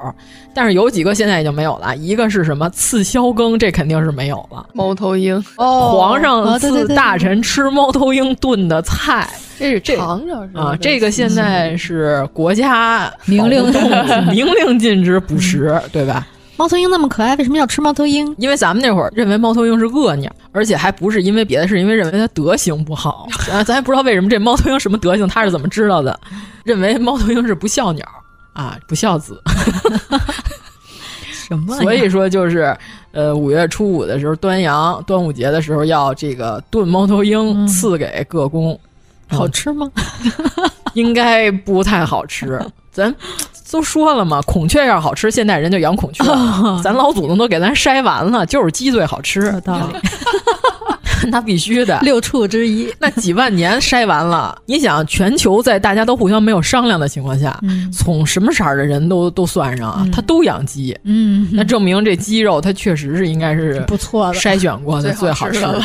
J: 但是有几个现在已经没有了，一个是什么刺萧羹，这肯定是没有了。
K: 猫头鹰，
I: 哦，
J: 皇上赐大
I: 臣
J: 吃猫头鹰炖的菜，
K: 这是
J: 这
K: 尝尝
J: 啊。这个现在是国家
I: 明令
J: 明令禁止捕食， *laughs* 对吧？
I: 猫头鹰那么可爱，为什么要吃猫头鹰？
J: 因为咱们那会儿认为猫头鹰是恶鸟，而且还不是因为别的，是因为认为它德行不好。 *laughs* 啊，咱也不知道为什么这猫头鹰什么德行，他是怎么知道的？认为猫头鹰是不孝鸟啊，不孝子。
I: 什么？
J: 所以说就是，呃，五月初五的时候，端阳端午节的时候要这个炖猫头鹰，赐给
I: *laughs*
J: 各宫。
I: 嗯、好吃
J: *laughs*
I: 吗？
J: 应该不太好
I: *laughs*
J: 吃。咱。都说了嘛，孔雀要好吃，现代人就养孔雀。
I: 哦、呃
J: 咱老祖宗都给咱筛完了，就是鸡最好吃。
I: 有道理，
J: *laughs* 那必须
I: *laughs*
J: 的，
I: 六畜之一。
J: 那几万年筛完了，你想，全球在大家都互相没有商量的情况下，
I: 嗯、
J: 从什么色儿的人都都算上啊，他、
I: 嗯、
J: 都养鸡。
I: 嗯， *laughs*
J: 那证明这鸡肉它确实是应该是
I: 不错的，
J: 筛选过的最好吃
K: 的，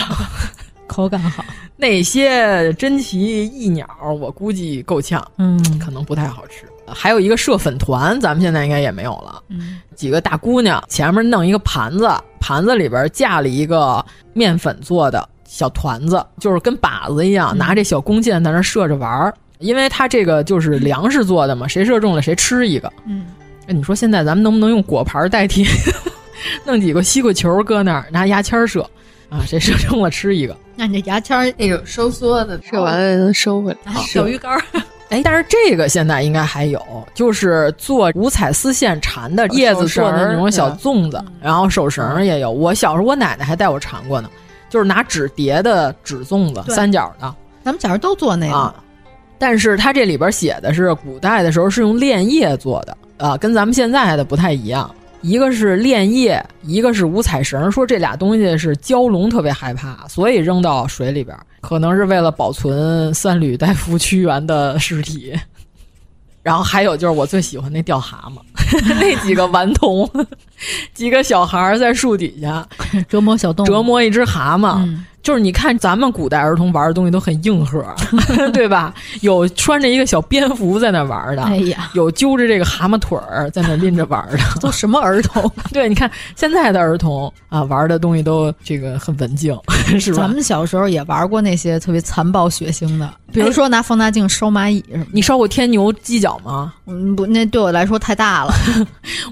I: 口感好。
J: 那些珍奇异鸟，我估计够呛，
I: 嗯，
J: 可能不太好吃。还有一个社粉团，咱们现在应该也没有了。
I: 嗯，
J: 几个大姑娘前面弄一个盘子，盘子里边架了一个面粉做的小团子，就是跟靶子一样，拿这小弓箭在那射着玩儿。因为它这个就是粮食做的嘛，谁射中了谁吃一个。
I: 嗯，
J: 哎，你说现在咱们能不能用果盘代替？ *laughs* 弄几个西瓜球搁那儿，拿牙签射啊，谁射中了吃一个。
I: 那你这牙签儿
K: 那种收缩的，
I: 射
K: 完了能收回来。
I: 哦小鱼干儿，
J: 哎，但是这个现在应该还有，就是做五彩丝线缠的叶子做的那种小粽子，然后手绳也有。我小时候我奶奶还带我缠过呢，就是拿纸叠的纸粽子，
I: 对
J: 三角的
I: 咱们小时候都做那个。
J: 啊。但是它这里边写的是古代的时候是用炼叶做的啊，跟咱们现在的不太一样。一个是炼叶，一个是五彩绳，说这俩东西是蛟龙特别害怕，所以扔到水里边，可能是为了保存三闾大夫屈原的尸体。然后还有就是我最喜欢那钓蛤蟆， *laughs* 那几个顽童， *laughs* 几个小孩儿在树底下
I: 折磨小动物，
J: 折磨一只蛤蟆。
I: 嗯
J: 就是你看咱们古代儿童玩的东西都很硬
I: *laughs*
J: 核，对吧？有穿着一个小蝙蝠在那玩的，
I: 哎呀，
J: 有揪着这个蛤蟆腿儿在那拎着玩的，
I: *laughs* 都什么儿童？
J: 对，你看现在的儿童啊，玩的东西都这个很
I: *laughs*
J: 文静，是吧？
I: 咱们小时候也玩过那些特别残暴血腥的，比如说拿放大镜烧蚂蚁什么的。
J: 你烧过天牛犄角吗？
I: 嗯，不，那对我来说太大了。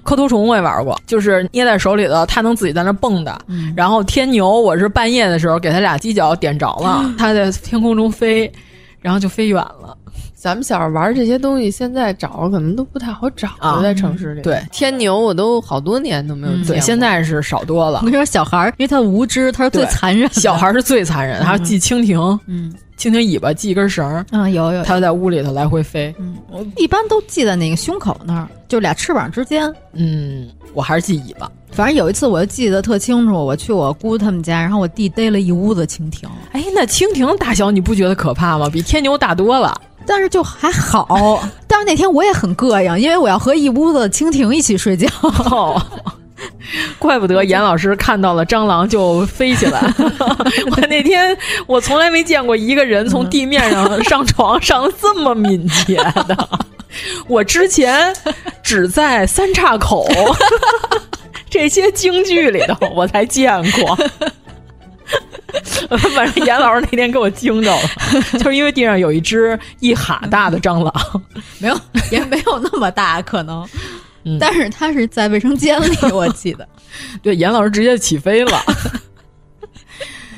J: 磕头虫我也玩过，就是捏在手里头，它能自己在那蹦的。
I: 嗯
J: 然后天牛，我是半夜的时候给它俩犄角点着了，
I: *laughs*
J: 它在天空中飞，然后就飞远了。
K: 咱们小时候玩这些东西，现在找可能都不太好找
J: 啊
K: 了，在城市里。
J: 对嗯
K: 天牛我都好多年都没有见过。
J: 对，现在是少多了
I: *laughs* 我。跟你说，小孩儿，因为他无知，他是最
J: 对
I: 残忍的。
J: *laughs* 小孩是最残忍的，还有系蜻蜓，
I: 嗯
J: 蜻蜓尾巴系一根绳儿，
I: 嗯，有有有，
J: 它就在屋里头来回飞。
I: 我一般都系在那个胸口那儿，就俩翅膀之间。
J: 嗯，我还是系尾巴。
I: 反正有一次我就记得特清楚，我去我姑他们家，然后我弟逮了一屋子蜻蜓，
J: 哎，那蜻蜓大小你不觉得可怕吗？比天牛大多了。
I: 但是就还好。 *laughs* 但是那天我也很膈应，因为我要和一屋子蜻蜓一起睡觉。
J: 哦， *laughs* 怪不得严老师看到了蟑螂就飞起来。我那天我从来没见过一个人从地面上上床上的这么敏捷的。我之前只在三岔口这些京剧里头我才见过。反正严老师那天给我惊着了，就是因为地上有一只一哈大的蟑螂。
I: 没有， *laughs* 也没有那么大可能。
J: 嗯
I: 但是他是在卫生间里，我记
J: *laughs*
I: 得。
J: 对，严老师直接起飞了。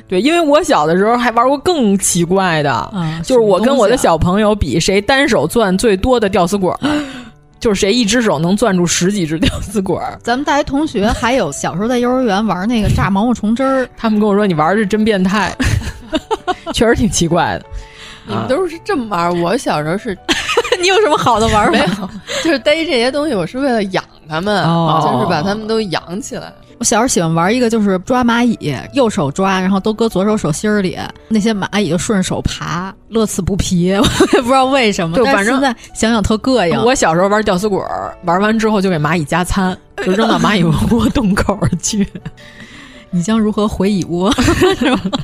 J: 对，因为我小的时候还玩过更奇怪的，
I: 嗯
J: 啊就是我跟我的
I: 什
J: 小朋友比谁单手攥最多的吊死鬼儿， *laughs* 就是谁一只手能攥住十几只吊死鬼儿。
I: 咱们大学同学还有小时候在幼儿园玩那个炸毛毛虫汁儿，
J: 他们跟我说：“你玩儿这真变态，确实挺奇怪的。
K: 你们都是这么玩儿。我小时候是
I: 啊 *laughs* 你有什么好的玩
K: 没有
I: 法？，
K: 就是逮这些东西，我是为了养它们，
J: 哦
K: 就是把它们都养起来。
I: 我小时候喜欢玩一个，就是抓蚂蚁，右手抓，然后都搁左手手心儿里，那些蚂蚁就顺手爬，乐此不疲。 *laughs* 我也不知道为什么，
J: 对
I: 但是
J: 反正
I: 现在想想特膈应。
J: 我小时候玩吊死鬼儿，玩完之后就给蚂蚁加餐，就扔到蚂蚁窝洞口儿去。
I: 你将如何回蚁窝？ *laughs*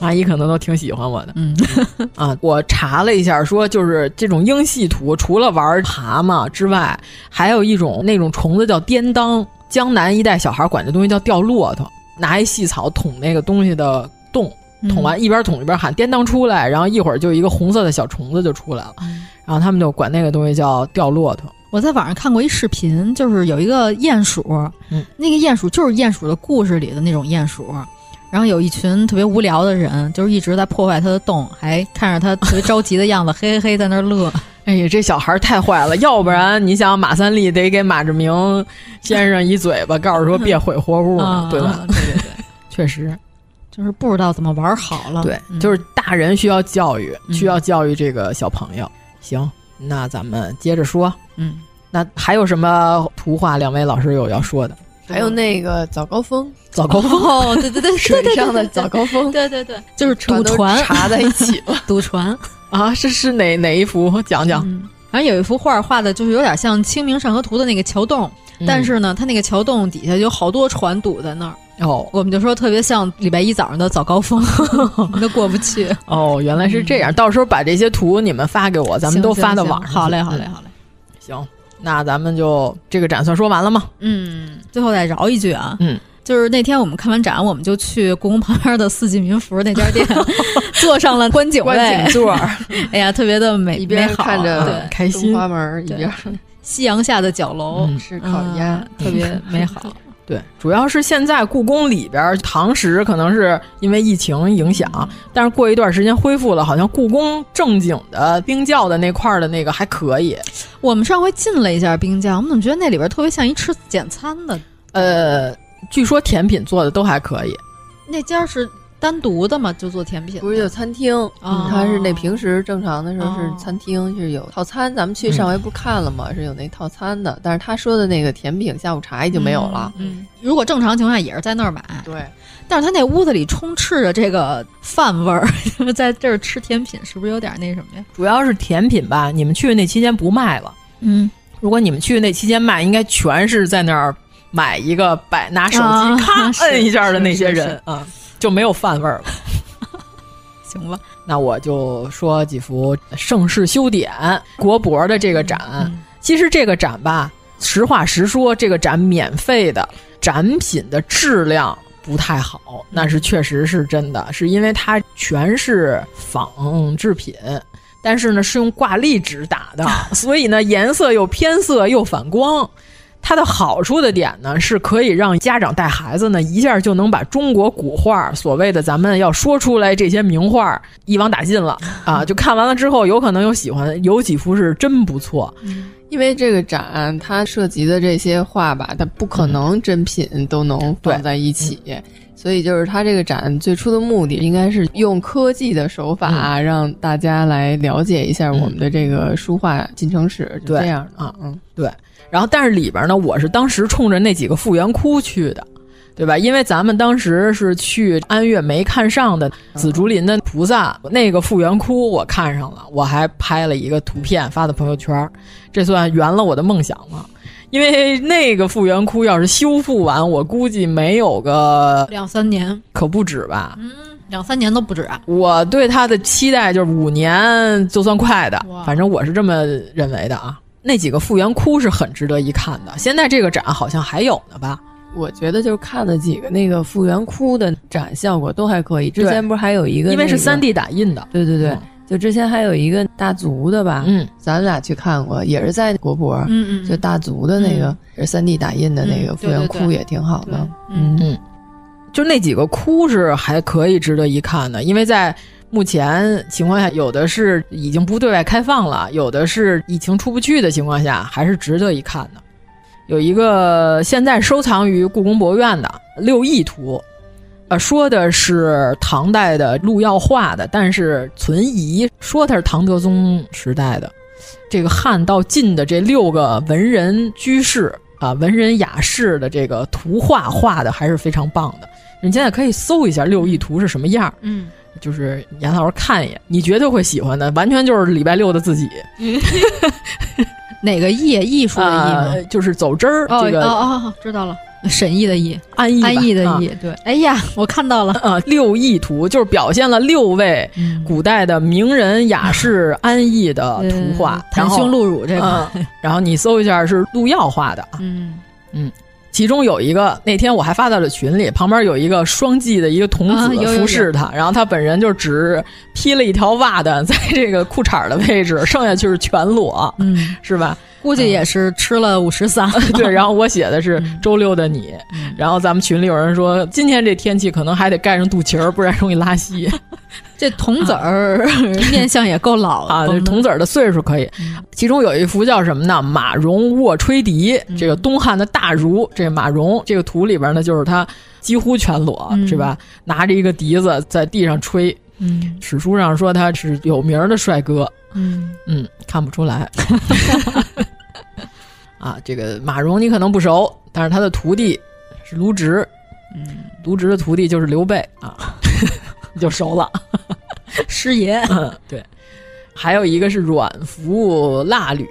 J: 蚂蚁可能都挺喜欢我的。
I: 嗯
J: 啊，我查了一下，说就是这种鹰系图，除了玩蛤蟆之外，还有一种那种虫子叫颠当，江南一带小孩管这东西叫吊骆驼，拿一细草捅那个东西的洞。 *laughs* 捅完一边捅一边喊“颠当出来”，然后一会儿就一个红色的小虫子就出来了，然后他们就管那个东西叫吊骆驼。
I: 我在网上看过一视频，就是有一个鼹鼠，
J: 嗯
I: 那个鼹鼠就是鼹鼠的故事里的那种鼹鼠。然后有一群特别无聊的人，就是一直在破坏它的洞，还看着它特别着急的样子， *laughs* 嘿嘿嘿在那儿乐。
J: 哎呀，这小孩儿太坏了，要不然你想马三立得给马志明先生一嘴巴，告诉说别毁活物呢，对吧
I: 啊？对对
K: *laughs*
I: 对，
J: 确实，
I: 就是不知道怎么玩好了。
J: 对，
I: 嗯
J: 就是大人需要教育，
I: 嗯
J: 需要教育这个小朋友。行，那咱们接着说，
I: 嗯，
J: 那还有什么图画？两位老师有要说的？
K: 还有那个早高峰，
J: 早高峰，
I: 哦，对对对，
K: 水上的早高峰，
I: 对对对，就是
K: 船
I: 赌
K: 都
I: 船，
K: 查在一起了。
I: 赌船。
J: 啊，是是哪哪一幅？讲
I: *laughs*
K: 啊
J: 讲。
I: 嗯反正有一幅画画的，就是有点嗯像《清明上河图》的那个桥洞，但是呢，它那个桥洞底下有好多船堵在那儿，
J: 哦，
I: 我们就说特别像礼拜一早上的早高 *laughs* 峰，都过不 *laughs* 去。
J: 哦，原来是
I: 嗯
J: 这样。到时候把这些图你们发给我，咱们都发到网上。嗯
I: 好嘞，好嘞，好嘞。
J: 行，那咱们就这个展算说完了吗？
I: 嗯，最后再饶一句啊，
J: 嗯。
I: 就是那天我们看完展，我们就去故宫旁边的四季民福那家 *laughs* 店，坐上了观景
J: 观景座。
I: 哎呀，特别的美，啊
K: 一边看着
J: 嗯开心
K: 花门，一边
I: 夕阳下的角楼嗯
K: 吃烤鸭，
I: *laughs* 特别美好。
J: 对，主要是现在故宫里边堂食可能是因为疫情影响，但是过一段时间恢复了，好像故宫正经的冰窖的那块的那个还可以。
I: 我们上回进了一下冰窖，我们怎么觉得那里边特别像一吃简餐的？
J: 呃。据说甜品做的都还可以，
I: 那家是单独的嘛，就做甜品，
K: 不是有餐厅？
I: 哦
K: 它是那平时正常的时候是餐厅是有套餐，咱们去上回不看了吗？是有那套餐的，但是他说的那个甜品下午茶已经没有了。
I: 嗯，如果正常情况下也是在那儿买，
K: 对。
I: 但是他那屋子里充斥着这个饭味儿， *laughs* 在这儿吃甜品是不是有点那什么呀？
J: 主要是甜品吧，你们去那期间不卖了。
I: 嗯，
J: 如果你们去那期间卖，应该全是在那儿。买一个摆拿手机咔摁一下的那些人啊，就没有饭味儿了。
I: 行吧，
J: 那我就说几幅盛世修典国博的这个展。
I: 嗯
J: 其实这个展吧，实话实说，这个展免费的展品的质量不太好，那是确实是真的，是因为它全是仿制品。但是呢，是用挂历纸打的，所以呢，颜色又偏色又反光。它的好处的点呢，是可以让家长带孩子呢，一下就能把中国古画所谓的咱们要说出来这些名画一网打尽了啊！就看完了之后，有可能有喜欢，有几幅是真不错。
K: 嗯因为这个展它涉及的这些画吧，它不可能真品都能放在一起，嗯嗯、所以就是它这个展最初的目的应该是用科技的手法、嗯、让大家来了解一下我们的这个书画进程史，就这样
J: 啊，嗯，对。然后但是里边呢，我是当时冲着那几个复原窟去的。对吧？因为咱们当时是去安岳没看上的紫竹林的菩萨那个复原窟，我看上了，我还拍了一个图片发到朋友圈，这算圆了我的梦想吗？因为那个复原窟要是修复完，我估计没有个
I: 两三年，
J: 可不止吧？
I: 嗯，两三年都不止啊！
J: 我对它的期待就是五年就算快的，反正我是这么认为的啊。那几个复原窟是很值得一看的，现在这个展好像还有呢吧？
K: 我觉得就是看了几个那个复原窟的展，效果都还可以。之前不是还有一个、那个，
J: 因为是三 D 打印的，
K: 对对对，嗯、就之前还有一个大足的吧，
J: 嗯，
K: 咱俩去看过，也是在国博，
I: 嗯嗯，
K: 就大足的那个是三 D 打印的那个复原窟也挺好的，
I: 嗯
J: 嗯，就那几个窟是还可以值得一看的，因为在。目前情况下，有的是已经不对外开放了，有的是疫情出不去的情况下，还是值得一看的。有一个现在收藏于故宫博物院的六艺图，呃，说的是唐代的陆耀画的，但是存疑，说它是唐德宗时代的。这个汉到晋的这六个文人居士啊，文人雅士的这个图画画的还是非常棒的。你现在可以搜一下六艺图是什么样，
I: 嗯。
J: 就是严老师看一眼，你绝对会喜欢的，完全就是礼拜六的自己。
I: 哪个艺？艺术的艺吗、
J: 呃？就是走之儿。
I: 啊哦、
J: 这个
I: 哦哦，知道了。沈毅的毅，
J: 安逸
I: 安
J: 逸
I: 的嗯毅，
J: 啊、
I: 对。哎呀，我看到了
J: 啊！六艺图就是表现了六位
I: 嗯
J: 古代的名人雅士安逸
I: 呃
J: 的图画，
I: 袒胸露乳这个、
J: 啊。然后你搜一下是陆耀画的啊。
I: 嗯
J: 嗯。嗯其中有一个那天我还发到了群里，旁边有一个双髻的一个童子服侍他，
I: 啊、
J: 然后他本人就只披了一条袜子在这个裤衩的位置，剩下就是全裸，
I: 嗯，
J: 是
I: *laughs*
J: 吧？
I: 估计也是吃了五十 *laughs* 三。
J: 对，然后我写的是周六的你，嗯、然后咱们群里有人说今天这天气可能还得盖上肚脐儿，不然容易拉稀。
I: 这童子儿、啊、面相也够老
J: *laughs* 啊，这童子儿的岁数可以。嗯、其中有一幅叫什么呢？马融卧吹笛，这个东汉的大儒，这个、马融这个图里边呢，就是他几乎全裸，
I: 嗯、
J: 是吧？拿着一个笛子在地上吹。
I: 嗯，
J: 史书上说他是有名的帅哥。
I: 嗯
J: 嗯，看不出来。 *laughs* 啊，这个马融你可能不熟，但是他的徒弟是卢植。
I: 嗯，
J: 卢植的徒弟就是刘备啊。 *laughs* 你就熟了，
I: 师爷。
J: 啊嗯，对。还有一个是阮服蜡履，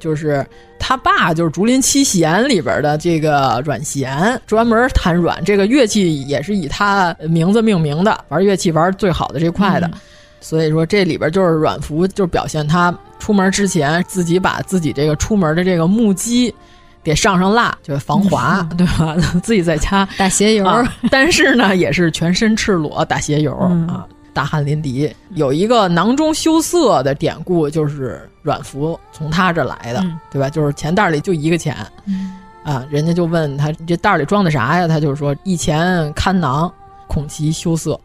J: 就是他他爸就是竹林七贤里边的这个阮咸，专门弹阮，这个乐器也是以他名字命名的，玩乐器玩最好的这块的。
I: 嗯
J: 所以说这里边就是阮福，就是表现他出门之前自己把自己这个出门的这个木屐给上上蜡，就是防滑，嗯 *laughs* 对吧？自己在家
I: 打鞋油、
J: 啊 *laughs* 但是呢也是全身赤裸打鞋油、啊，大汗淋漓。有一个囊中羞涩的典故，就是阮福从他这来的，
I: 嗯
J: 对吧？就是钱袋里就一个钱。啊，人家就问他你这袋里装的啥呀？他就说一钱看囊，恐其羞涩，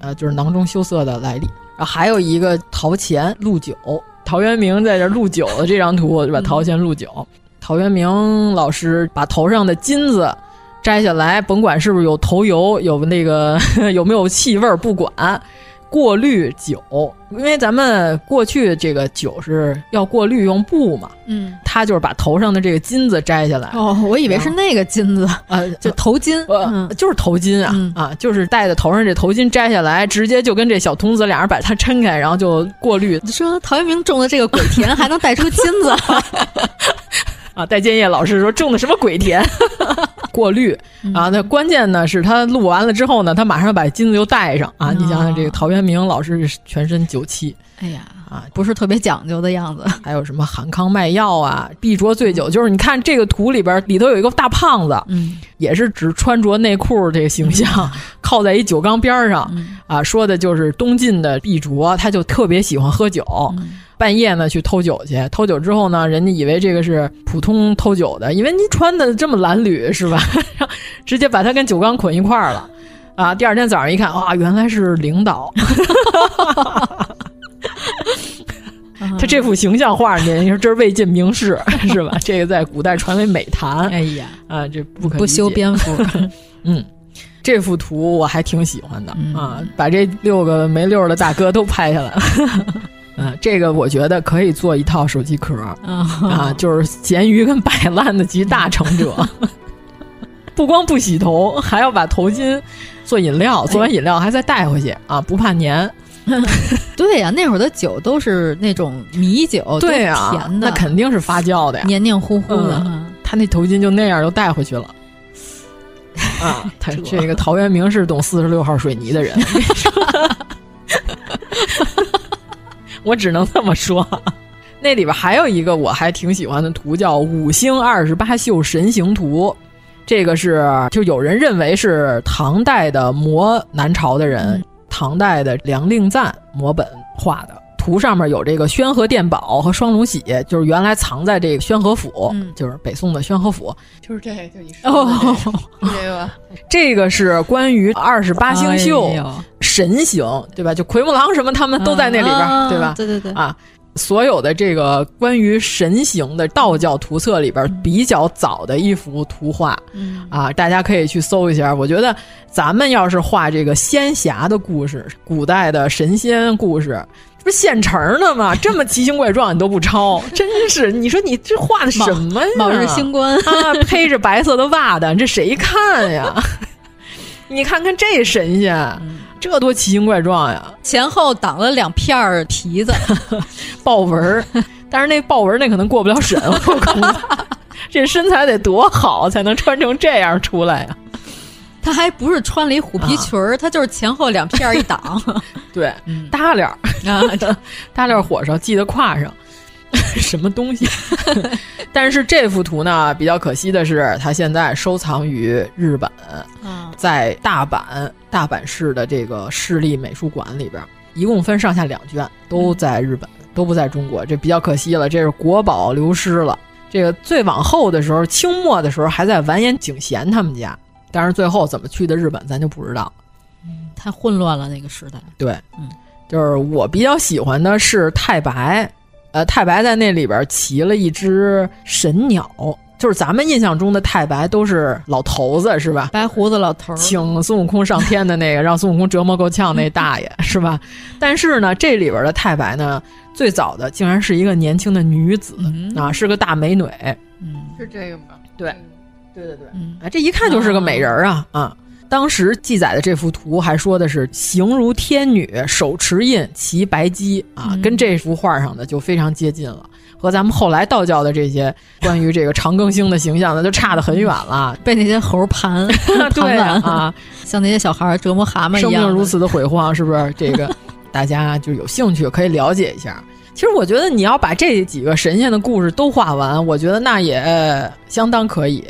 J: 呃，就是囊中羞涩的来历。然后还有一个陶潜陆九，陶渊明在这陆九的这张图是吧？陶潜陆九，陶渊明老师把头上的金子摘下来，甭管是不是有头油，有那个 *laughs* 有没有气味儿，不管。过滤酒，因为咱们过去这个酒是要过滤用布嘛，
I: 嗯，
J: 他就是把头上的这个金子摘下来，
I: 哦，我以为是那个金子，
J: 呃，
I: 就头巾，
J: *laughs*
I: 嗯
J: 呃，就是头巾啊、啊，就是戴在头上这头巾摘下来，直接就跟这小童子俩人把它抻开，然后就过滤
I: 你说陶渊明种的这个鬼田还能带出金 *laughs* 子，
J: 啊。戴建业老师说种的什么鬼田， *laughs* 过滤啊。那关键呢是他录完了之后呢，他马上把金子又戴上啊。你想想这个陶渊明老师是全身酒气，
I: 哎呀，
J: 啊，
I: 不是特别讲究的样子。
J: 还有什么韩康卖药啊，必酌醉酒，就是你看这个图里边，里头有一个大胖子，
I: 嗯，
J: 也是只穿着内裤这个形象，靠在一酒缸边
I: 嗯
J: 上，啊，说的就是东晋的毕卓，他就特别喜欢喝酒。
I: 嗯啊
J: 半夜呢去偷酒去，偷酒之后呢，人家以为这个是普通偷酒的，因为你穿的这么褴褛是吧？ *laughs* 然后直接把他跟酒缸捆一块儿了，啊，第二天早上一看，啊，原来是领导，
I: 嗯
J: *laughs* 他这幅形象画面，你说这是魏晋名士 *laughs* 是吧？这个在古代传为美谈。
I: 哎呀，
J: 啊，这不可
I: 不
J: 理
I: 修
J: 解
I: 边 *laughs* 幅，
J: 嗯，这幅图我还挺喜欢的、啊，把这六个没溜儿的大哥都拍下来了。 *laughs* 嗯，这个我觉得可以做一套手机壳儿、啊，就是咸鱼跟摆烂的集大成 *laughs* 者。不光不洗头，还要把头巾做饮料，做完饮料还再带回去、啊，不怕粘。
I: 对呀、那会儿的酒都是那种米酒，都是
J: 对啊，
I: 甜的，
J: 那肯定是发酵的呀，
I: 黏黏糊糊的。
J: 嗯他那头巾就那样又带回去了。啊， *laughs* 他这个陶渊明是懂四十六号水泥的人， *laughs* 我只能这么说。那里边还有一个我还挺喜欢的图，叫《五星二十八宿神行图》。这个是就有人认为是唐代的摹南朝的
K: 嗯
J: 人，唐代的梁令赞摹本画的。图上面有这个宣和殿宝和双龙玺，就是原来藏在这个宣和府，
K: 嗯
J: 就是北宋的宣和府。
K: 就是这个，就你说的
J: 哦，
K: 这个是这个吧，
J: 这个是关于二十八星宿、
K: 哎呦
J: 神行，对吧？就奎木狼什么，他们都在那里边，
I: 啊
J: 对吧？
I: 对对对
J: 啊。所有的这个关于神行的道教图册里
K: 嗯
J: 边比较早的一幅图画，
I: 嗯
J: 啊，大家可以去搜一下。我觉得咱们要是画这个仙侠的故事，古代的神仙故事，这不是现成的吗？这么奇形怪状，你都不 *laughs* 抄，真是！你说你这画的什么呀？
I: 卯日星官
J: 啊，披着白色的袜子，这谁看 *laughs* 呀？你看看这神仙，啊这多奇形怪状呀！
I: 前后挡了两片儿皮 *laughs* 子，
J: 豹纹 *laughs* 儿，但是那豹纹儿那可能过不了审，我估计 *laughs* 这身材得多好才能穿成这样出来呀、
I: 他还不是穿了一虎皮裙儿，他就是前后两片儿一挡。
J: 对，耷脸儿
I: *laughs* 啊，
J: 耷脸儿火烧，系在胯上， *laughs* 什么东西？ *laughs* 但是这幅图呢，比较可惜的是，它现在收藏于日本，
I: 啊
J: 在大阪大阪市的这个市立美术馆里边儿，一共分上下两卷，都在日本，都不在中国，这比较可惜了，这是国宝流失了。这个最往后的时候，清末的时候还在完颜景贤他们家，但是最后怎么去的日本，咱就不知道了。
I: 太混乱了那个时代。
J: 对，
I: 嗯，
J: 就是我比较喜欢的是太白，呃，太白在那里边骑了一只神鸟，就是咱们印象中的太白都是老头子是吧？
I: 白胡子老头，
J: 请孙悟空上天的那个，让孙悟空折磨够呛那大爷是吧？但是呢，这里边的太白呢，最早的竟然是一个年轻的女子、啊，是个大美女，
I: 嗯
K: 是这个吗？嗯
J: 对，
K: 对对对，
J: 啊，这一看就是个美人儿啊啊！当时记载的这幅图还说的是形如
I: 嗯
J: 天女，手持印，骑白鸡啊，跟这幅画上的就非常接近了。和咱们后来道教的这些关于这个长庚星的形象，那就差得很远
I: *laughs*
J: 了。
I: 被那些猴盘
J: 对
I: *laughs* 盘完
J: 啊，
I: 像那些小孩折磨蛤蟆一
J: 生
I: 样
J: 命
I: 的。
J: 如此的毁晃，是不是？这
I: *laughs*
J: 个大家就有兴趣可以了解一下。其实我觉得你要把这几个神仙的故事都画完，我觉得那也相当可以，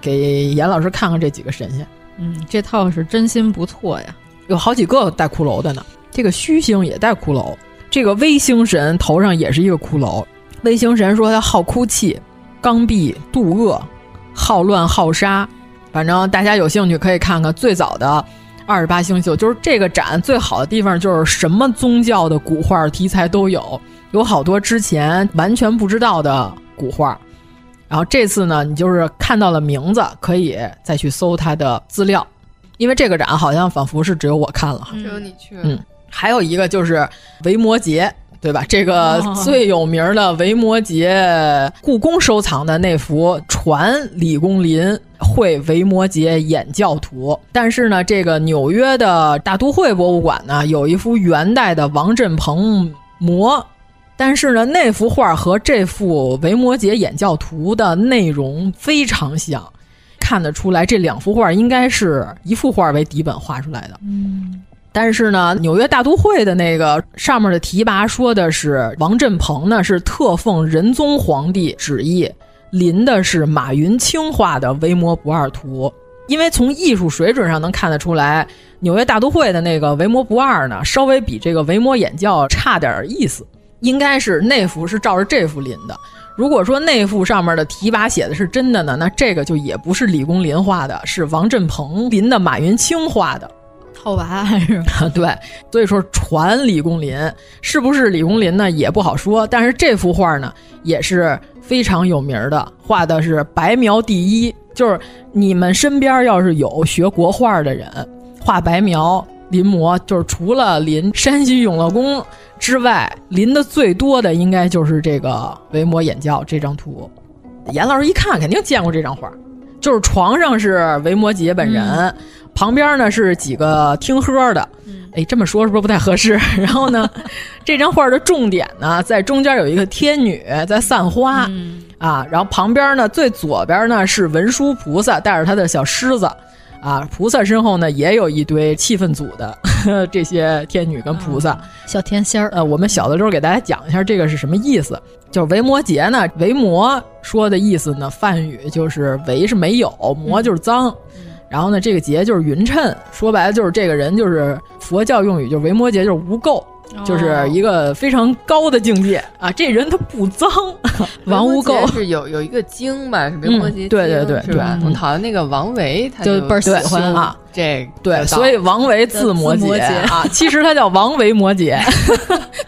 J: 给严老师看看这几个神仙。
I: 嗯，这套是真心不错呀。
J: 有好几个带骷髅的呢。这个虚星也带骷髅，这个微星神头上也是一个骷髅。微星神说他好哭泣、刚愎、妒恶、好乱、好杀，反正大家有兴趣可以看看最早的二十八星宿，就是这个展最好的地方就是什么宗教的古画题材都有，有好多之前完全不知道的古画。然后这次呢，你就是看到了名字，可以再去搜它的资料，因为这个展好像仿佛是只有我看了哈。
K: 只有你去了。
J: 嗯，还有一个就是维摩诘，对吧？这个
K: 哦
J: 最有名儿的维摩诘，故宫收藏的那幅传李公麟绘维摩诘演教图。但是呢，这个纽约的大都会博物馆呢，有一幅元代的王振鹏摹。但是呢，那幅画和这幅维摩诘演教图的内容非常像，看得出来这两幅画应该是一幅画为底本画出来的。
I: 嗯，
J: 但是呢，纽约大都会的那个上面的提拔说的是王振鹏呢是特奉仁宗皇帝旨意，临的是马云清画的《维摩不二图》。因为从艺术水准上能看得出来，纽约大都会的那个《维摩不二》呢，稍微比这个《维摩演教》差点意思，应该是那幅是照着这幅临的。如果说那幅上面的提拔写的是真的呢，那这个就也不是李公麟画的，是王振鹏 *laughs* 临的马云清画的。
I: 套娃还是
J: *laughs* 对，所以说传李公麟是不是李公麟呢也不好说，但是这幅画呢也是非常有名儿的，画的是白描第一，就是你们身边要是有学国画的人，画白描临摹，就是除了临山西永乐宫之外，临的最多的应该就是这个《维摩演教》这张图。严老师一看肯定见过这张画，就是床上是维摩诘本人，旁边呢是几个听喝的。哎，这么说是不是不太合适？ *laughs* 然后呢，这张画的重点呢，在中间有一个天女在散花、啊，然后旁边呢，最左边呢是文殊菩萨带着他的小狮子啊，菩萨身后呢也有一堆气氛组的 *laughs* 这些天女跟菩萨。
I: 小天仙儿。
J: 呃，我们小的时候给大家讲一下这个是什么意思。就是维摩诘呢，维摩说的意思呢，梵语就是维是没有，摩就是脏，
K: 嗯
J: 嗯然后呢，这个诘就是匀称，说白了就是这个人就是佛教用语，就是维摩诘就是无垢。
K: 哦
J: 就是一个非常高的境
K: *laughs*
J: 界啊！这人他不脏，王无垢
K: 是有有一个经吧，是维摩诘经、
J: 嗯对对对
K: 是吧？
J: 对
K: 我好像那个王维他
J: 就倍儿喜欢啊，
K: 这个
J: 对，所以王维字摩
K: 字摩
J: 诘
K: 诘
J: 啊，其实他叫王维
K: *laughs*
J: 摩诘，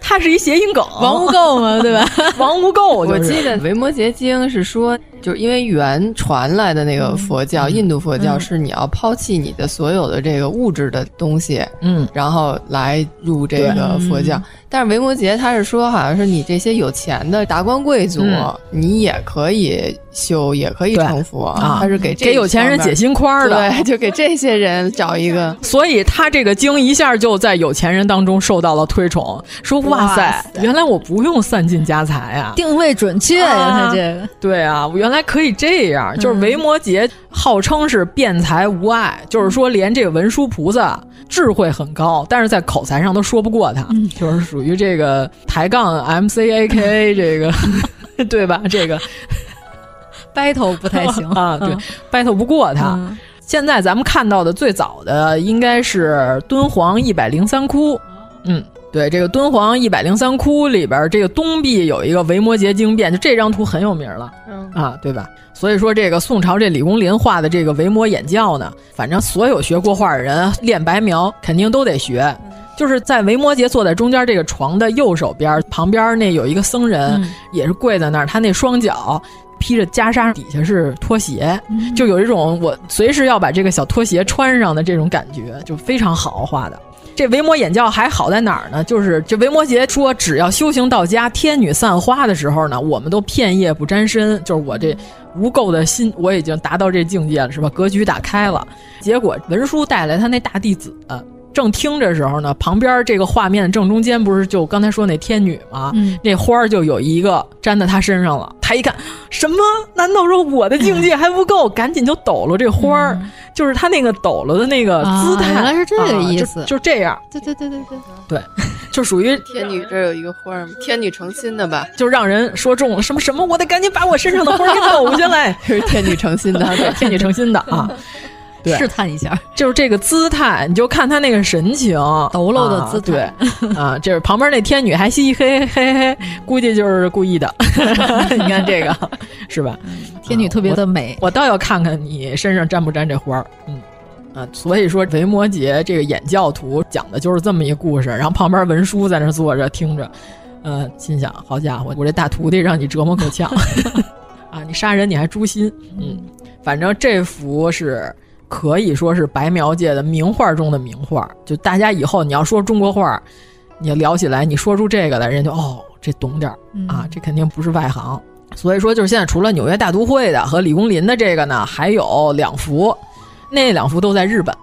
J: 他是一谐音梗，
K: 王无
J: 垢嘛，对吧？ *laughs* 王无垢
K: 我
J: 就是，
K: 记得《维摩诘经》是说，就是因为原传来的那
J: 嗯
K: 个佛教，印度佛教是你要抛弃你的所有的这个物质的东西，
J: 嗯，
K: 然后来入这个
J: 对
K: 佛教
J: 嗯。
K: 但是维摩诘他是说，好像是你这些有钱的达官贵族
J: 嗯，
K: 你也可以修，也可以成佛
J: 啊
K: 他是给这
J: 给有钱人解心宽儿的
K: 对， *laughs* 就给这些人找一
J: *laughs*
K: 个。
J: 所以他这个经一下就在有钱人当中受到了推崇，说哇塞，
I: 哇塞
J: 原来我不用散尽家财啊。
I: 定位准确呀、
J: 啊
I: 他这个
J: 对啊，我原来可以
I: 嗯
J: 这样，就是维摩诘号称是辩才无碍，
I: 嗯
J: 就是说连这个文殊菩萨智慧很高，但是在口才上都说不过他，
I: 嗯
J: 就是属于这个抬杠 MC A K A 这个， *laughs* 对吧？这个
I: battle 不太 *laughs* 行啊
J: 啊，对
I: 嗯，
J: ，battle 不过他。现在咱们看到的最早的应该是敦煌一百零三窟，嗯，对，这个敦煌一百零三窟里边儿，这个东壁有一个维摩诘经变，就这张图很有名了。
K: 嗯
J: 啊，对吧？所以说，这个宋朝这李公麟画的这个《维摩演教》呢，反正所有学过画的人练白描肯定都得学。就是在维摩诘坐在中间这个床的右手边，旁边那有一个僧人，
I: 嗯
J: 也是跪在那儿，他那双脚披着袈裟，底下是拖鞋，就有一种我随时要把这个小拖鞋穿上的这种感觉，就非常好画的。这维摩演教还好在哪儿呢？就是这维摩诘说，只要修行到家，天女散花的时候呢，我们都片叶不沾身，就是我这无垢的心，我已经达到这境界了，是吧？格局打开了。结果文殊带来他那大弟子、呃正听着时候呢，旁边这个画面正中间不是就刚才说那天女吗？
I: 嗯、
J: 那花儿就有一个粘在她身上了。她一看，什么？难道说我的境界还不够？赶紧就抖搂这花儿，就是她那个抖搂的那个姿态，
I: 嗯啊、原来是这个意思、
J: 啊就，就这样。
I: 对对对对对
J: 对，就属于
K: 天女这有一个花儿，天女成心的
J: *laughs*
K: 吧？
J: 就让人说中了什么什么，我得赶紧把我身上的花儿给抖
I: *laughs*
J: 下来。
K: 是天女成心的，
J: 对，天女成心的啊。对
I: 试探一下，
J: 就是这个姿态，你就看他那个神情，
I: 抖搂的姿态，
J: 啊
I: *laughs*
J: 对啊，就是旁边那天女还嘻嘻嘿嘿嘿，估计就是
I: *laughs*
J: 故意的。 *laughs* 你看这个是吧？
I: 天女特别的美、啊
J: 嗯我，我倒要看看你身上沾不沾这花儿。嗯啊，所以说维摩诘这个演教徒讲的就是这么一故事，然后旁边文殊在那坐着听着，呃，心想：好家伙，我这大徒弟让你折磨够 *laughs* 呛啊！你杀人你还诛心，嗯，反正这幅是。可以说是白描界的名画中的名画，就大家以后你要说中国画，你聊起来，你说出这个来，人就哦，这懂点儿
I: 嗯
J: 啊，这肯定不是外行。所以说，就是现在除了纽约大都会的和李公麟的这个呢，还有两幅，那两幅都在日本，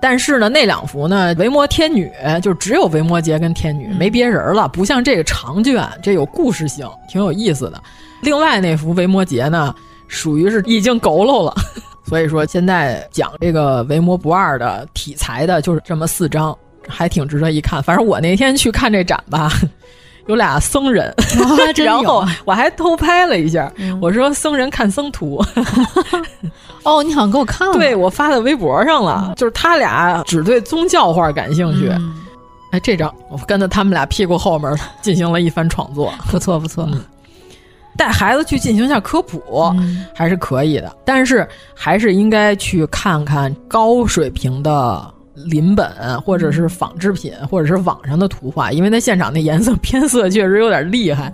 J: 但是呢，那两幅呢，维摩天女就只有维摩诘跟天女，没别人了，不像这个长卷，这有故事性，挺有意思的。另外那幅维摩诘呢，属于是已经佝偻了。 *laughs* 所以说，现在讲这个维摩不二的题材的，就是这么四张，还挺值得一看。反正我那天去看这展吧， *laughs* 有俩僧人，
I: 哦、
J: *laughs* 然后我还偷拍了一下，嗯、我说僧人看僧
I: *laughs*
J: 图。
I: 哦，你好像给我看了，
J: 对我发在微博上了，嗯、就是他俩只对宗教画感兴趣。
I: 嗯、
J: 哎，这张我跟着他们俩屁股后面进行了一番创作，
I: 不错不错。
J: 嗯带孩子去进行一下科普、 *laughs*
I: 嗯、
J: 还是可以的，但是还是应该去看看高水平的临本或者是仿制品，或者是网上的图画，因为在现场那颜色偏色确实有点厉害，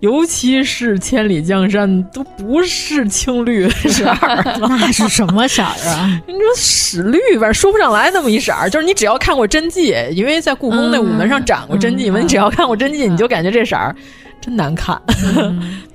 J: 尤其是千里江山都不是青绿色儿，
I: *laughs* 那是什么色儿啊？
J: 你说屎绿吧，说不上来那么一色儿，就是你只要看过真迹，因为在故宫那午门上展过真迹嘛，
I: 嗯嗯、
J: 你只要看过真迹，你就感觉这色儿。真难看，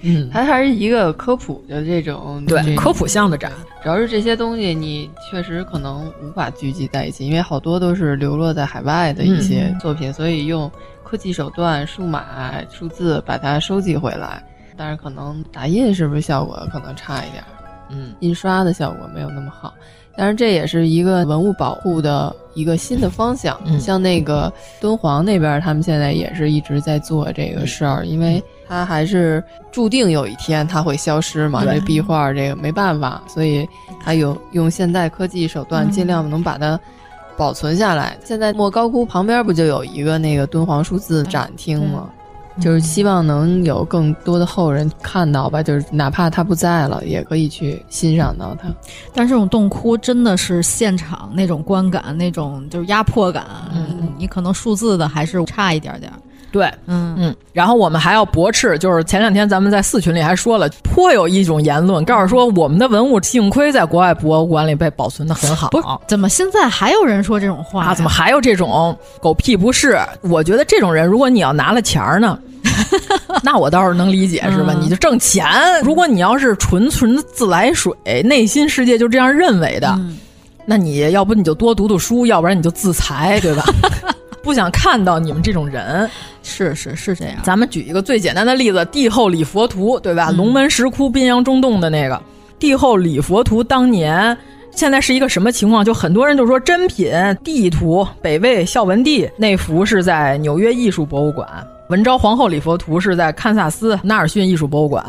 J: 嗯，
K: 它 *laughs* 还是一个科普的这种
I: 嗯
J: 对科普向的展，
K: 主要是这些东西你确实可能无法聚集在一起，因为好多都是流落在海外的一些作品，
J: 嗯、
K: 所以用科技手段、数码、数字把它收集回来。但是可能打印是不是效果可能差一点，
J: 嗯，
K: 印刷的效果没有那么好。但是这也是一个文物保护的一个新的方向，
J: 嗯、
K: 像那个敦煌那边，他们现在也是一直在做这个事儿，因为它还是注定有一天它会消失嘛，这壁画这个没办法，所以它有用现代科技手
J: 嗯
K: 段尽量能把它保存下来。
I: 嗯、
K: 现在莫高窟旁边不就有一个那个敦煌数字展厅吗？
I: 嗯、
K: 就是希望能有更多的后人看到吧，就是哪怕他不在了，也可以去欣赏到它。
I: *laughs* 但这种洞窟真的是现场那种观感，那种就是压迫感，
J: 嗯、
I: 你可能数字的还是差一点点。
J: 对，
I: 嗯
J: 嗯。然后我们还要驳斥，就是前两天咱们在四群里还说了，颇有一种言论，告诉说我们的文物幸亏在国外博物馆里被保存的很好。
I: 不是，怎么现在还有人说这种话
J: 哦啊？怎么还有这种狗屁不是？我觉得这种人，如果你要拿了钱
I: *laughs*
J: 儿呢？那我倒是能理解，是吧？
I: 嗯、
J: 你就挣钱。如果你要是纯纯自来水，内心世界就这样认为的，
I: 嗯、
J: 那你要不你就多读读书，要不然你就自
I: *laughs*
J: 裁，对吧？不想看到你们这种人，
I: 是是是这样。
J: 咱们举一个最简单的例子，帝后礼佛图，对吧？
I: 嗯、
J: 龙门石窟、宾阳中洞的那个帝后礼佛图，当年。现在是一个什么情况？就很多人就说真品地图，北魏孝文帝那幅是在纽约艺术博物馆，文昭皇后礼佛图是在堪萨斯纳尔逊艺术博物馆。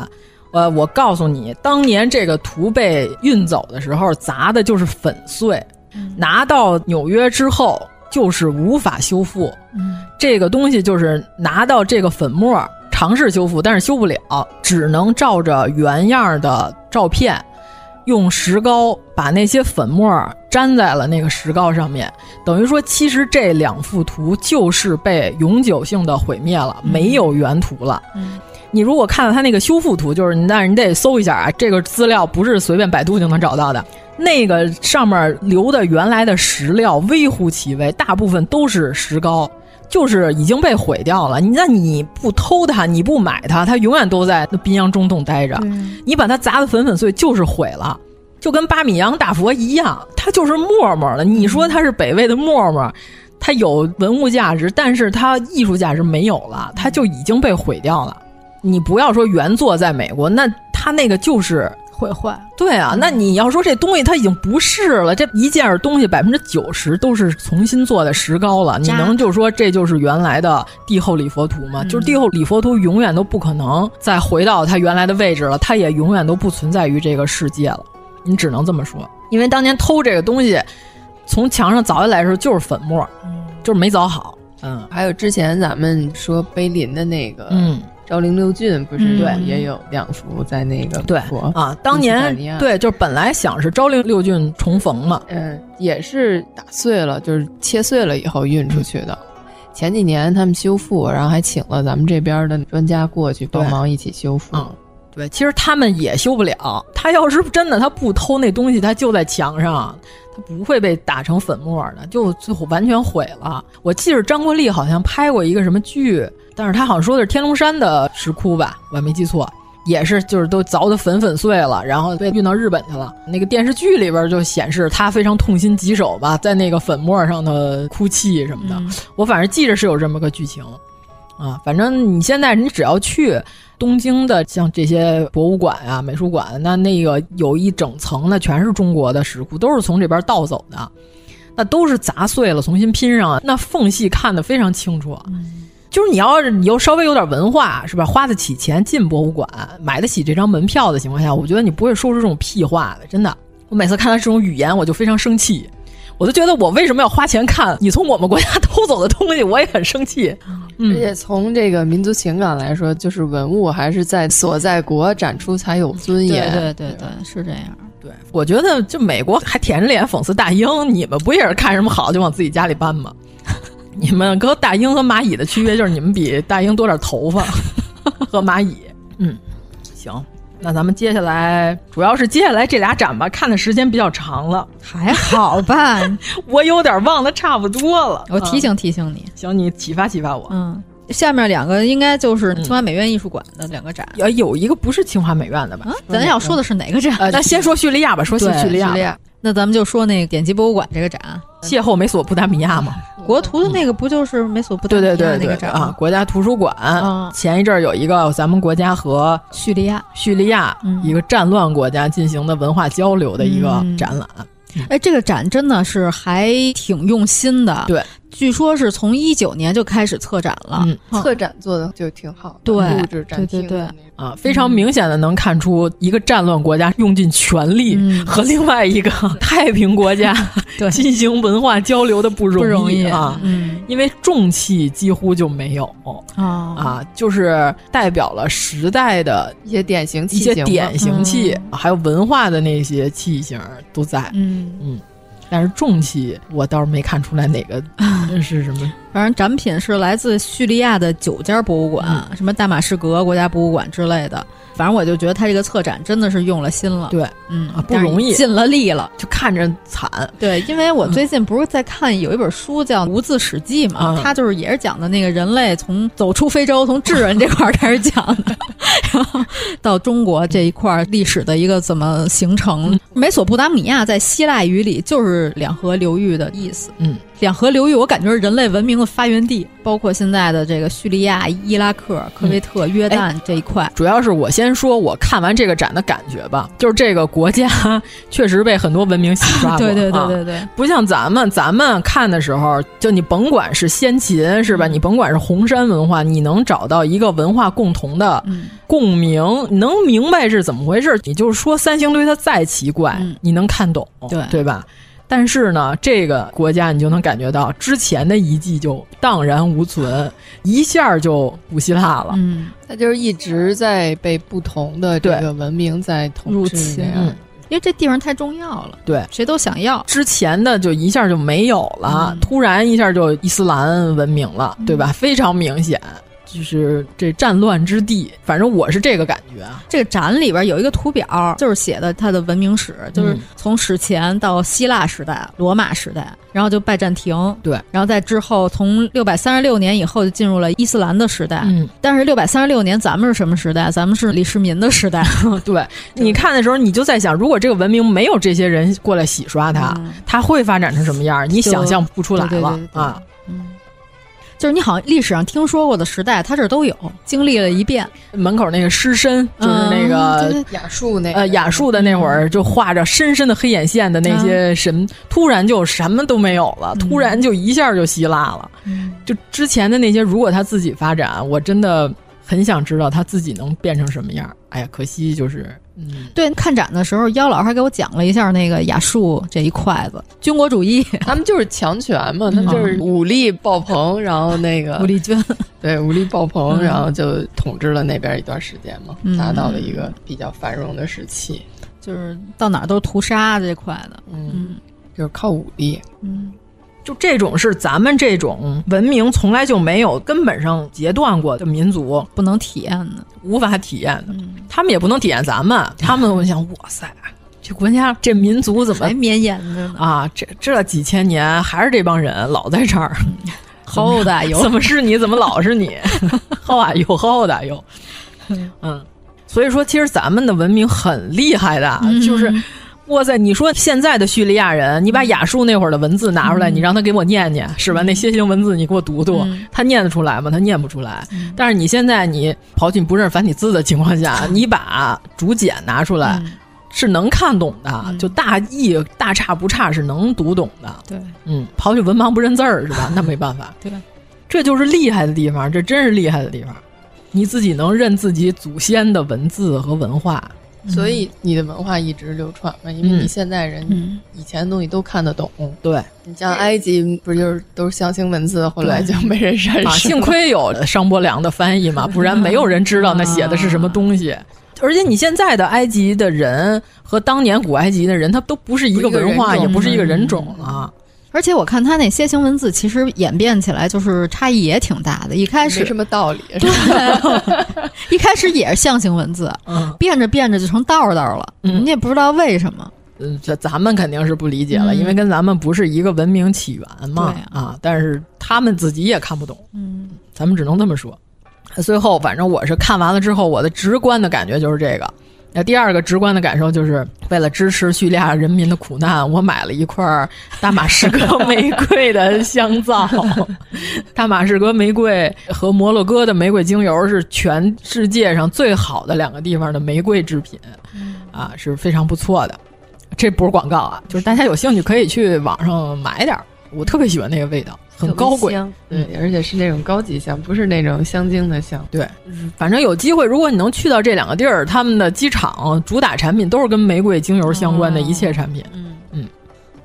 J: 呃，我告诉你，当年这个图被运走的时候砸的就是粉碎，
I: 嗯、
J: 拿到纽约之后就是无法修复。
I: 嗯，
J: 这个东西就是拿到这个粉末尝试修复，但是修不了，只能照着原样的照片。用石膏把那些粉末粘在了那个石膏上面，等于说，其实这两幅图就是被永久性的毁灭了，
I: 嗯、
J: 没有原图了。
I: 嗯，
J: 你如果看到它那个修复图，就是，但是你得搜一下啊，这个资料不是随便百度就能找到的。那个上面留的原来的石料微乎其微，大部分都是石膏。就是已经被毁掉了，那你不偷它，你不买它，它永远都在那滨阳中洞待着。
I: 嗯
J: 你把它砸得粉粉碎，就是毁了，就跟巴米扬大佛一样，它就是沫沫了。你说它是北魏的沫沫，它有文物价值，但是它艺术价值没有了，它就已经被毁掉了。你不要说原作在美国，那它那个就是
I: 毁坏。
J: 对啊，那你要说这东西它已经不是了，这一件东西百分之九十都是重新做的石膏了，你能就说这就是原来的帝后礼佛图吗？就是帝后礼佛图永远都不可能再回到它原来的位置了，它也永远都不存在于这个世界了。你只能这么说，因为当年偷这个东西，从墙上凿下来的时候就是粉末，就是没凿好。嗯，
K: 还有之前咱们说碑林的那个，
J: 嗯。
K: 昭陵六骏不是
J: 对
K: 也有两幅在那个
J: 对啊，当年对，就是本来想是昭陵六骏重逢嘛，
K: 嗯，也是打碎了，就是切碎了以后运出去的。前几年他们修复，然后还请了咱们这边的专家过去帮忙一起修复。
J: 嗯，对，其实他们也修不了。他要是真的他不偷那东西，他就在墙上，他不会被打成粉末的，就就完全毁了。我记着张国立好像拍过一个什么剧，但是他好像说的是天龙山的石窟吧，我还没记错。也是，就是都凿得粉粉碎了，然后被运到日本去了。那个电视剧里边就显示他非常痛心疾首吧，在那个粉末上的哭泣什么的。
I: 嗯
J: 我反正记着是有这么个剧情，啊，反正你现在你只要去东京的像这些博物馆啊、美术馆，那那个有一整层的全是中国的石窟，都是从这边盗走的，那都是砸碎了重新拼上，那缝隙看得非常清楚。啊就是你要是你又稍微有点文化是吧，花得起钱进博物馆，买得起这张门票的情况下，我觉得你不会说出这种屁话的，真的。我每次看到这种语言，我就非常生气，我就觉得我为什么要花钱看你从我们国家偷走的东西，我也很生气。
K: 而且从这个民族情感来说，就是文物还是在所在国展出才有尊
I: 对
K: 严。
I: 对对对，是这样。
J: 对，我觉得就美国还舔着脸讽刺大英，你们不也是看什么好就往自己家里搬 *laughs* 吗？你们跟大英和蚂蚁的区别就是你们比大英多点头 *laughs* 发和蚂蚁。嗯，行，那咱们接下来主要是接下来这俩展吧，看的时间比较长了，
I: 还好吧？
J: 我有点忘的差不多了，
I: *laughs*
J: 嗯
I: 我提醒提醒你，
J: 行，你启发启发我。
I: 嗯，下面两个应该就是清华美院艺术馆的两个展。
J: 有呃有一个不是清华美院的吧？
I: 啊咱要说的是哪个展？
J: 呃，那先说叙利亚吧，说
I: 对
J: 叙利亚吧。
I: 那咱们就说那个典籍博物馆这个展，啊
J: 邂逅美索不达米亚嘛。
I: 国图的那个不就是美索不达
J: 嗯对
I: 米亚
J: 对对
I: 那个
J: 对
I: 展
J: 啊
I: 吗？，
J: 国家图书馆、前一阵儿有一个咱们国家和
I: 叙利亚，
J: 叙利亚、一个战乱国家进行的文化交流的一个展览。
I: 哎，这个展真的是还挺用心的。
J: 对，
I: 据说是从一九年就开始策展
J: 啊
I: 了，嗯
K: 策展做的就挺好的，
I: 对
K: 布置展厅
I: 对对对
K: 的那种
J: 啊，非常明显的能看出一个战乱国家用尽全力 *laughs* 和另外一个太平国 *laughs* 家进行文化交流的不
I: 不
J: 容
I: 容易
J: 啊，
I: 嗯
J: 因为重器几乎就没有
I: 啊
J: 啊，就是代表了时代的
K: 一些典型器
J: 一些
K: 型吧
J: 典型器，还有文化的那些器型都在，
I: 嗯
J: 嗯，但是重器我倒是没看出来哪 *laughs* 个是什么。
I: 反正展品是来自叙利亚的九家博物馆，
J: 嗯
I: 什么大马士革国家博物馆之类的。反正我就觉得他这个策展真的是用了心了，
J: 对，
I: 嗯，
J: 啊不容易
I: 但是尽了力了。
J: 就看着惨，
I: 对，因为我最近不是在看有一本书叫《无字史记》嘛，
J: 嗯
I: 它就是也是讲的那个人类从走出非洲，从智人这块儿开始讲
J: *laughs*
I: 的，然后到中国这一块儿历史的一个怎么形成。美索不达米亚在希腊语里就是两河流域的意思，
J: 嗯，
I: 两河流域我感觉是人类文明的发源地，包括现在的这个叙利亚、伊拉克、科威特、约旦
J: 哎
I: 这一块。
J: 主要是我先说我看完这个展的感觉吧，就是这个国家确实被很多文明洗 *laughs* 刷过，
I: 对对对
J: 啊
I: 对对，
J: 不像咱们，咱们看的时候，就你甭管是先秦是吧，你甭管是红山文化，你能找到一个文化共同的
I: 嗯
J: 共鸣，你能明白是怎么回事。你就是说三星堆它再奇怪，你能看懂，
I: 对
J: 对吧？但是呢，这个国家你就能感觉到之前的遗迹就荡然无存，一下就古希腊了。
I: 嗯，
K: 它就是一直在被不同的这个文明在统
J: 入
K: 治
J: 侵
K: 那样
J: 嗯
I: 因为这地方太重要了，
J: 对，
I: 谁都想要。
J: 之前的就一下就没有了，突然一下就伊斯兰文明了，对吧？非常明显，就是这战乱之地。反正我是这个感觉啊。 *laughs*
I: 这个展里边有一个图表，就是写的它的文明史，就是
J: 嗯
I: 从史前到希腊时代、罗马时代，然后就拜占庭，
J: 对，
I: 然后再之后从六百三十六年以后就进入了伊斯兰的时代。
J: 嗯，
I: 但是六百三十六年咱们是什么时代？咱们是李世民的时代。
J: 对，你看的时候，你就在想，如果这个文明没有这些人过来洗刷它，它会发展成什么样？你想象不出来了
I: 对对对对
J: 啊！
I: 就是你好像历史上听说过的时代，他这儿都有，经历了一遍。
J: 门口那个狮身，
K: 嗯
J: 就是那个
I: 嗯
K: 雅树那
J: 呃
I: *laughs*
J: 雅树的那会
K: 嗯
J: 儿，就画着深深的黑眼线的那些神，突然就什么都没有
K: 嗯
J: 了，突然就一下就希腊了。就之前的那些，如果他自己发展，我真的很想知道他自己能变成什么样。哎呀，可惜就是。嗯，
I: 对，看展的时候，妖老师还给我讲了一下那个雅术这一块子，军国主
J: *laughs*
I: 义，
K: 他们就是强权嘛，
I: 嗯
K: 他们就是武力爆棚，嗯、然后那个
I: 武力军，
K: 对，武力爆棚，嗯、然后就统治了那边一段时间嘛，嗯、达到了一个比较繁荣的时期，
I: 就是到哪都是屠杀这块的，
K: 嗯，就是靠武力，嗯。
J: 就这种是咱们这种文明从来就没有根本上截断过的民族
I: 不能体验的，
J: 无法体验的，嗯、他们也不能体验咱 *laughs* 们。他们我想，哇塞，这国家这民族 *laughs* 怎么
I: 还绵延着呢？
J: 啊，这这几千年还是这帮人老在这儿，
I: 好
J: *laughs*
I: 打油，
J: 怎么是你？怎么老是 *laughs* 你？好啊油，好打油，嗯，所以说，其实咱们的文明很厉害的，嗯、就是。哇塞！你说现在的叙利亚人，你把雅述那会儿的文字拿出来，你让他给我念念，是吧？那楔形文字你给我读读，他念得出来吗？他念不出来。但是你现在你刨去不认繁体字的情况下，你把竹简拿出
I: 嗯
J: 来，
I: 哎
J: 是能看懂的，就大意大差不差是能读懂的。
I: 对，
J: 嗯，刨去文盲不认字儿是吧？那没办法。
I: 对，
J: 这就是厉害的地方，这真是厉害的地方。你自己能认自己祖先的文字和文化。
K: 所以你的文化一直流传嘛，因为你现在人以前的东西都看得懂。
J: 对
K: 你像埃及，不就是都是象形文字，后来就没人认识。
J: 幸亏有商伯良的翻译嘛，不然没有人知道那写的是什么东西。啊而且你现在的埃及的人和当年古埃及的人，他都不是一个文化，也不是一个人种了。
I: 而且我看他那楔形文字，其实演变起来就是差异也挺大的。一开始
K: 没什么道理，
I: *laughs* 对， *laughs* 一开始也是象形文字，嗯、变着变着就成道道了，嗯、你也不知道为什么。
J: 嗯，这咱们肯定是不理解了，嗯、因为跟咱们不是一个文明起源嘛，
I: 啊,
J: 啊，但是他们自己也看不懂，嗯，咱们只能这么说。最后，反正我是看完了之后，我的直观的感觉就是这个。那第二个直观的感受就是，为了支持叙利亚人民的苦难，我买了一块大马士革玫瑰的香皂。大马士革玫瑰和摩洛哥的玫瑰精油是全世界上最好的两个地方的玫瑰制品，啊，是非常不错的。这不是广告啊，就是大家有兴趣可以去网上买点儿。我特别喜欢那个味道。很高贵，
K: 对，而且是那种高级香，不是那种香精的香。
J: 对，反正有机会，如果你能去到这两个地儿，他们的机场主打产品都是跟玫瑰精油相关的一切产品。嗯、哦、嗯，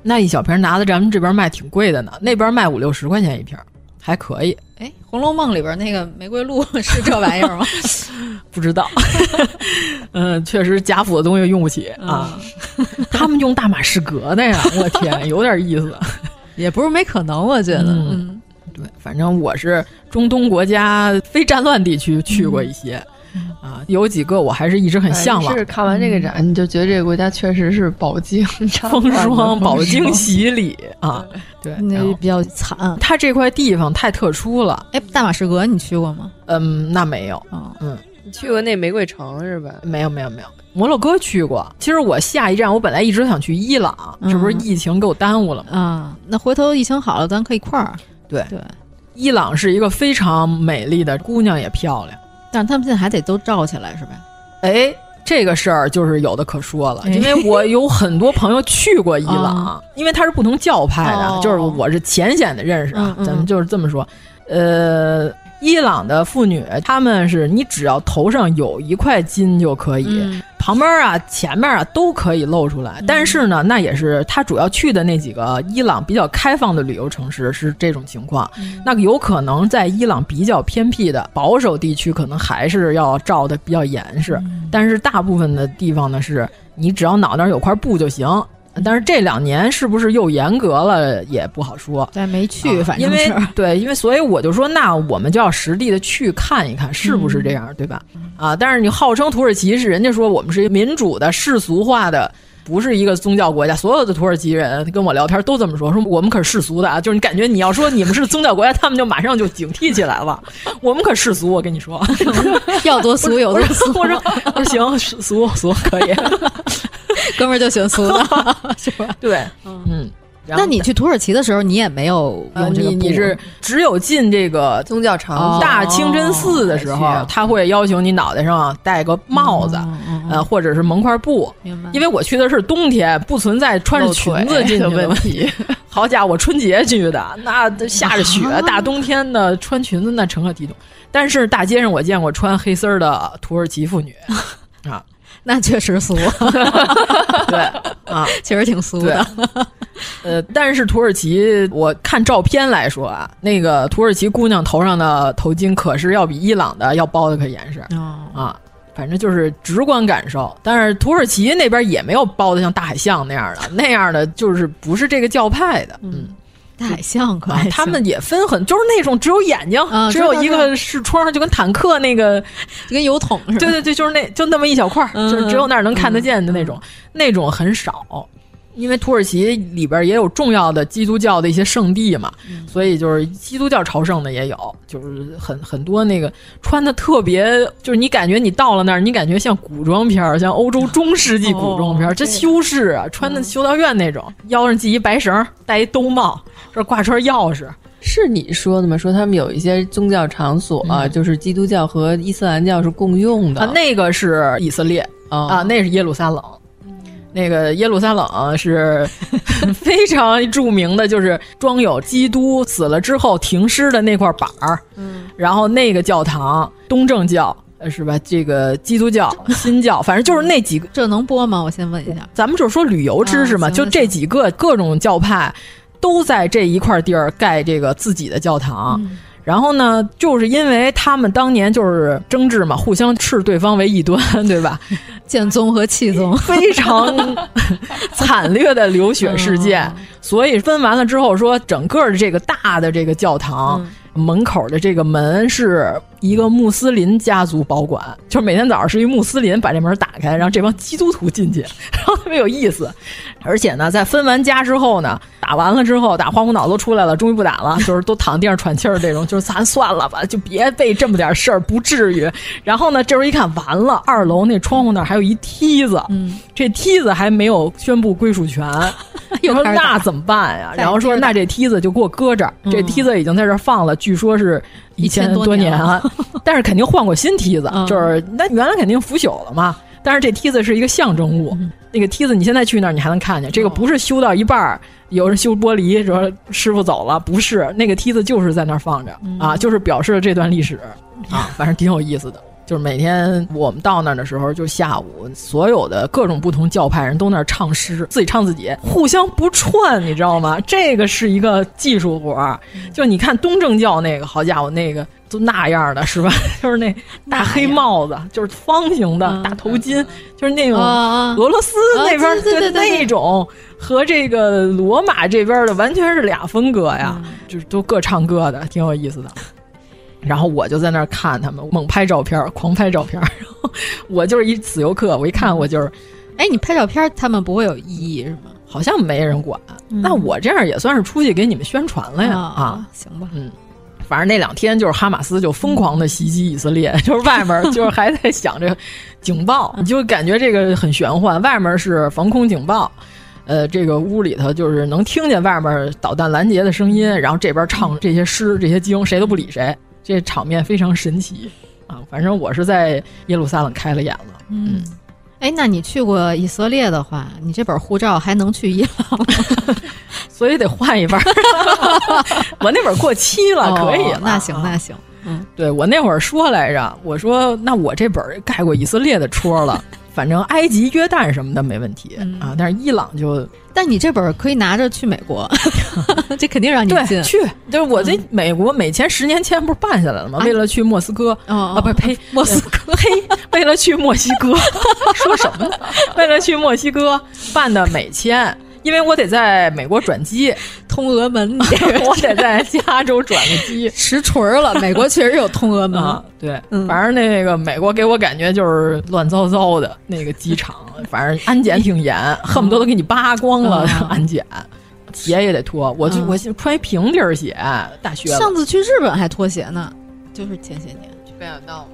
J: 那一小瓶拿到咱们这边卖挺贵的呢，那边卖五六十块钱一瓶，还可以。
I: 哎，《红楼梦》里边那个玫瑰露 *laughs* 是这玩意儿吗？
J: 不知道。 *laughs* 嗯，确实贾府的东西用不起、嗯、啊， *laughs* 他们用大马士革的 *laughs* 呀，我天，有点意思。
I: *laughs* 也不是没可能，我觉得，嗯，
J: 对，反正我是中东国家非战乱地区去过一些，嗯、啊，有几个我还是一直很向往。
K: 是看完这个展，哎嗯、你就觉得这个国家确实是饱经
J: 风
K: *laughs*
J: 霜、饱经洗礼啊，对，
I: 那比较惨。
J: 它这块地方太特殊了。
I: 哎，大马士革你去过吗？
J: 嗯，那没有。哦、嗯，
K: 你去过那玫瑰城是吧？
J: 没有，没有，没有。摩洛哥去过，其实我下一站我本来一直想去伊朗，嗯、这不是疫情给我耽误了吗？
I: 啊、嗯，那回头疫情好了，咱可以一块儿。
J: 对
I: 对，对
J: 伊朗是一个非常美丽的，姑娘也漂亮，
I: 但是他们现在还得都罩起来是吧？
J: 哎，这个事儿就是有的可说了，因为我有很多朋友去过伊 *laughs* 朗，因为他是不同教派的，哦、就是我是浅显的认识啊，嗯咱们就是这么说，呃。伊朗的妇女，她们是你只要头上有一块金就可以，嗯、旁边啊、前面啊都可以露出来。但是呢，那也是他主要去的那几个伊朗比较开放的旅游城市是这种情况。嗯、那有可能在伊朗比较偏僻的保守地区，可能还是要照的比较严实。嗯、但是大部分的地方呢，是你只要脑袋有块布就行。但是这两年是不是又严格了也不好说，
I: 但没去，反
J: 啊正因为 *laughs* 对，因为所以我就说，那我们就要实地的去看一看，是不是这样，嗯、对吧？啊，但是你号称土耳其是人家说我们是一个民主的世俗化的，不是一个宗教国家，所有的土耳其人跟我聊天都这么说，说我们可是世俗的啊，就是你感觉你要说你们是宗教国家，他们就马上就警惕起来了，我们可世俗，我跟你
I: *laughs*
J: 说，
I: 要多俗有多俗，*laughs*
J: 我说我说行，俗俗可以。 *laughs*
I: *laughs* 哥们儿就行俗的，是吧？
J: 对，嗯，然后
I: 那你去土耳其的时候，你也没有
J: 呃
I: 用这个
J: 你
I: 布
J: 你是只有进这个
K: 宗教场
I: 所
J: 大清真寺的时
I: 哦
J: 候，他会要求你脑袋上戴个帽
K: 嗯
J: 子，呃，或者是蒙块布。
I: 明白
J: 因为我去的是冬天，不存在穿着裙子进去
K: 露腿的问啊
J: 题。 *laughs* 好家伙，春节去的，那下着雪，啊大冬天的穿裙子那成何体统？但是大街上我见过穿黑丝儿的土耳其妇女 *laughs* 啊，
I: *laughs* 那确实俗，啊
J: 对啊，
I: 确实挺俗
J: 对
I: 的。 *laughs*
J: 呃，但是土耳其，我看照片来说啊，那个土耳其姑娘头上的头巾可是要比伊朗的要包的可严实、
I: 哦
J: 啊。反正就是直观感受，但是土耳其那边也没有包的像大海象那样的，那样的就是不是这个教派的，嗯，
I: 大海象可
J: 啊
I: 爱性，
J: 他们也分很，就是那种只有眼睛，
I: 啊
J: 只有
I: 知道
J: 一
I: 知道
J: 个视窗，就跟坦克那个
I: 就跟油桶似的。
J: *laughs* 对对对，就是那就那么一小块儿，
I: 嗯
J: 就是只有那儿能看得见的那种，那种很少。因为土耳其里边也有重要的基督教的一些圣地嘛，
I: 嗯
J: 所以就是基督教朝圣的也有，就是很很多那个穿的特别，就是你感觉你到了那儿，你感觉像古装片儿，像欧
I: 嗯
J: 洲中
I: 哦
J: 世纪古装片儿，这修士啊，穿的修道院那种，腰上系一白绳儿，戴一兜帽，这挂串钥匙，
K: 是你说的吗？说他们有一些宗教场所、
I: 嗯
K: 啊，就是基督教和伊斯兰教是共用的。
J: 啊，那个是以色列、
K: 哦
J: 啊，那是耶路撒冷。
I: 嗯
J: 那个耶路撒冷是非常著名的，就是装有基督死了之后停尸的那块板儿。嗯，然后那个教堂，东正教呃是吧？这个基督
I: *laughs*
J: 教、新教，反正就是那几个。
I: 这能播吗？我先问一下。
J: 咱们就是说旅游知识嘛，
I: 啊行
J: 就这几个各种教派都在这一块地儿盖这个自己的教堂。
I: 嗯
J: 然后呢，就是因为他们当年就是争执嘛，互相视对方为异端，对吧？
I: 剑宗和气
J: *laughs*
I: 宗
J: 非常惨烈的流血事件，所以分完了之后说，整个这个大的这个教堂、门口的这个门是一个穆斯林家族保管，就是每天早上是一穆斯林把这门打开，然后这帮基督徒进去， *laughs* 然后特别有意思。而且呢，在分完家之后呢，打完了之后，打花骨脑都出来了，终于不打了， *laughs* 就是都躺地上喘气儿这种，就是咱算了吧，就别被这么点事儿，不至于。然后呢，这时候一看，完了，二楼那窗户那儿还有一梯子，嗯，这梯子还没有宣布归属权，
I: *laughs* 又
J: 说
I: 开始打
J: 那怎么办呀？
I: 再
J: 然后说
I: 接着打
J: 那这梯子就给我搁这儿，这梯子已经在这儿放了，据说是一千
I: 1000多
J: 年
I: 年
J: 啊，但是肯定换过新梯子，
I: 嗯
J: 就是那原来肯定腐朽了嘛。但是这梯子是一个象征物，
I: 嗯
J: 那个梯子你现在去那儿你还能看见，这
I: 哦
J: 个不是修到一半儿有人修玻璃说师傅走了，不是那个梯子就是在那儿放着、
I: 嗯
J: 啊，就是表示了这段历史啊，反正挺有意思的。就是每天我们到那儿的时候，就下午，所有的各种不同教派人都那儿唱诗，自己唱自己，互相不串，你知道吗？这个是一个技术活儿。就你看东正教那个，好家伙，那个都那样的是吧？ *laughs* 就是那大黑帽子，就是方形
I: 嗯
J: 的大头巾，就是那种
I: 啊啊
J: 俄罗斯 *laughs* 那边儿
I: 啊对对对对对
J: 那种和这个罗马这边的完全是俩风格呀，
I: 嗯
J: 就是都各唱各的，挺有
I: *laughs*
J: 意思的。然后我就在那儿看他们，猛拍照片儿，狂拍照片儿。然后我就是一死游客，我一看我就是
I: 哎，你拍照片，他们不会有异议是吗？
J: 好像没人管，那
I: 嗯
J: 我这样也算是出去给你们宣传了呀啊！
I: 行吧，
J: 嗯，反正那两天就是哈马斯就疯狂的袭击以色列， *laughs* 就是外面就是还在想着警报，
I: 嗯
J: 你就感觉这个很玄幻，外面是防空警报。呃，这个屋里头就是能听见外面导弹拦截的声音，然后这边唱这些诗、这些经，谁都不理谁，这场面非常神奇啊！反正我是在耶路撒冷开了眼了。
I: 嗯。哎，那你去过以色列的话，你这本护照还能去伊朗吗？
J: 所以得换一本。 *laughs* 我 *laughs* 那本过期了，可以
I: 哦
J: 了。啊
I: 那行那行，
J: 对我那会儿说来着，我说那我这本儿盖过以色列的
I: *laughs*
J: 戳了，反正埃及、约旦什么的没问题、
I: 嗯
J: 啊，但是伊朗就
I: 但你这本可以拿着去美国， *laughs* 这肯定让你进
J: 对去，就是我这美国美签十年前不是办下来了吗？为了去莫斯科
I: 啊哦
J: 啊，不是呸，
I: 莫斯
J: 科呸，为了去墨西
I: *laughs*
J: 哥，说什么呢？为了去墨西哥办的美签。因为我得在美国转机， *laughs*
I: 通俄门，你这 *laughs* 个
J: 我得在加州转个机，
I: 实锤儿 *laughs* 了。美国确实有通俄门，
J: 啊，对，
I: 嗯
J: 反正那个美国给我感觉就是乱糟糟的那个
I: *laughs*
J: 机场，反正安检挺严，恨不得都给你扒光了、
I: 嗯
J: *laughs* 安检，鞋也得脱。我就、我就穿一平底儿鞋，大靴子
I: 上次去日本还脱鞋呢，就是前些年。
K: 没想到
I: 啊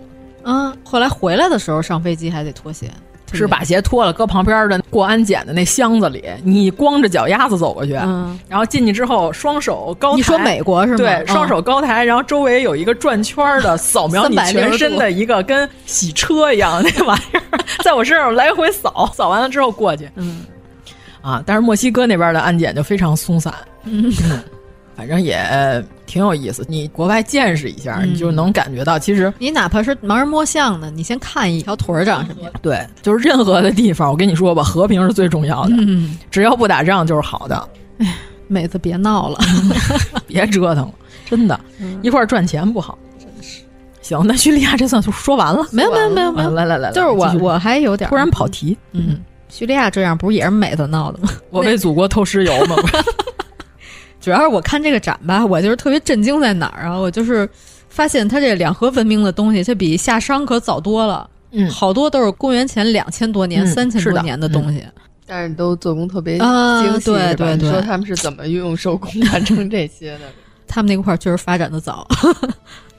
I: 嗯，后来回来的时候上飞机还得脱鞋，
J: 是把鞋脱了搁旁边的过安检的那箱子里，你光着脚丫子走过去，
I: 嗯、
J: 然后进去之后双手高抬，
I: 你说美国是吗？哦嗯
J: 对，双手高抬，然后周围有一个转圈的扫描你全身的一个跟洗车一样那玩意儿， *laughs* 在我身上来回扫， *laughs* 扫完了之后过去。
I: 嗯，
J: 啊，但是墨西哥那边的安检就非常松散。
I: 嗯。
J: 反正也挺有意思，你国外见识一下，
I: 嗯、
J: 你就能感觉到，其实
I: 你哪怕是盲人摸象的，你先看一条腿长什么样。
J: 对，就是任何的地方，我跟你说吧，和平是最重要的，
I: 嗯、
J: 只要不打仗就是好的。
I: 哎，妹子别闹 *laughs* 了，
J: 别折腾了，真的，
I: 嗯、
J: 一块儿赚钱不好。行，那叙利亚这算就说完了。啊
I: 没有没有没有没有，
J: 来来来，
I: 就是我我还有点
J: 突然跑题。
I: 嗯，叙利亚这样不是也是美子闹的吗？
J: 我为祖国偷
I: *laughs*
J: 石油吗？
I: 主要是我看这个展吧，我就是特别震惊在哪儿啊？我就是发现它这两河文明的东西，它比夏商可早多了，
J: 嗯，
I: 好多都是公元前两千多年、
J: 嗯、
I: 三千多年
J: 的
I: 东西，嗯、
K: 但是都做工特别
I: 精
K: 细，
I: 啊、对对对，
K: 说他们是怎么运用手工完成这些的？
I: 他们那块儿确实发展的早。 *laughs*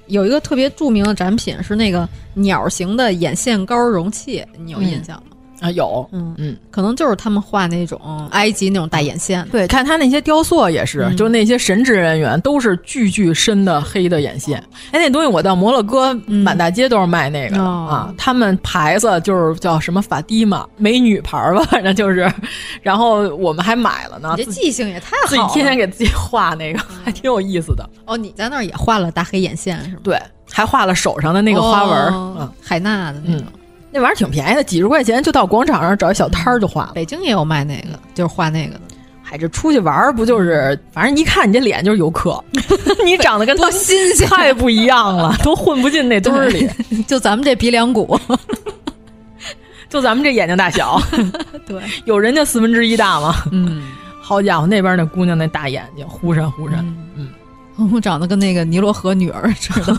I: 有一个特别著名的展品是那个鸟形的眼线膏容器，你有印象吗？
J: 嗯啊，有，
I: 嗯
J: 嗯，
I: 可能就是他们画那种埃及那种大眼线，
J: *laughs* 对，看他那些雕塑也是，
I: 嗯、
J: 就那些神职人员都是巨巨深的黑的眼线。哎，那东西我到摩洛哥满大街都是卖那个的、
I: 嗯、
J: 啊，他们牌子就是叫什么法蒂玛美女牌吧，反正就是，然后我们还买了呢。
I: 你这记性也太好了，
J: 自己天天给自己画那个，还挺有意思的。
I: 哦，你在那儿也画了大黑眼线是吗？
J: 对，还画了手上的那个花纹，
I: 哦、
J: 嗯，
I: 海纳的那种。
J: 那玩意儿挺便宜的，几十块钱就到广场上找一小摊儿就画了。
I: 北京也有卖那个，就是画那个的。
J: 嗨，这出去玩儿不就是，反正一看你这脸就是游客， *laughs* 你长得跟
I: 多新鲜，
J: *laughs* 太不一样了， *laughs* 都混不进那堆儿里。
I: *laughs* 就咱们这鼻梁骨，
J: 就咱们这眼睛大小，
I: *laughs*
J: *laughs*
I: 对，
J: 有人家四分之一大吗？ *laughs*
I: 嗯，
J: 好家伙，那边那姑娘那大眼睛，忽闪忽
K: 啊
J: 闪，嗯，
I: 我长得跟那个尼罗河女儿似的。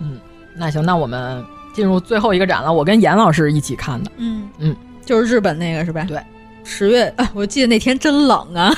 J: 嗯，那行，那我们。进入最后一个展了，我跟严老师一起看的。
I: *laughs* 嗯
J: 嗯，
I: 就是日本那个是吧？
J: 对，
I: 十月、啊，我记得那天真冷
K: *laughs*
I: 啊，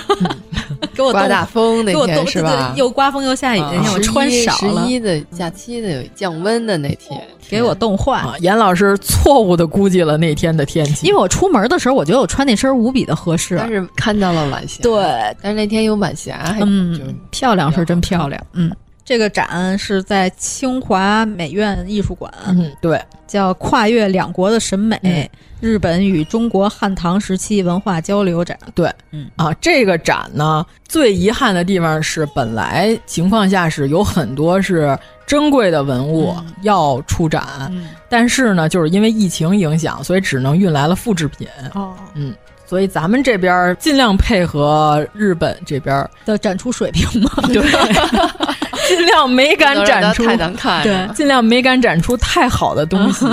I: 给 *laughs* 我
K: 刮大风那天
I: 是
K: 吧？啊
I: 又刮风又下雨那天，我穿少了。啊
K: 十一的假期的降温的那天，
I: 给我冻坏。
J: 啊严老师错误的估计了那天的天气，
I: 因为我出门的时候，我觉得我穿那身无比的合适，
K: 但是看到了晚霞。
I: 对，
K: 但是那天有晚霞，
I: 嗯，漂亮是真漂亮，嗯。这个展是在清华美院艺术馆，
J: 嗯，对，
I: 叫“跨越两国的审美：
J: 嗯、
I: 日本与中国汉唐时期文化交流展”。
J: 对，
I: 嗯
J: 啊，这个展呢，最遗憾的地方是，本来情况下是有很多是珍贵的文物要出展，
I: 嗯、
J: 但是呢，就是因为疫情影响，所以只能运来了复制品。
I: 哦，
J: 嗯。所以咱们这边尽量配合日本这边
I: 的展出水平嘛， *laughs*
J: 对，尽量没敢展出
K: 太难看，
I: 对，
J: 尽量没敢展出太好的东
I: 嗯
J: 西，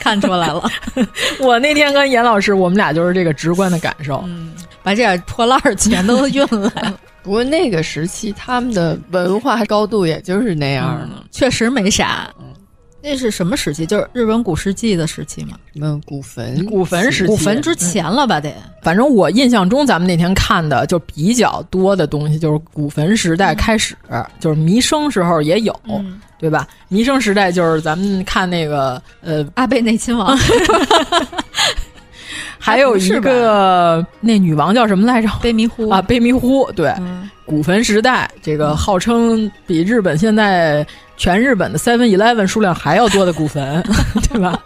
I: 看出来 *laughs* 了。
J: *laughs* 我那天跟严老师，我们俩就是这个直观的感受，
I: 嗯、把这点破烂儿全都运来了。
K: 不过那个时期他们的文化高度也就是那样了，
I: 嗯、 *laughs* 确实没啥。嗯那是什么时期？就是日本古世纪的时期吗？
K: 嗯，古坟，
J: 古坟时期，
I: 古坟之前了吧？得、嗯，
J: 反正我印象中，咱们那天看的就比较多的东西，就是古坟时代开始，
I: 嗯、
J: 就是弥生时候也有，
I: 嗯、
J: 对吧？弥生时代就是咱们看那个呃，
I: 阿倍内亲王，
J: 还有一个那女王叫什么来着？
I: 悲迷糊
J: 啊，悲迷糊，对。
I: 嗯
J: 古坟时代，这个号称比日本现在全日本的 Seven Eleven 数量还要多的古坟， *laughs* 对吧？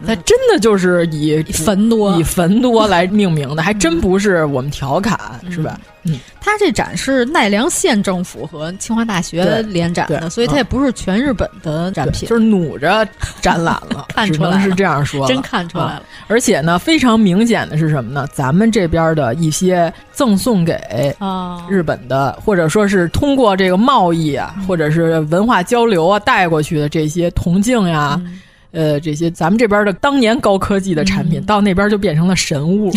J: 那真的就是以
I: 坟多、
J: 以坟多来命名的，还真不是我们调侃，是吧？嗯，
I: 它这展是奈良县政府和清华大学联展的，所以它也不是全日本的展品，
J: 就是努着展览了，
I: 嗯 *laughs* 看出来
J: 是这样说，啊
I: 真看出来了。
J: 而且呢，非常明显的是什么呢？咱们这边的一些赠送给
I: 嗯哦
J: 日本的，或者说是通过这个贸易啊，
I: 嗯
J: 或者是文化交流啊带过去的这些铜镜呀。呃，这些咱们这边的当年高科技的产品，
I: 嗯、
J: 到那边就变成了
I: *laughs*
J: 神物，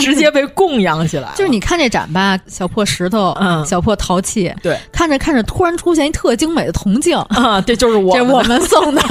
J: 直接被供养起来。
I: 就是你看这展吧，小破石头，
J: 嗯，
I: 小破陶器，
J: 对，
I: 看着看着，突然出现一特精美的铜镜
J: 啊，对，就是我
I: 这我们送的，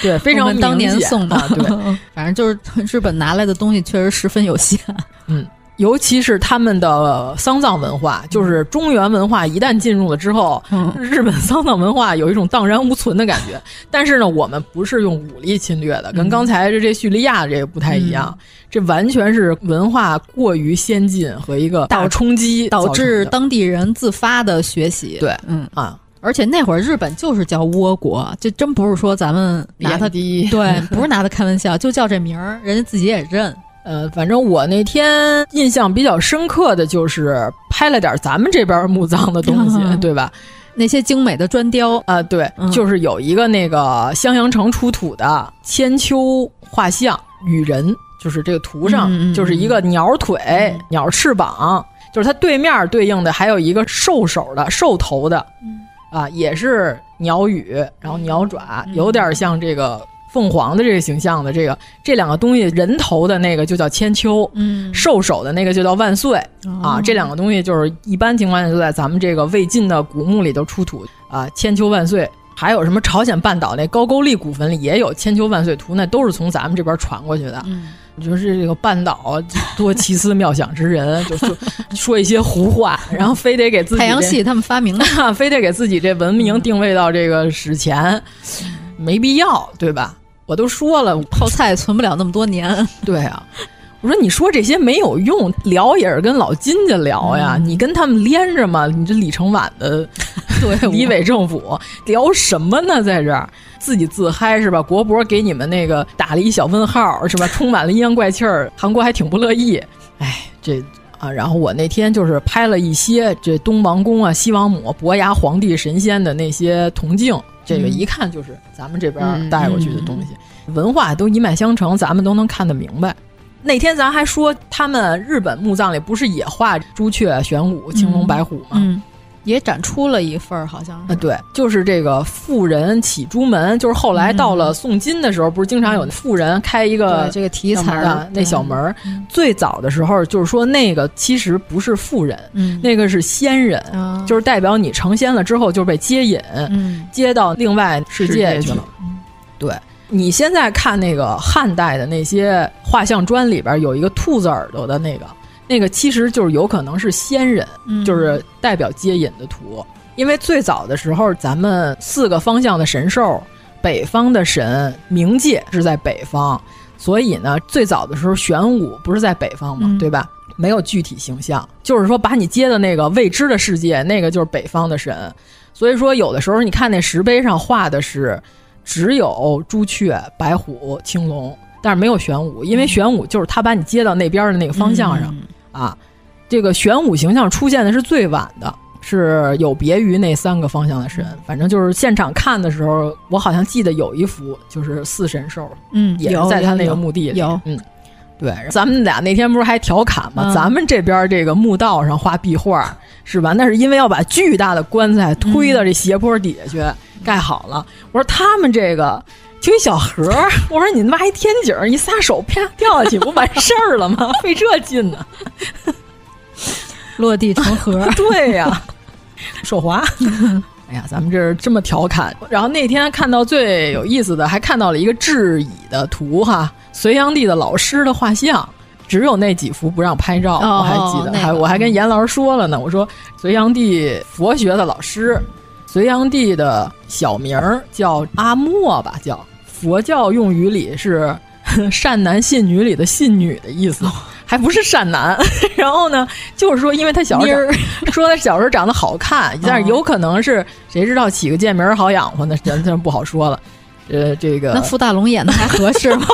J: 对， *laughs* 非常
I: 当年送的， *laughs*
J: 啊、对，
I: 反正就是日本拿来的东西确实十分有限，
J: 嗯。尤其是他们的丧葬文
I: 嗯
J: 化，就是中原文化一旦进入了之后，日本丧葬文化有一种荡然无存的感
I: *laughs*
J: 觉。但是呢，我们不是用武力侵略的，
I: 嗯
J: 跟刚才这这叙利亚这个不太一样，这完全是文化过于先进和一个大冲击
I: 导致当地人自发的学习。
J: 对，嗯啊。
I: 而且那会儿日本就是叫倭国，这真不是说咱们拿它
J: 低，
I: 对，不是拿它开玩笑，就叫这名儿，人家自己也认。
J: 呃，反正我那天印象比较深刻的就是拍了点咱们这边墓葬的东西，嗯、对吧？
I: 那些精美的砖雕
J: 啊、呃，对，嗯、就是有一个那个襄阳城出土的千秋画像羽人，就是这个图上、嗯、就是一个鸟腿、鸟翅膀，就是它对面对应的还有一个兽首的、兽头的。啊，也是鸟羽，然后鸟爪，有点像这个凤凰的这个形象的这个这两个东西，人头的那个就叫千秋，嗯，兽首的那个就叫万岁、哦、啊，这两个东西就是一般情况下就在咱们这个魏晋的古墓里头出土啊，千秋万岁，还有什么朝鲜半岛那高句丽古坟里也有千秋万岁图，那都是从咱们这边传过去的。嗯你说是这个半岛多奇思妙想之
I: *laughs*
J: 人，就说说一些胡话，然后非得给自己
I: 太阳系他们发明的、
J: 啊， *laughs* 非得给自己这文明定位到这个史前，没必要，对吧？我都说了，
I: 泡菜存不了那么多
J: *laughs*
I: 年。
J: 对啊，我说你说这些没有用，聊也是跟老金家聊呀，嗯、你跟他们连着嘛，你这李承晚的。
I: *laughs* 对，
J: 李伪政府聊什么呢？在这儿自己自嗨是吧？国博给你们那个打了一小问号是吧？充满了阴阳怪气儿，韩国还挺不乐意。哎，这啊，然后我那天就是拍了一些这东王公啊、西王母、伯牙皇帝、神仙的那些铜镜，这
I: 嗯
J: 个一看就是咱们这边带过去的东西，嗯、文化都一脉相承，咱们都能看得明白。那天咱还说，他们日本墓葬里不是也画朱雀、玄武、青龙、白虎吗？
I: 嗯嗯也展出了一份儿，好像
J: 啊，对，就是这个富人起朱门，就是后来到了宋金的时候，嗯、不是经常有富人开一呃个
I: 这个题材
J: 的那小门儿。最早的时候，就是说那个其实不是富人，嗯、那个是仙人，
I: 啊
J: 嗯、就是代表你成仙了之后就被接引，
I: 嗯
J: 接到另外世界去了。对，你现在看那个汉代的那些画像砖里边有一个兔子耳朵的那个。那个其实就是有可能是仙人，嗯、就是代表接引的图，因为最早的时候，咱们四个方向的神兽，北方的神冥界是在北方，所以呢，最早的时候玄武不是在北方嘛，嗯、对吧？没有具体形象，就是说把你接的那个未知的世界，那个就是北方的神，所以说有的时候你看那石碑上画的是只有朱雀、白虎、青龙。但是没有玄武，因为玄武就是他把你接到那边的那个方向上、嗯、啊。这个玄武形象出现的是最晚的，是有别于那三个方向的神。反正就是现场看的时候，我好像记得有一幅就是四神兽，
I: 嗯，
J: 也是在他那个墓地里。
I: 有，有
J: 嗯，对，咱们俩那天不是还调侃嘛，嗯、咱们这边这个墓道上画壁画是吧？那是因为要把巨大的棺材推到这斜坡底下去、嗯、盖好了。我说他们这个。就一小盒儿，我说你妈一天井，一撒手啪掉下去，不完事儿了吗？费这劲呢、啊，
I: 落地成盒。
J: *laughs* 对呀、
I: *laughs*
J: 啊，手滑。哎呀，咱们这是这么调侃。然后那天看到最有意思的，还看到了一个致矣的图哈，隋炀帝的老师的画像，只有那几幅不让拍照，
I: 哦、
J: 我还记得，
I: 那个、嗯
J: 还我还跟严老师说了呢，我说隋炀帝佛学的老师，隋炀帝的小名叫阿莫吧，叫。佛教用语里是 *laughs* 善男信女里的信女的意
I: 哦
J: 思，还不是善男。 *laughs* 然后呢，就是说，因为他小时候 *laughs* 说他小时候长得好看，但是有可能是谁知道起个贱名好养活呢？咱咱不好说了。呃，这个
I: 那傅大龙演的还合适
J: *laughs*
I: 吗？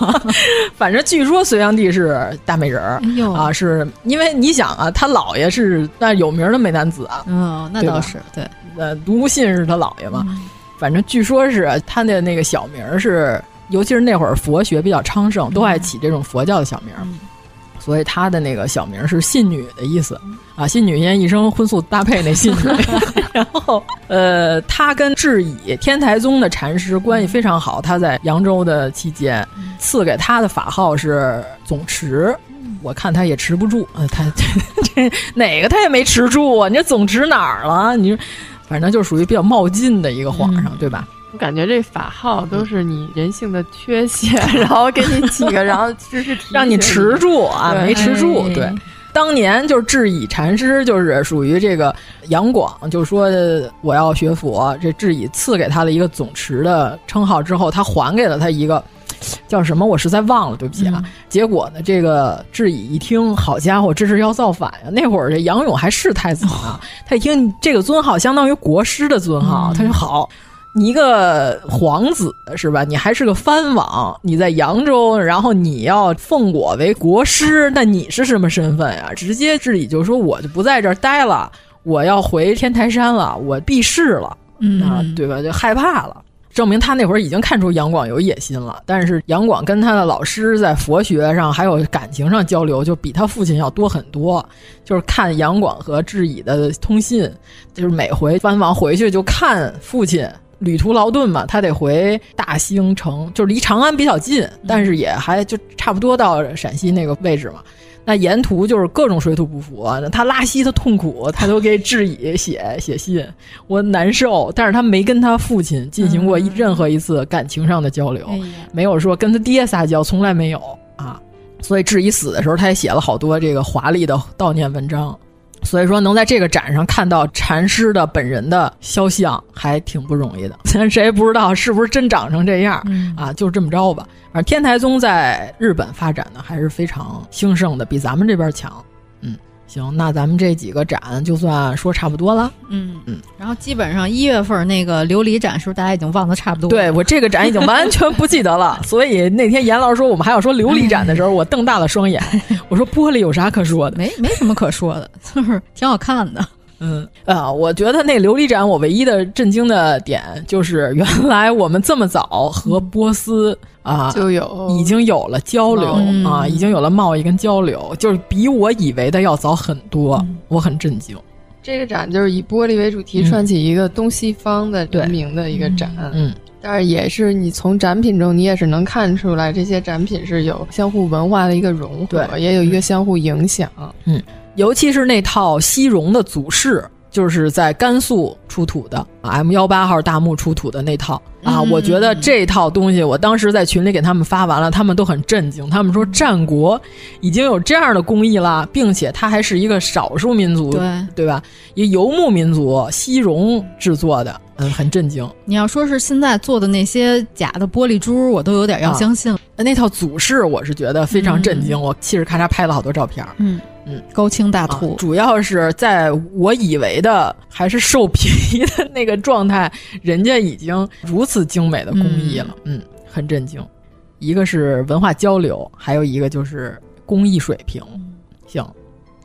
J: 反正据说隋炀帝是大美人儿、
I: 哎、
J: 啊，是因为你想啊，他姥爷是那有名的美男子啊。
I: 嗯、哦，那倒是对。
J: 呃，独孤信是他姥爷嘛。嗯反正据说是他的那个小名是，尤其是那会儿佛学比较昌盛，都爱起这种佛教的小名，嗯、所以他的那个小名是“信女”的意思啊，“信女”因一生荤素搭配那“信女”。 *laughs* 然后，呃，他跟智已天台宗的禅师关系非常好，他在扬州的期间赐给他的法号是总持。我看他也持不住，呃、他这哪个他也没持住啊！你这总持哪儿了？你说。反正就属于比较冒进的一个皇上，
K: 嗯、
J: 对吧？
K: 我感觉这法号都是你人性的
I: *laughs*
K: 缺 *laughs* 陷，嗯、然后给你起个，然后就是
J: 让你持住啊，没持住。对，哎、当年就是智以禅师，就是属于这个杨广，就说我要学佛，这智以赐给他的一个总持的称号之后，他还给了他一个。叫什么？我实在忘了，对不起啊。嗯、结果呢，这个智以一听，好家伙，这是要造反呀、啊！那会儿这杨勇还是太子呢、啊，哦、他一听这个尊号相当于国师的尊号，嗯、他说好。你一个皇子是吧？你还是个藩王，你在扬州，然后你要奉我为国师，那你是什么身份呀、啊？直接智以就说：“我就不在这儿待了，我要回天台山了，我避世了，嗯、啊，对吧？就害怕了。”证明他那会儿已经看出杨广有野心了，但是杨广跟他的老师在佛学上还有感情上交流，就比他父亲要多很多。就是看杨广和智以的通信，就是每回藩王回去就看父亲。旅途劳顿嘛，他得回大兴城，就是离长安比较近，但是也还就差不多到陕西那个位置嘛。那沿途就是各种水土不服，他拉稀，他痛苦，他都给质疑写写信，我难受。但是他没跟他父亲进行过任何一次感情上的交流，
I: 哎
J: 嗯、没有说跟他爹撒娇，从来没有啊。所以质疑死的时候，他也写了好多这个华丽的悼念文章。所以说，能在这个展上看到禅师的本人的肖像，还挺不容易的。 *laughs* 咱谁也不知道是不是真长成这样、嗯、啊？就这么着吧。反正天台宗在日本发展呢，还是非常兴盛的，比咱们这边强。嗯，行，那咱们这几个展就算说差不多了。
I: 嗯嗯。嗯然后基本上一月份那个琉璃展，是不是大家已经忘得差不多了？
J: 对我这个展已经完全不记得了。 *laughs* 所以那天严老师说我们还要说琉璃展的时候，我瞪大了双眼， *laughs* 我说玻璃有啥可说的？
I: 没没什么可说的。 *laughs* 就是挺好看的，
J: 嗯啊，我觉得那琉璃展，我唯一的震惊的点就是原来我们这么早和波斯、嗯、啊
K: 就有
J: 已经有了交流、嗯、啊，已经有了贸易跟交流，就是比我以为的要早很多，嗯、我很震惊。
K: 这个展就是以玻璃为主题，串起一个东西方的文明的一个展，
J: 嗯。
K: 但是也是你从展品中，你也是能看出来这些展品是有相互文化的一个融合，也有一个相互影响。
J: 嗯，尤其是那套西戎的祖饰，就是在甘肃出土的啊 M 幺八号大墓出土的那套啊，
I: 嗯、
J: 我觉得这套东西，我当时在群里给他们发完了，他们都很震惊，他们说战国已经有这样的工艺了，并且它还是一个少数民族，
I: 对
J: 对吧？一游牧民族西戎制作的。嗯，很震惊。
I: 你要说是现在做的那些假的玻璃珠，我都有点要相信了。
J: 啊、那套祖饰，我是觉得非常震惊，嗯、我气势咔嚓拍了好多照片。
I: 嗯
J: 嗯，嗯
I: 高清大图、
J: 啊，主要是在我以为的还是兽皮的那个状态，人家已经如此精美的工艺了。嗯,嗯，很震惊。一个是文化交流，还有一个就是工艺水平。行，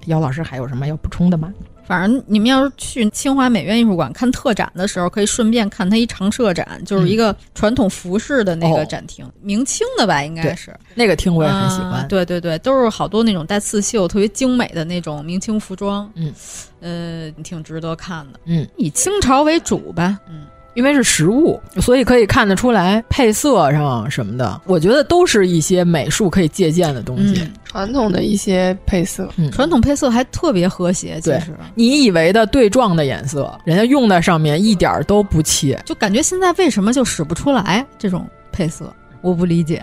J: 姚老师还有什么要补充的吗？
I: 反正你们要是去清华美院艺术馆看特展的时候，可以顺便看它一常设展，就是
J: 嗯
I: 一个传统服饰的那个展厅，嗯哦、明清的吧，应该是啊
J: 那个厅我也很喜欢、呃。
I: 对对对，都是好多那种带刺绣、特别精美的那种明清服装，
J: 嗯，
I: 呃，挺值得看的。
J: 嗯，
I: 以清朝为主吧，嗯。
J: 因为是实物，所以可以看得出来配色上什么的，我觉得都是一些美术可以借鉴的东西。
I: 嗯、
K: 传统的一些配色，
J: 嗯、
I: 传统配色还特别和谐。其实
J: 你以为的对撞的颜色，人家用在上面一点都不切，
I: 就感觉现在为什么就使不出来这种配色？我不理解。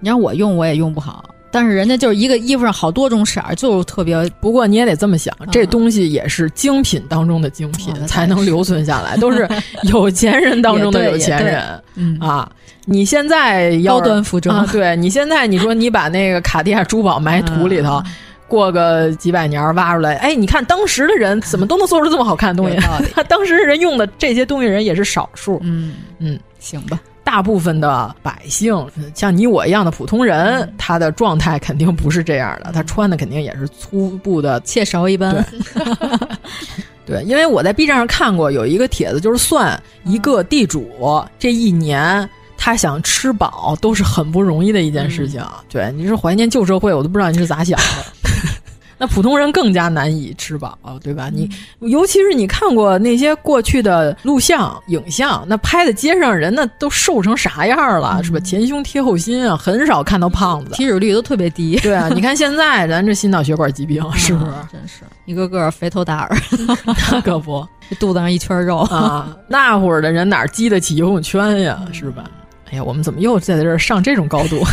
I: 你让我用我也用不好，但是人家就是一个衣服上好多种色儿，就是特别。
J: 不过你也得这么想，这东西也是精品当中的精品，
I: 嗯、
J: 才能留存下来，都是有钱人当中的有钱人
I: 嗯、
J: 啊。你现在要
I: 高端服装，
J: 啊、对你现在你说你把那个卡地亚珠宝埋土里头。
I: 嗯
J: 过个几百年挖出来，哎，你看当时的人怎么都能做出这么好看的东西？ *laughs* 当时人用的这些东西，人也是少数。
I: *laughs* 嗯
J: 嗯，嗯
I: 行吧。
J: 大部分的百姓，像你我一样的普通人，
I: 嗯、
J: 他的状态肯定不是这样的，他穿的肯定也是粗布的，
I: 切勺一般。
J: 对，因为我在 B 站上看过有一个帖子，就是算一个地主、嗯、这一年。他想吃饱都是很不容易的一件事情，
I: 嗯、
J: 对，你是怀念旧社会，我都不知道你是咋想的。 *laughs* 那普通人更加难以吃饱，对吧？你、
I: 嗯、
J: 尤其是你看过那些过去的录像、影像，那拍的街上人那都瘦成啥样了，
I: 嗯、
J: 是吧？前胸贴后心啊，很少看到胖子，
I: 体脂率都特别低。啊
J: 对啊，你看现在咱这心脑血管疾病是
I: *laughs*
J: 不是？
I: 真是一个个肥头大耳， *laughs*
J: 那可不，
I: 肚子上一圈肉
J: 啊！那会儿的人哪激得起游泳
I: 嗯 *laughs*
J: 圈呀，是吧？哎呀，我们怎么又在这儿上这种高度？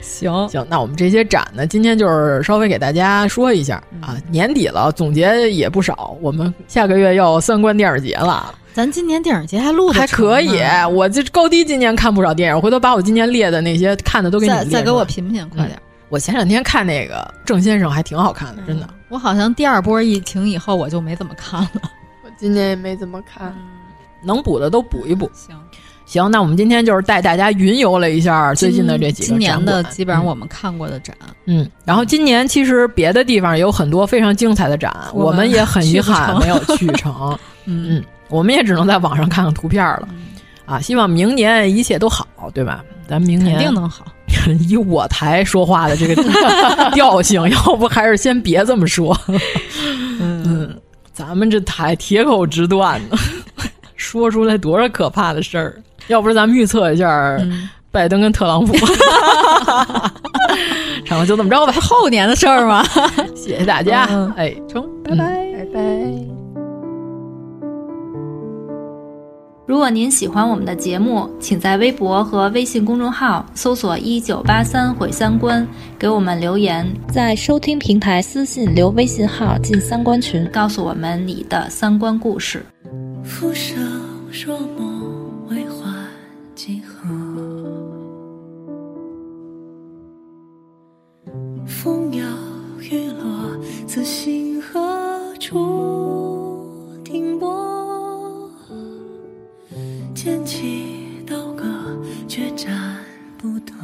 L: 行行，那我们这些展呢，今天就是稍微给大家说一下、
I: 嗯
L: 啊。年底了，总结也不少，我们下个月要三观电影节了。
I: 咱今年电影节 *laughs* 还录的
L: 还可以，我这高低今年看不少电影，回头把我今年列的那些看的都给你
I: 再再给我品品，快点、嗯！
L: 我前两天看那个郑先生还挺好看的，真的。嗯、
I: 我好像第二波疫情以后我就没怎么看了，
K: 我今年也没怎么看，嗯、
L: 能补的都补一补。
I: 行。
L: 行，那我们今天就是带大家云游了一下最近的这几个
I: 今年的基本上我们看过的展，
L: 嗯，嗯然后今年其实别的地方有很多非常精彩的展，我们也很遗憾没有去成， *laughs* 嗯嗯，我们也只能在网上看看图片了，嗯、啊，希望明年一切都好，对吧？咱明年
I: 肯定能好。
L: *laughs* 以我台说话的这个 *laughs* 调性，要不还是先别这么说， *laughs* 嗯，咱们这台铁口直断的， *laughs* 说出来多少可怕的事儿。要不是咱们预测一下、嗯、
I: *laughs*
L: 拜登跟特朗 *laughs* 普，然后就这么着吧，
I: 后年的事儿嘛。
L: 谢谢大家，嗯、哎，
I: 成，拜拜，
K: 拜拜。
M: 如果您喜欢我们的节目，请在微博和微信公众号搜索“一九八三毁三观”，给我们留言，
N: 在收听平台私信留微信号进三观群，
M: 告诉我们你的三观故事。
J: 俯首若梦。为欢几何？风摇雨落，自心何处停泊？剑起刀割，却斩不断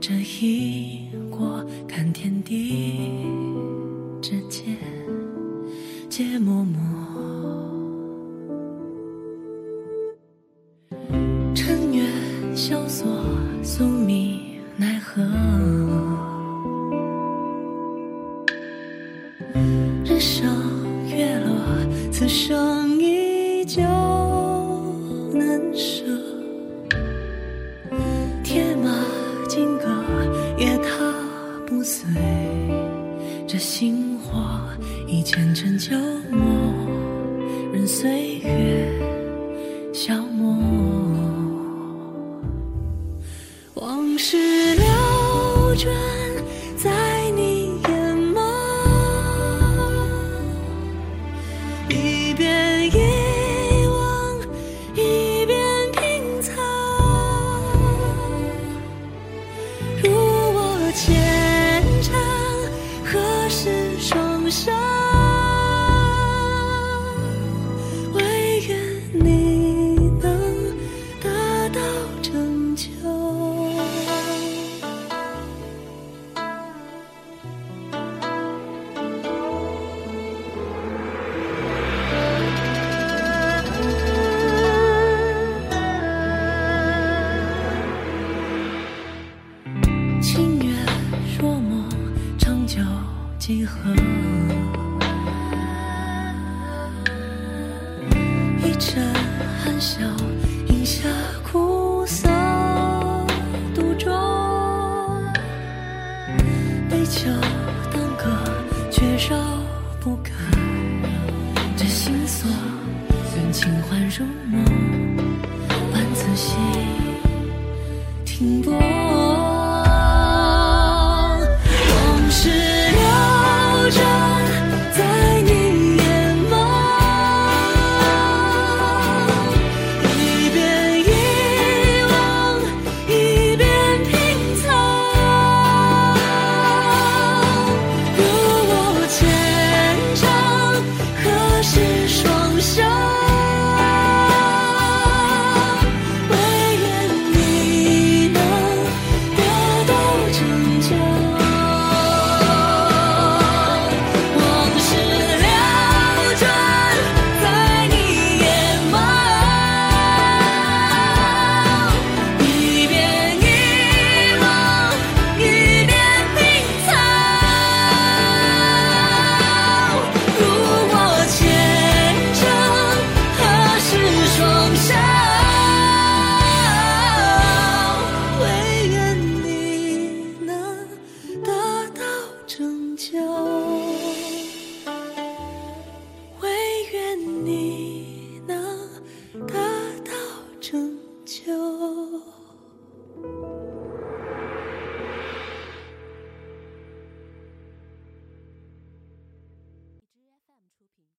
J: 这一过。看天地之间，皆默默。萧索，宿命奈何？日升月落，此生依旧难舍。铁马金戈，也踏不碎。这心火，已前尘旧梦，任岁月消磨。往事流转在你眼眸，一遍遗忘，一遍拼凑。如我虔诚，何时双手？唯愿你能达到拯救。几何？一阵含笑，饮下苦涩独酌。杯酒当歌，却绕不开这心锁。愿情幻如梦，伴此心停泊。